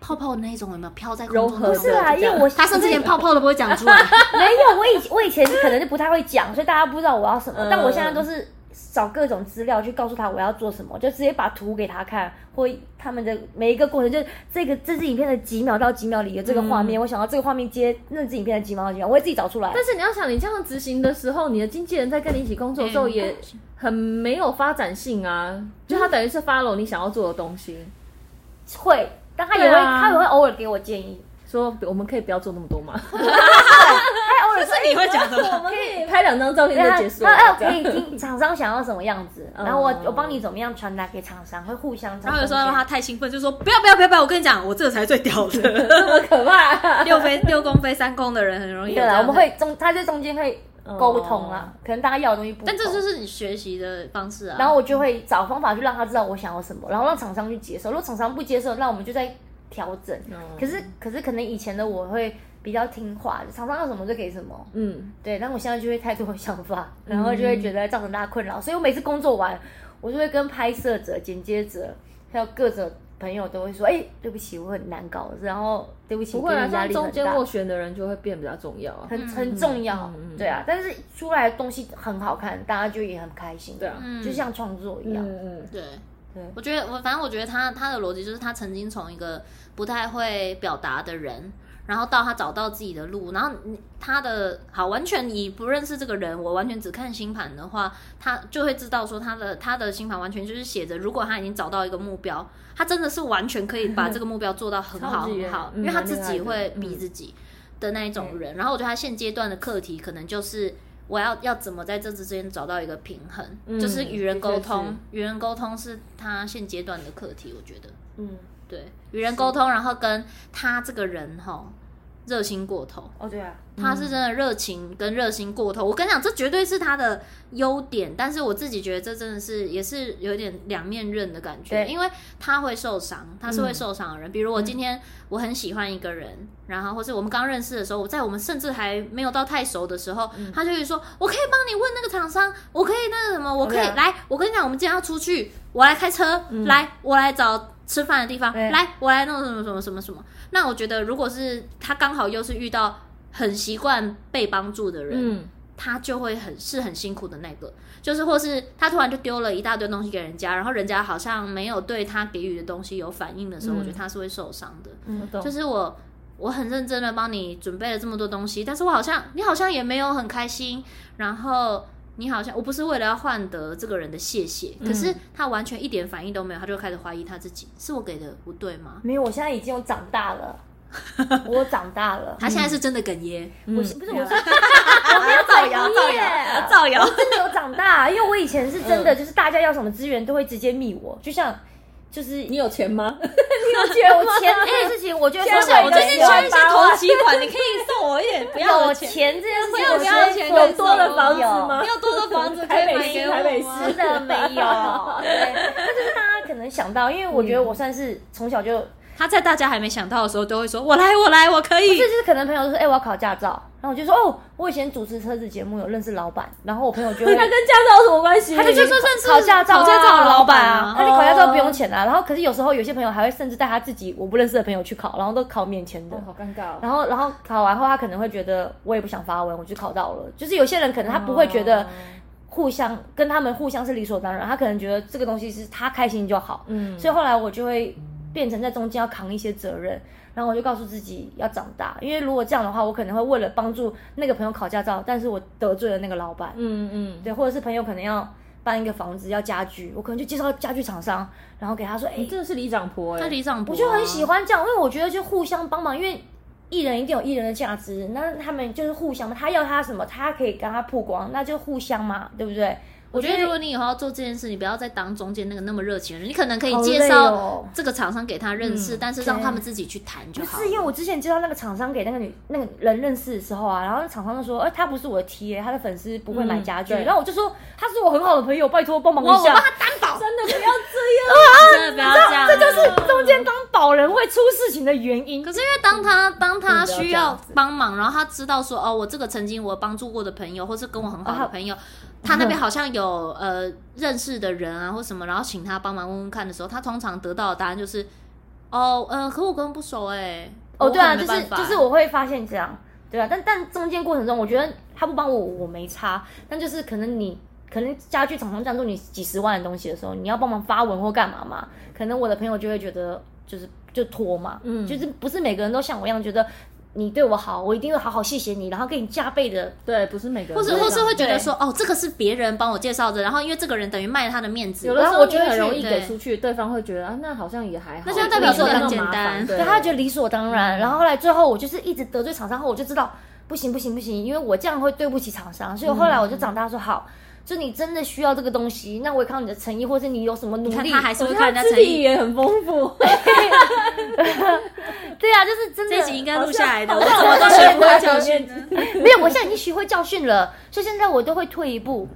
[SPEAKER 3] 泡泡那一种有没有飘在空中
[SPEAKER 2] 柔
[SPEAKER 3] 的
[SPEAKER 2] 和
[SPEAKER 1] 不是啦，
[SPEAKER 2] 就
[SPEAKER 1] 因
[SPEAKER 2] 这样
[SPEAKER 1] 为我
[SPEAKER 3] 他甚至连泡泡都不会讲出来，
[SPEAKER 1] 没有，我以我以前可能就不太会讲，所以大家不知道我要什么。
[SPEAKER 2] 嗯
[SPEAKER 1] 但我现在都是找各种资料去告诉他我要做什么，就直接把图给他看，或他们的每一个过程，就这个这支影片的几秒到几秒里的这个画面，我想要这个画面接那支影片的几秒到几秒，我会自己找出来。
[SPEAKER 2] 但是你要想，你这样执行的时候，你的经纪人在跟你一起工作的时候
[SPEAKER 3] 嗯
[SPEAKER 2] 也很没有发展性啊，就他等于是 follow 你想要做的东西，
[SPEAKER 1] 会，但他也会，
[SPEAKER 2] 对啊
[SPEAKER 1] 他也会偶尔给我建议，
[SPEAKER 2] 说我们可以不要做那么多 嘛，
[SPEAKER 1] 哎他偶尔说
[SPEAKER 3] 是你会讲的
[SPEAKER 2] 我
[SPEAKER 3] 吗？
[SPEAKER 2] 们可以拍两张照片
[SPEAKER 1] 对
[SPEAKER 2] 就
[SPEAKER 1] 他
[SPEAKER 2] 结束
[SPEAKER 1] 他
[SPEAKER 2] 了
[SPEAKER 1] 哎，我
[SPEAKER 2] 这
[SPEAKER 1] 可
[SPEAKER 2] 样
[SPEAKER 1] 以听厂商想要什么样 子，
[SPEAKER 2] 嗯
[SPEAKER 1] 然后我我帮你怎么样传达给厂商，会互相。
[SPEAKER 3] 嗯然后有时候他太兴奋，就说不要不要不要不要，我跟你讲，我这个才最屌的，
[SPEAKER 2] 这么可怕 啊，
[SPEAKER 3] 六飞六公飞三公的人很容易有
[SPEAKER 1] 对
[SPEAKER 3] 这
[SPEAKER 1] 啦，
[SPEAKER 3] 样
[SPEAKER 1] 我
[SPEAKER 3] 的
[SPEAKER 1] 们会中，他在中间会沟通啦，可能大家要的东西不同。
[SPEAKER 3] 但这就是你学习的方式啊。
[SPEAKER 1] 然后我就会找方法去让他知道我想要什么，然后让厂商去接受。如果厂商不接受，那我们就在调整。
[SPEAKER 2] 嗯
[SPEAKER 1] 可是可是可能以前的我会比较听话，厂商要什么就给什么。
[SPEAKER 2] 嗯，
[SPEAKER 1] 对，但我现在就会太多 想法，然后就会觉得造成大家困扰。所以我每次工作完，我就会跟拍摄者、剪接者还有各种朋友都会说：“哎、对不起，我很难搞。”然后对不起，
[SPEAKER 2] 不会
[SPEAKER 1] 给
[SPEAKER 2] 啊，
[SPEAKER 1] 你压
[SPEAKER 2] 像
[SPEAKER 1] 力
[SPEAKER 2] 中
[SPEAKER 1] 很
[SPEAKER 2] 间
[SPEAKER 1] 大
[SPEAKER 2] 斡。旋的人就会变比较重要啊，
[SPEAKER 1] 很很重要，对啊，但是出来的东西很好看，大家就也很开心，
[SPEAKER 2] 对啊
[SPEAKER 3] 嗯
[SPEAKER 1] 就像创作一样，
[SPEAKER 2] 嗯嗯，
[SPEAKER 3] 对，
[SPEAKER 1] 对
[SPEAKER 3] 我觉得我反正我觉得他他的逻辑就是他曾经从一个不太会表达的人，然后到他找到自己的路，然后你他的好完全你不认识这个人，我完全只看星盘的话，他就会知道说他的他的星盘完全就是写着，如果他已经找到一个目标，他真的是完全可以把这个目标做到很好
[SPEAKER 2] 超级
[SPEAKER 3] 很好，
[SPEAKER 2] 嗯
[SPEAKER 3] 因为他
[SPEAKER 2] 蛮厉
[SPEAKER 3] 自己
[SPEAKER 2] 害的
[SPEAKER 3] 会
[SPEAKER 2] 嗯
[SPEAKER 3] 逼自己的那一种人。然后我觉得他现阶段的课题可能就是。我要要怎么在这之间找到一个平衡？
[SPEAKER 2] 嗯
[SPEAKER 3] 就是与人
[SPEAKER 2] 的确
[SPEAKER 3] 沟
[SPEAKER 2] 是
[SPEAKER 3] 通，与人沟通是他现阶段的课题，我觉得。
[SPEAKER 1] 嗯，
[SPEAKER 3] 对，与人沟通，然后跟他这个人哈，热心过头，
[SPEAKER 1] 哦对啊，
[SPEAKER 3] 他是真的热情跟热心过头。我跟你讲，这绝对是他的优点，但是我自己觉得这真的是也是有点两面刃的感觉，
[SPEAKER 1] 对嗯
[SPEAKER 3] 因为他会受伤，他是会受伤的人。比如我今天我很喜欢一个人，然后或是我们刚认识的时候，我在我们甚至还没有到太熟的时候，
[SPEAKER 1] 嗯
[SPEAKER 3] 他就会说：“我可以帮你问那个厂商，我可以那个什么，我可以、
[SPEAKER 1] 对啊
[SPEAKER 3] 来。”我跟你讲，我们今天要出去，我来开车，
[SPEAKER 2] 嗯
[SPEAKER 3] 来，我来找。吃饭的地方，
[SPEAKER 1] 对
[SPEAKER 3] 来，我来弄什么什么什么什么。那我觉得，如果是他刚好又是遇到很习惯被帮助的人，
[SPEAKER 2] 嗯，
[SPEAKER 3] 他就会很是很辛苦的那个，就是或是他突然就丢了一大堆东西给人家，然后人家好像没有对他给予的东西有反应的时候，
[SPEAKER 2] 嗯
[SPEAKER 3] 我觉得他是会受伤的。
[SPEAKER 2] 我懂，
[SPEAKER 3] 就是我我很认真的帮你准备了这么多东西，但是我好像你好像也没有很开心，然后。你好像我不是为了要换得这个人的谢谢，可是他完全一点反应都没有，他就开始怀疑他自己，是我给的不对吗？
[SPEAKER 1] 没有，我现在已经有长大了，我长大了，
[SPEAKER 3] 他现在是真的哽咽，
[SPEAKER 1] 我是不是
[SPEAKER 2] 没有
[SPEAKER 1] 我
[SPEAKER 2] 啦
[SPEAKER 1] 说 我没有造谣造
[SPEAKER 3] 啊造谣，
[SPEAKER 1] 真的有长大，啊因为我以前是真的，就是大家要什么资源都会直接密我，就像就是
[SPEAKER 2] 你有钱吗？
[SPEAKER 1] 有觉得我钱这件事情，我 觉得
[SPEAKER 2] 天
[SPEAKER 1] 说
[SPEAKER 2] 啊
[SPEAKER 1] 小
[SPEAKER 2] 我
[SPEAKER 1] 一
[SPEAKER 2] 最
[SPEAKER 1] 个
[SPEAKER 2] 近
[SPEAKER 1] 十
[SPEAKER 2] 缺一
[SPEAKER 1] 万
[SPEAKER 2] 些
[SPEAKER 1] 八
[SPEAKER 2] 投
[SPEAKER 1] 万，
[SPEAKER 2] 期款，你可以送我一点，不要我
[SPEAKER 1] 有
[SPEAKER 2] 的钱。
[SPEAKER 1] 钱这件事情，
[SPEAKER 2] 要
[SPEAKER 1] 我
[SPEAKER 2] 不
[SPEAKER 1] 觉
[SPEAKER 2] 要
[SPEAKER 1] 得
[SPEAKER 2] 钱可
[SPEAKER 1] 有
[SPEAKER 2] 以
[SPEAKER 1] 多的
[SPEAKER 2] 送
[SPEAKER 1] 房子有
[SPEAKER 2] 你
[SPEAKER 1] 吗？
[SPEAKER 2] 要多的房子可以
[SPEAKER 1] 台
[SPEAKER 2] 买
[SPEAKER 1] 北
[SPEAKER 2] 给
[SPEAKER 1] 市，
[SPEAKER 2] 我吗
[SPEAKER 1] 台北市真的没有。 对，但就是大家可能想到，因为我觉得我算是从小就，
[SPEAKER 3] 他在大家还没想到的时候，都会说：“我来，我来，我可以
[SPEAKER 1] 这。就是可能朋友就说，哎，我要考驾照，然后我就说，哦，我以前主持车子节目有认识老板，然后我朋友就会
[SPEAKER 2] 那跟驾照有什么关系？
[SPEAKER 1] 他就
[SPEAKER 3] 就
[SPEAKER 1] 就
[SPEAKER 3] 说认识
[SPEAKER 1] 考驾照、啊，
[SPEAKER 3] 考驾照的老板啊
[SPEAKER 1] 啊，那你考驾照不
[SPEAKER 2] 哦
[SPEAKER 1] 用钱啊。然后可是有时候有些朋友还会甚至带他自己我不认识的朋友去考，然后都考免钱的
[SPEAKER 2] 哦。好尴尬哦。
[SPEAKER 1] 然后然后考完后，他可能会觉得我也不想发文，我就考到了。就是有些人可能他不会觉得
[SPEAKER 2] 哦
[SPEAKER 1] 互相跟他们互相是理所当然，他可能觉得这个东西是他开心就好。
[SPEAKER 2] 嗯
[SPEAKER 1] 所以后来我就会变成在中间要扛一些责任，然后我就告诉自己要长大，因为如果这样的话，我可能会为了帮助那个朋友考驾照，但是我得罪了那个老板。
[SPEAKER 2] 嗯嗯，
[SPEAKER 1] 对，或者是朋友可能要搬一个房子要家具，我可能就介绍家具厂商，然后给他说，哎、
[SPEAKER 2] 你真的是里长婆”哎、
[SPEAKER 3] 那李长博、啊
[SPEAKER 1] 我就很喜，欢这样，因为我觉得就互相帮忙，因为艺人一定有艺人的价值，那他们就是互相嘛，他要他什么，他可以跟他曝光，那就互相嘛，对不对？
[SPEAKER 3] 我觉得如果你以后要做这件事，你不要再当中间那个那么热情的人，你可能可以介
[SPEAKER 1] 好累
[SPEAKER 3] 绍
[SPEAKER 1] 哦
[SPEAKER 3] 这个厂商给他认识，
[SPEAKER 2] 嗯
[SPEAKER 3] 但是让他们自己去谈就
[SPEAKER 1] 不
[SPEAKER 3] 好。
[SPEAKER 1] 是因为我之前知道那个厂商给那个女那个人认识的时候啊，然后那厂商就说，哎、他不是我的 T A，他的粉丝不会买
[SPEAKER 2] 嗯
[SPEAKER 1] 家具，
[SPEAKER 2] 对
[SPEAKER 1] 然后我就说他是我很好的朋友，拜托帮忙一
[SPEAKER 3] 我我
[SPEAKER 1] 下，
[SPEAKER 3] 帮他担保，
[SPEAKER 2] 真的不要这
[SPEAKER 3] 真的不要这样，这就是。
[SPEAKER 1] 中间当保人会出事情的原因
[SPEAKER 3] 可。是因为当他当
[SPEAKER 2] 嗯
[SPEAKER 3] 他
[SPEAKER 2] 不要
[SPEAKER 3] 需
[SPEAKER 2] 这样
[SPEAKER 3] 要
[SPEAKER 2] 子
[SPEAKER 3] 帮忙，然后他知道说哦，我这个曾经我帮助过的朋友，或是跟我很好的
[SPEAKER 1] 啊
[SPEAKER 3] 朋友，他那边好像有呃认识的人啊或什么，然后请他帮忙问问看的时候，他通常得到的答案就是哦，呃，可我跟他不熟哎、
[SPEAKER 1] 哦，对啊，
[SPEAKER 3] 我可
[SPEAKER 1] 就
[SPEAKER 3] 能没
[SPEAKER 1] 是
[SPEAKER 3] 办
[SPEAKER 1] 就
[SPEAKER 3] 法
[SPEAKER 1] 是我会发现这样，对啊，但但中间过程中，我觉得他不帮我，我没差，但就是可能你。可能家具厂商赞助你几十万的东西的时候，你要帮忙发文或干嘛嘛？可能我的朋友就会觉得就是就拖嘛，
[SPEAKER 2] 嗯
[SPEAKER 1] 就是不是每个人都像我一样觉得你对我好，我一定会好好谢谢你，然后给你加倍的。
[SPEAKER 2] 对，不是每个人
[SPEAKER 3] 或
[SPEAKER 2] 都
[SPEAKER 3] 是
[SPEAKER 2] 这样，
[SPEAKER 3] 或是会觉得说，哦，这个是别人帮我介绍的，然后因为这个人等于卖了他的面子，
[SPEAKER 2] 有的时
[SPEAKER 1] 然后
[SPEAKER 2] 候
[SPEAKER 1] 我
[SPEAKER 2] 你
[SPEAKER 1] 就会
[SPEAKER 2] 很
[SPEAKER 1] 去
[SPEAKER 2] 容易
[SPEAKER 3] 对
[SPEAKER 2] 给出去，对方会觉得啊，那好像也还好，
[SPEAKER 3] 那就代表说
[SPEAKER 2] 没有那么
[SPEAKER 3] 很简
[SPEAKER 2] 麻
[SPEAKER 3] 单
[SPEAKER 2] 烦
[SPEAKER 1] 对，
[SPEAKER 2] 对
[SPEAKER 1] 他觉得理所当
[SPEAKER 3] 嗯
[SPEAKER 1] 然。然后后来最后我就是一直得罪厂商后，我就知道不行不行不行，因为我这样会对不起厂商，
[SPEAKER 3] 嗯
[SPEAKER 1] 所以后来我就长大说好。就你真的需要这个东西，那我也看到你的诚意，或是你有什么努
[SPEAKER 3] 你看
[SPEAKER 1] 力，
[SPEAKER 3] 他还是
[SPEAKER 2] 我
[SPEAKER 3] 会
[SPEAKER 2] 觉得
[SPEAKER 3] 看
[SPEAKER 2] 他
[SPEAKER 3] 人家
[SPEAKER 2] 肢
[SPEAKER 3] 诚
[SPEAKER 2] 体语
[SPEAKER 3] 意。
[SPEAKER 2] 言很丰富，
[SPEAKER 1] 对啊，就是真的。
[SPEAKER 3] 这集应该录下来的，
[SPEAKER 2] 好
[SPEAKER 3] 我
[SPEAKER 2] 像
[SPEAKER 3] 怎么
[SPEAKER 2] 好像
[SPEAKER 3] 都学不
[SPEAKER 2] 我
[SPEAKER 3] 会
[SPEAKER 2] 也
[SPEAKER 3] 教
[SPEAKER 2] 讨
[SPEAKER 3] 训
[SPEAKER 2] 厌
[SPEAKER 3] 呢？
[SPEAKER 1] 没有，我现在已经学会教训了，所以现在我都会退一步，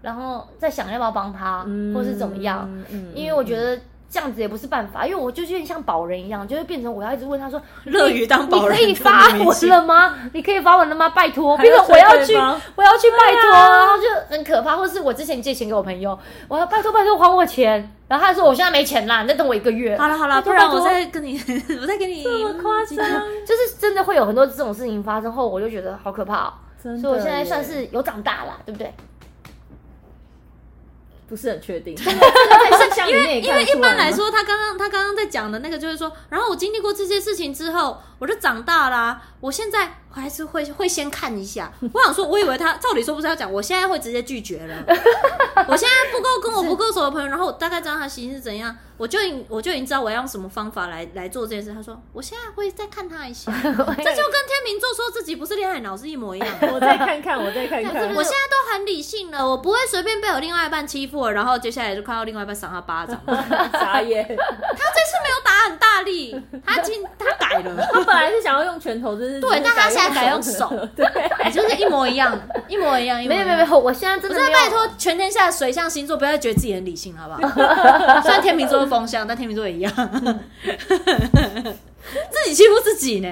[SPEAKER 1] 然后再想要不要帮他，或是怎么样。
[SPEAKER 2] 嗯嗯
[SPEAKER 1] 因为我觉得这样子也不是办法，因为我就有点像保人一样，就会变成我要一直问他说，
[SPEAKER 3] 乐于当保人
[SPEAKER 1] 你可以发文了吗？你可以发文了吗？拜托，变成我
[SPEAKER 2] 还要
[SPEAKER 1] 要
[SPEAKER 2] 推
[SPEAKER 1] 去，
[SPEAKER 2] 对方
[SPEAKER 1] 我要去拜托，啊
[SPEAKER 3] 啊
[SPEAKER 1] 然后就很可怕。或是我之前借钱给我朋友，我要拜托拜托还我钱，然后他说我现在没钱啦，你再等我一个月。
[SPEAKER 3] 好了好了，
[SPEAKER 1] 拜
[SPEAKER 3] 不
[SPEAKER 1] 托
[SPEAKER 3] 然
[SPEAKER 1] 拜
[SPEAKER 3] 我
[SPEAKER 1] 托
[SPEAKER 3] 再跟你， 我再跟你。
[SPEAKER 2] 这么夸张，
[SPEAKER 1] 就是真的会有很多这种事情发生后，我就觉得好可怕哦。
[SPEAKER 2] 真的
[SPEAKER 1] 所以我现在
[SPEAKER 2] 耶
[SPEAKER 1] 算是有长大啦，对 不对？
[SPEAKER 2] 不是很确定，因为
[SPEAKER 3] 因为一般来，说，他刚刚他刚刚在在讲的那个就是说，然后我经历过这些事情之后，我就长大啦、我现在还是会会先看一下。我想说，我以为他照理说不是要讲，我现在会直接拒绝了。我现在不够跟我不够熟的朋友，然后我大概知道他心情是怎样，我就已经我就已经知道我要用什么方法来来做这件事。他说，我现在会再看他一下，这就跟天秤座说自己不是恋爱脑是一模一样的。
[SPEAKER 2] 我再看看，我再看看，
[SPEAKER 3] 我现在都很理性了，我不会随便被我另外一半欺负了，然后接下来就看到另外一半赏他巴掌。他
[SPEAKER 2] 傻眼。
[SPEAKER 3] 这次没有打很大力，他今他改了，
[SPEAKER 2] 他本来是想要用拳头，就是
[SPEAKER 3] 对，但他现在改用手，
[SPEAKER 2] 对，
[SPEAKER 3] 哎就是一模一样，一模一样，一模
[SPEAKER 1] 没
[SPEAKER 3] 一样
[SPEAKER 1] 有没有没。有，我现在真
[SPEAKER 3] 我
[SPEAKER 1] 的
[SPEAKER 3] 真
[SPEAKER 1] 没
[SPEAKER 3] 的
[SPEAKER 1] 有
[SPEAKER 3] 拜托全天下的水象星座不要再觉得自己很理性，好不 好？虽然天秤座是风象，但天秤座也一样， 自己欺负自己呢。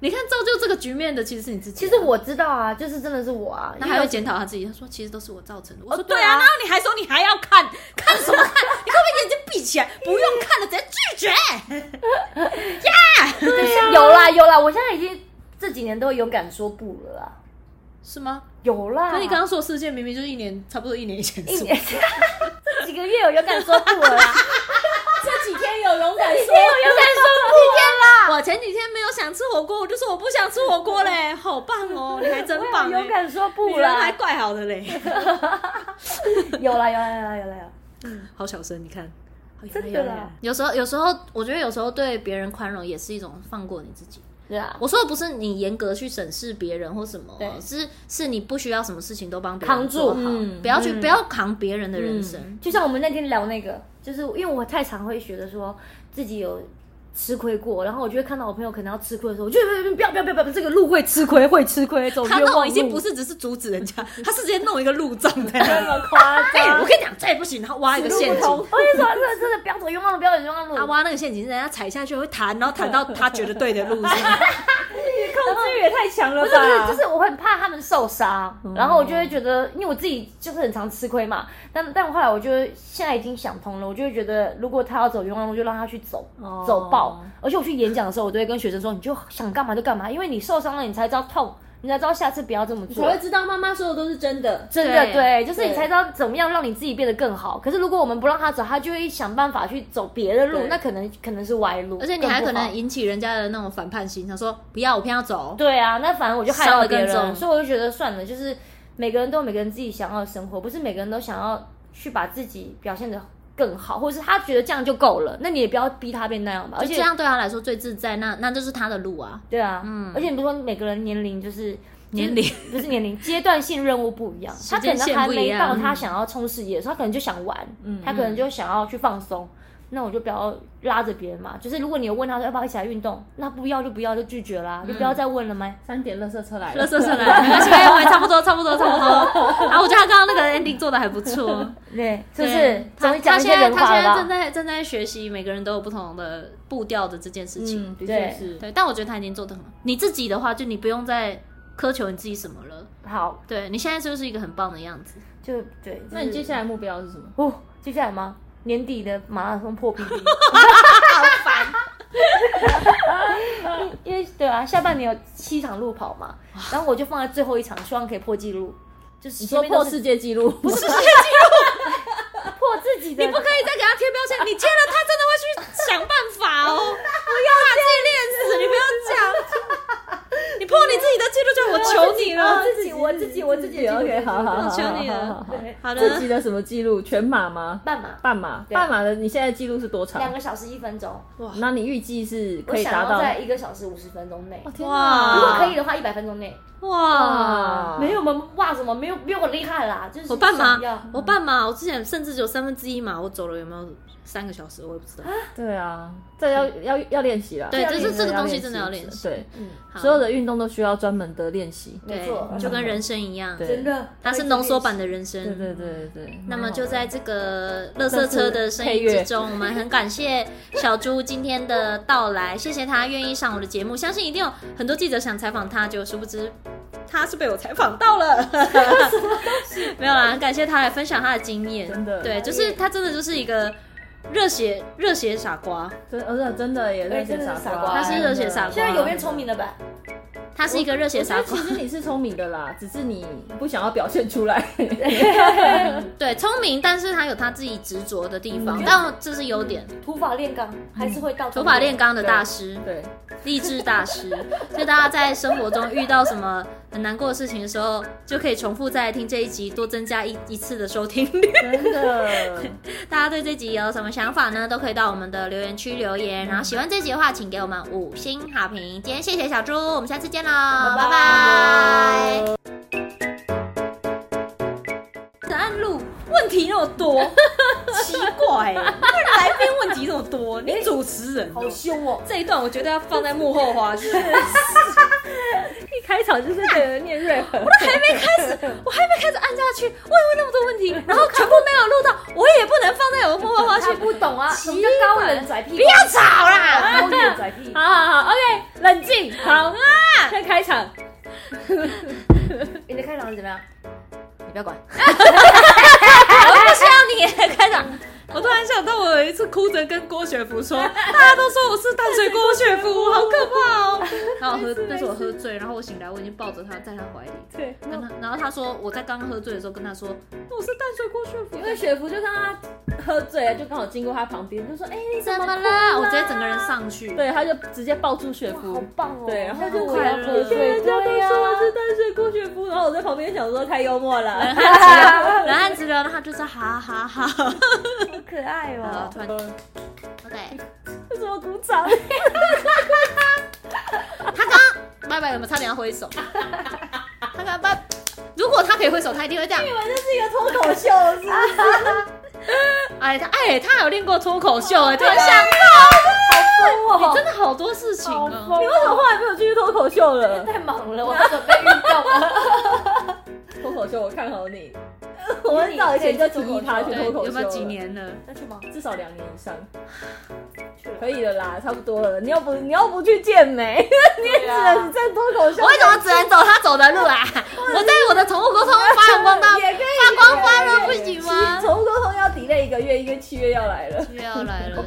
[SPEAKER 3] 你看造就这个局面的其实是你自己啊。
[SPEAKER 1] 其实我知道啊，就是真的是我啊，
[SPEAKER 3] 那还会检讨他自己，他说其实都是我造成的。我说
[SPEAKER 1] 对
[SPEAKER 3] 对
[SPEAKER 1] 啊
[SPEAKER 3] 啊，然后你还说你还要看看什么看？ 你可不可以眼睛闭起来，不用看了，直接拒绝？
[SPEAKER 1] 因为有啦有啦，我现在已经这几年都会勇敢说不了啦，
[SPEAKER 3] 是吗？
[SPEAKER 1] 有啦。
[SPEAKER 3] 可你刚刚说的事件明明就是一年，差不多一年以前的
[SPEAKER 1] 一
[SPEAKER 3] 事。
[SPEAKER 1] 年这几个月有勇敢说不了啦，
[SPEAKER 2] 这几天有勇敢
[SPEAKER 1] 有
[SPEAKER 2] 说，
[SPEAKER 1] 勇敢说
[SPEAKER 3] 我前几天没有想吃火锅，我就说我不想吃火锅嘞， 好棒 哦，你还真棒
[SPEAKER 1] 不了，
[SPEAKER 3] 哎，
[SPEAKER 1] 勇敢说
[SPEAKER 3] 你
[SPEAKER 1] 不
[SPEAKER 3] 人还
[SPEAKER 1] 啦，
[SPEAKER 3] 怪好的 嘞，
[SPEAKER 1] 有啦有啦有啦有啦有啦，
[SPEAKER 3] 好小声，你看。哎好
[SPEAKER 1] 真的啦，
[SPEAKER 3] 有时候，有时候，我觉得有时候对别人宽容也是一种放过你自己。
[SPEAKER 1] 对啊，
[SPEAKER 3] 我说的不是你严格去审视别人或什么
[SPEAKER 1] 对，
[SPEAKER 3] 是是你不需要什么事情都帮别
[SPEAKER 1] 扛
[SPEAKER 3] 人
[SPEAKER 1] 住
[SPEAKER 3] 做好，
[SPEAKER 2] 嗯
[SPEAKER 3] 不要去、
[SPEAKER 1] 嗯
[SPEAKER 3] 不要扛别人的人生。
[SPEAKER 1] 就像我们那天聊那个，就是因为我太常会觉得说自己有吃亏过，然后我就会看到我朋友可能要吃亏的时候，我就会不要不要不要不要，这个路会吃亏，会吃亏，走
[SPEAKER 3] 他
[SPEAKER 1] 冤
[SPEAKER 3] 那
[SPEAKER 1] 枉路。
[SPEAKER 3] 种已经不是只是阻止人家，
[SPEAKER 1] 嗯
[SPEAKER 3] 他是直接弄一个路障的。
[SPEAKER 2] 那么夸
[SPEAKER 3] 哎、
[SPEAKER 2] 张，
[SPEAKER 3] 我跟你讲，再不行，然后挖一个陷
[SPEAKER 2] 死路不通。
[SPEAKER 3] 阱
[SPEAKER 1] 我跟你说，真的真的不要走冤枉路，不要走冤枉路。
[SPEAKER 3] 他挖那个陷阱，人家踩下去会弹，然 后弹到他觉得对的路上。
[SPEAKER 2] 控制欲也太强了
[SPEAKER 1] 不是不是，
[SPEAKER 2] 吧？
[SPEAKER 1] 就是我很怕他们受伤，
[SPEAKER 3] 嗯
[SPEAKER 1] 然后我就会觉得，因为我自己就是很常吃亏嘛。但但后来我就现在已经想通了，我就会觉得，如果他要走冤枉路，就让他去走，
[SPEAKER 2] 哦
[SPEAKER 1] 走爆。而且我去演讲的时候，我都会跟学生说，你就想干嘛就干嘛，因为你受伤了，你才知道痛，你才知道下次不要这么
[SPEAKER 2] 才
[SPEAKER 1] 做。
[SPEAKER 2] 会知道妈妈说的都是真的。
[SPEAKER 1] 真的
[SPEAKER 3] 对
[SPEAKER 1] 对，就是你
[SPEAKER 2] 对
[SPEAKER 1] 才知道怎么样让你自己变得更好。可是如果我们不让他走，他就会想办法去走别的路
[SPEAKER 2] 对，
[SPEAKER 1] 那可能可能是歪路，
[SPEAKER 3] 而且你还
[SPEAKER 1] 更
[SPEAKER 3] 可
[SPEAKER 1] 不好
[SPEAKER 3] 能引起人家的那种反叛心，他说不要，我偏要走。
[SPEAKER 1] 对啊，那反正我就害
[SPEAKER 3] 伤
[SPEAKER 1] 到
[SPEAKER 3] 得
[SPEAKER 1] 别
[SPEAKER 3] 更
[SPEAKER 1] 人，
[SPEAKER 3] 重
[SPEAKER 1] 所以我就觉得算了，就是每个人都有每个人自己想要的生活，不是每个人都想要去把自己表现的更好，或者是他觉得这样就够了，那你也不要逼他变那样吧。而
[SPEAKER 3] 而且
[SPEAKER 1] 且
[SPEAKER 3] 这样对他来说最自在，那那就是他的路啊。
[SPEAKER 1] 对啊，而且你不说每个人年龄 就是。
[SPEAKER 3] 年 龄
[SPEAKER 1] 就是不是年龄，阶段性任务不一样。他可
[SPEAKER 3] 间
[SPEAKER 1] 能
[SPEAKER 3] 线
[SPEAKER 1] 还
[SPEAKER 3] 不一
[SPEAKER 1] 没
[SPEAKER 3] 样嗯
[SPEAKER 1] 到他想要冲事业的时候，他可能就想玩，他可能就想要去放松。那我就不要拉着别人嘛。就是如果你有问他说要不要一起来运动，那不要就不要，就拒绝啦，就不要
[SPEAKER 3] 嗯
[SPEAKER 1] 再问了吗？
[SPEAKER 2] 三点，垃圾车来
[SPEAKER 3] 乐
[SPEAKER 2] 了，
[SPEAKER 3] 色色来，没关系，哎我也差不多，差不多，差不多。然后我觉得他刚刚那个 ending 做的还 不错。
[SPEAKER 1] 对，是不是
[SPEAKER 3] 对？
[SPEAKER 1] 终
[SPEAKER 3] 他
[SPEAKER 1] 于讲
[SPEAKER 3] 他
[SPEAKER 1] 一
[SPEAKER 3] 现
[SPEAKER 1] 些
[SPEAKER 3] 在
[SPEAKER 1] 人
[SPEAKER 3] 他
[SPEAKER 1] 话
[SPEAKER 3] 现在
[SPEAKER 1] 了
[SPEAKER 3] 正
[SPEAKER 1] 吧。
[SPEAKER 3] 在正在学习，每个人都有不同的步调的这件事情。
[SPEAKER 2] 嗯，的
[SPEAKER 1] 对
[SPEAKER 2] 确是。
[SPEAKER 3] 对，但我觉得他已经做得很好。你自己的话，就你不用再苛求你自己什么了。
[SPEAKER 1] 好，
[SPEAKER 3] 对你现在就是一个很棒的样子。
[SPEAKER 1] 就对。
[SPEAKER 2] 那你接下
[SPEAKER 1] 来
[SPEAKER 2] 来目标是什么？
[SPEAKER 1] 哦，接下来吗？年底的马拉松破 PB，好 烦。因为对啊，下半年有七场路跑嘛，然后我就放在最后一场，希望可以破纪录。就是
[SPEAKER 2] 你
[SPEAKER 1] 前
[SPEAKER 2] 说
[SPEAKER 1] 面都
[SPEAKER 2] 破
[SPEAKER 1] 是
[SPEAKER 2] 世界 纪录？不是，
[SPEAKER 1] 破自己的，
[SPEAKER 3] 你不可以再给他贴标签， 你贴了他真的会去想办法哦。不要把自己练死，你不要这样。你破你自己的记录，就我求你
[SPEAKER 1] 我
[SPEAKER 3] 了。
[SPEAKER 1] 自己，我自己，我自己的纪录
[SPEAKER 2] OK，好好好，
[SPEAKER 3] 我求你
[SPEAKER 2] 好好
[SPEAKER 3] 了
[SPEAKER 2] 好。
[SPEAKER 1] 对，
[SPEAKER 3] 好
[SPEAKER 2] 自己
[SPEAKER 3] 的，
[SPEAKER 2] 的什么记录？全马吗？
[SPEAKER 1] 半马，
[SPEAKER 2] 半马，
[SPEAKER 1] 对
[SPEAKER 2] 半马的你现在记录是多长？
[SPEAKER 1] 两个小时一分钟，
[SPEAKER 2] 那你预计是
[SPEAKER 1] 我
[SPEAKER 2] 可以
[SPEAKER 1] 想
[SPEAKER 2] 达
[SPEAKER 1] 要
[SPEAKER 2] 到？
[SPEAKER 1] 在一个小时五十分钟内，
[SPEAKER 2] 哦
[SPEAKER 1] 如
[SPEAKER 2] 天
[SPEAKER 3] 哇
[SPEAKER 1] 果
[SPEAKER 2] 哪！
[SPEAKER 1] 可以的话，一百分钟内。
[SPEAKER 3] 哇
[SPEAKER 2] 哇！
[SPEAKER 1] 没有我们哇什么没有没有我厉害啦，就是
[SPEAKER 3] 我半
[SPEAKER 1] 想要
[SPEAKER 3] 马，我半马，我之前甚至只有三分之一马，我走了有没有三个小时，我也不知道。
[SPEAKER 2] 对啊，这要要要练习啦。
[SPEAKER 3] 对
[SPEAKER 2] 要
[SPEAKER 1] 就是
[SPEAKER 2] 练习
[SPEAKER 1] 这个
[SPEAKER 2] 要
[SPEAKER 3] 东西真的要练习
[SPEAKER 2] 对，
[SPEAKER 1] 嗯，
[SPEAKER 3] 好
[SPEAKER 2] 所有的运动都需要专门的练习。
[SPEAKER 1] 没错
[SPEAKER 3] 对，就跟人生一样，
[SPEAKER 2] 对
[SPEAKER 1] 真的，
[SPEAKER 3] 它是浓缩版的人生。
[SPEAKER 2] 对对对对对。
[SPEAKER 3] 那么就在这个垃圾车的声音之中，我们很感谢小猪今天的到来，谢谢他愿意上我的节目。相信一定有很多记者想采访他，就殊不知他是被我采访到 了。没有啦，很感谢他来分享他的经验。
[SPEAKER 2] 真的
[SPEAKER 3] 对，就是他真的就是一个热血热血傻瓜，
[SPEAKER 2] 真，而且真的也
[SPEAKER 1] 哎
[SPEAKER 2] 认识
[SPEAKER 1] 真的是傻瓜
[SPEAKER 2] 瓜，
[SPEAKER 1] 他
[SPEAKER 3] 是热血傻瓜
[SPEAKER 1] 现在有变聪明了吧？
[SPEAKER 3] 他是一个热血傻瓜
[SPEAKER 2] 我觉。得其实你是聪明的啦， 只是你不想要表现出来。
[SPEAKER 3] 对，聪明，但是他有他自己执着的地
[SPEAKER 2] 嗯
[SPEAKER 3] 方，但这是优点。
[SPEAKER 1] 土法炼钢还是会到
[SPEAKER 3] 头发炼钢的大师，
[SPEAKER 2] 对，
[SPEAKER 3] 励志大师，所以大家在生活中遇到什么很难过的事情的时候，就可以重复再来听这一集，多增加一一次的收听 率。
[SPEAKER 2] 真的，
[SPEAKER 3] 大家对这集有什么想法呢？都可以到我们的留言区留言。然后喜欢这集的话，请给我们五星好评。今天谢谢小猪，我们下次见喽，拜 拜。
[SPEAKER 2] 呃
[SPEAKER 1] 按路问题那么多，
[SPEAKER 4] 奇怪、欸，来宾问题这么多，你主持人哦、
[SPEAKER 1] 好凶哦！
[SPEAKER 4] 这一段我觉得要放在幕后花 絮。
[SPEAKER 2] 一开场就是被人念瑞恒，
[SPEAKER 4] 还没开始，我还没开始按下去，我也问那么多问题，然后全部没有录到，我也不能放在我的幕后花
[SPEAKER 1] 他
[SPEAKER 4] 絮。
[SPEAKER 1] 不懂啊，什么叫高冷拽屁？不
[SPEAKER 4] 不要吵啦！
[SPEAKER 2] 啊
[SPEAKER 1] 高冷拽屁
[SPEAKER 2] 好！好好，OK，冷静，好啊，先开场。
[SPEAKER 1] 你的开场是怎么样？
[SPEAKER 4] 你不要管，我不需要你开 场。我突然想到，我有一次哭着跟郭雪芙说，大家都说我是淡水郭雪芙，好可怕哦。
[SPEAKER 3] 然后我喝，那时候我喝醉，然后我醒来，我已经抱着他在他怀里。
[SPEAKER 2] 对，
[SPEAKER 3] 然后然后他说，我在刚喝醉的时候跟他说，
[SPEAKER 4] 我是淡水郭雪芙
[SPEAKER 2] 因，为雪芙就看他喝醉了，就刚好经过他旁边，就说：“哎、你
[SPEAKER 3] 怎
[SPEAKER 2] 怎
[SPEAKER 3] 么
[SPEAKER 2] 么
[SPEAKER 3] 了？
[SPEAKER 2] 哭
[SPEAKER 3] 我直接整个人上去。
[SPEAKER 2] 对，他就直接抱住雪
[SPEAKER 1] 哇，好
[SPEAKER 2] 芙。
[SPEAKER 1] 棒哦！
[SPEAKER 2] 对然后
[SPEAKER 1] 下次
[SPEAKER 2] 就
[SPEAKER 1] 我也要
[SPEAKER 3] 快乐
[SPEAKER 1] 喝
[SPEAKER 2] 因为
[SPEAKER 1] 醉，
[SPEAKER 2] 人家都
[SPEAKER 1] 对啊呀
[SPEAKER 2] 说我是淡水郭雪芙，然后我在旁边想说太幽 默了。
[SPEAKER 3] 然后直聊，他就是哈哈哈。
[SPEAKER 1] 好可爱
[SPEAKER 3] 然后
[SPEAKER 1] 哦。
[SPEAKER 3] 突然，OK，
[SPEAKER 2] 为什么鼓掌？
[SPEAKER 3] 拜拜，有没有差点要挥手？他刚拜，如果他可以挥手，他一定会这样。
[SPEAKER 2] 这个脱口秀是不
[SPEAKER 1] 啊
[SPEAKER 2] 是
[SPEAKER 3] 哎，他哎，他还有练过脱口秀哎，突然想
[SPEAKER 1] 哇
[SPEAKER 3] 到，真的好多事情
[SPEAKER 1] 好
[SPEAKER 3] 哦。
[SPEAKER 1] 疯
[SPEAKER 2] 你为什么后来没有继续脱口秀了？
[SPEAKER 1] 太忙了，我要准备运动了。
[SPEAKER 2] 脱口秀，我看好你。我很早以前就提议他去
[SPEAKER 3] 对，
[SPEAKER 2] 脱口秀了
[SPEAKER 3] 有没有几？年了？
[SPEAKER 1] 那去吗？
[SPEAKER 2] 至少两年以上。可以了啦，差不多了。你要不你要不去健美，
[SPEAKER 1] 你也
[SPEAKER 2] 只能在脱口秀
[SPEAKER 3] 啊我为什么只能走他走的路啊？我在我的宠物沟通发扬光大，
[SPEAKER 2] 也可以
[SPEAKER 3] 发光发热不行吗
[SPEAKER 2] 宠物沟通要 delay 一个月，因为七月要来了。
[SPEAKER 3] 又要来了，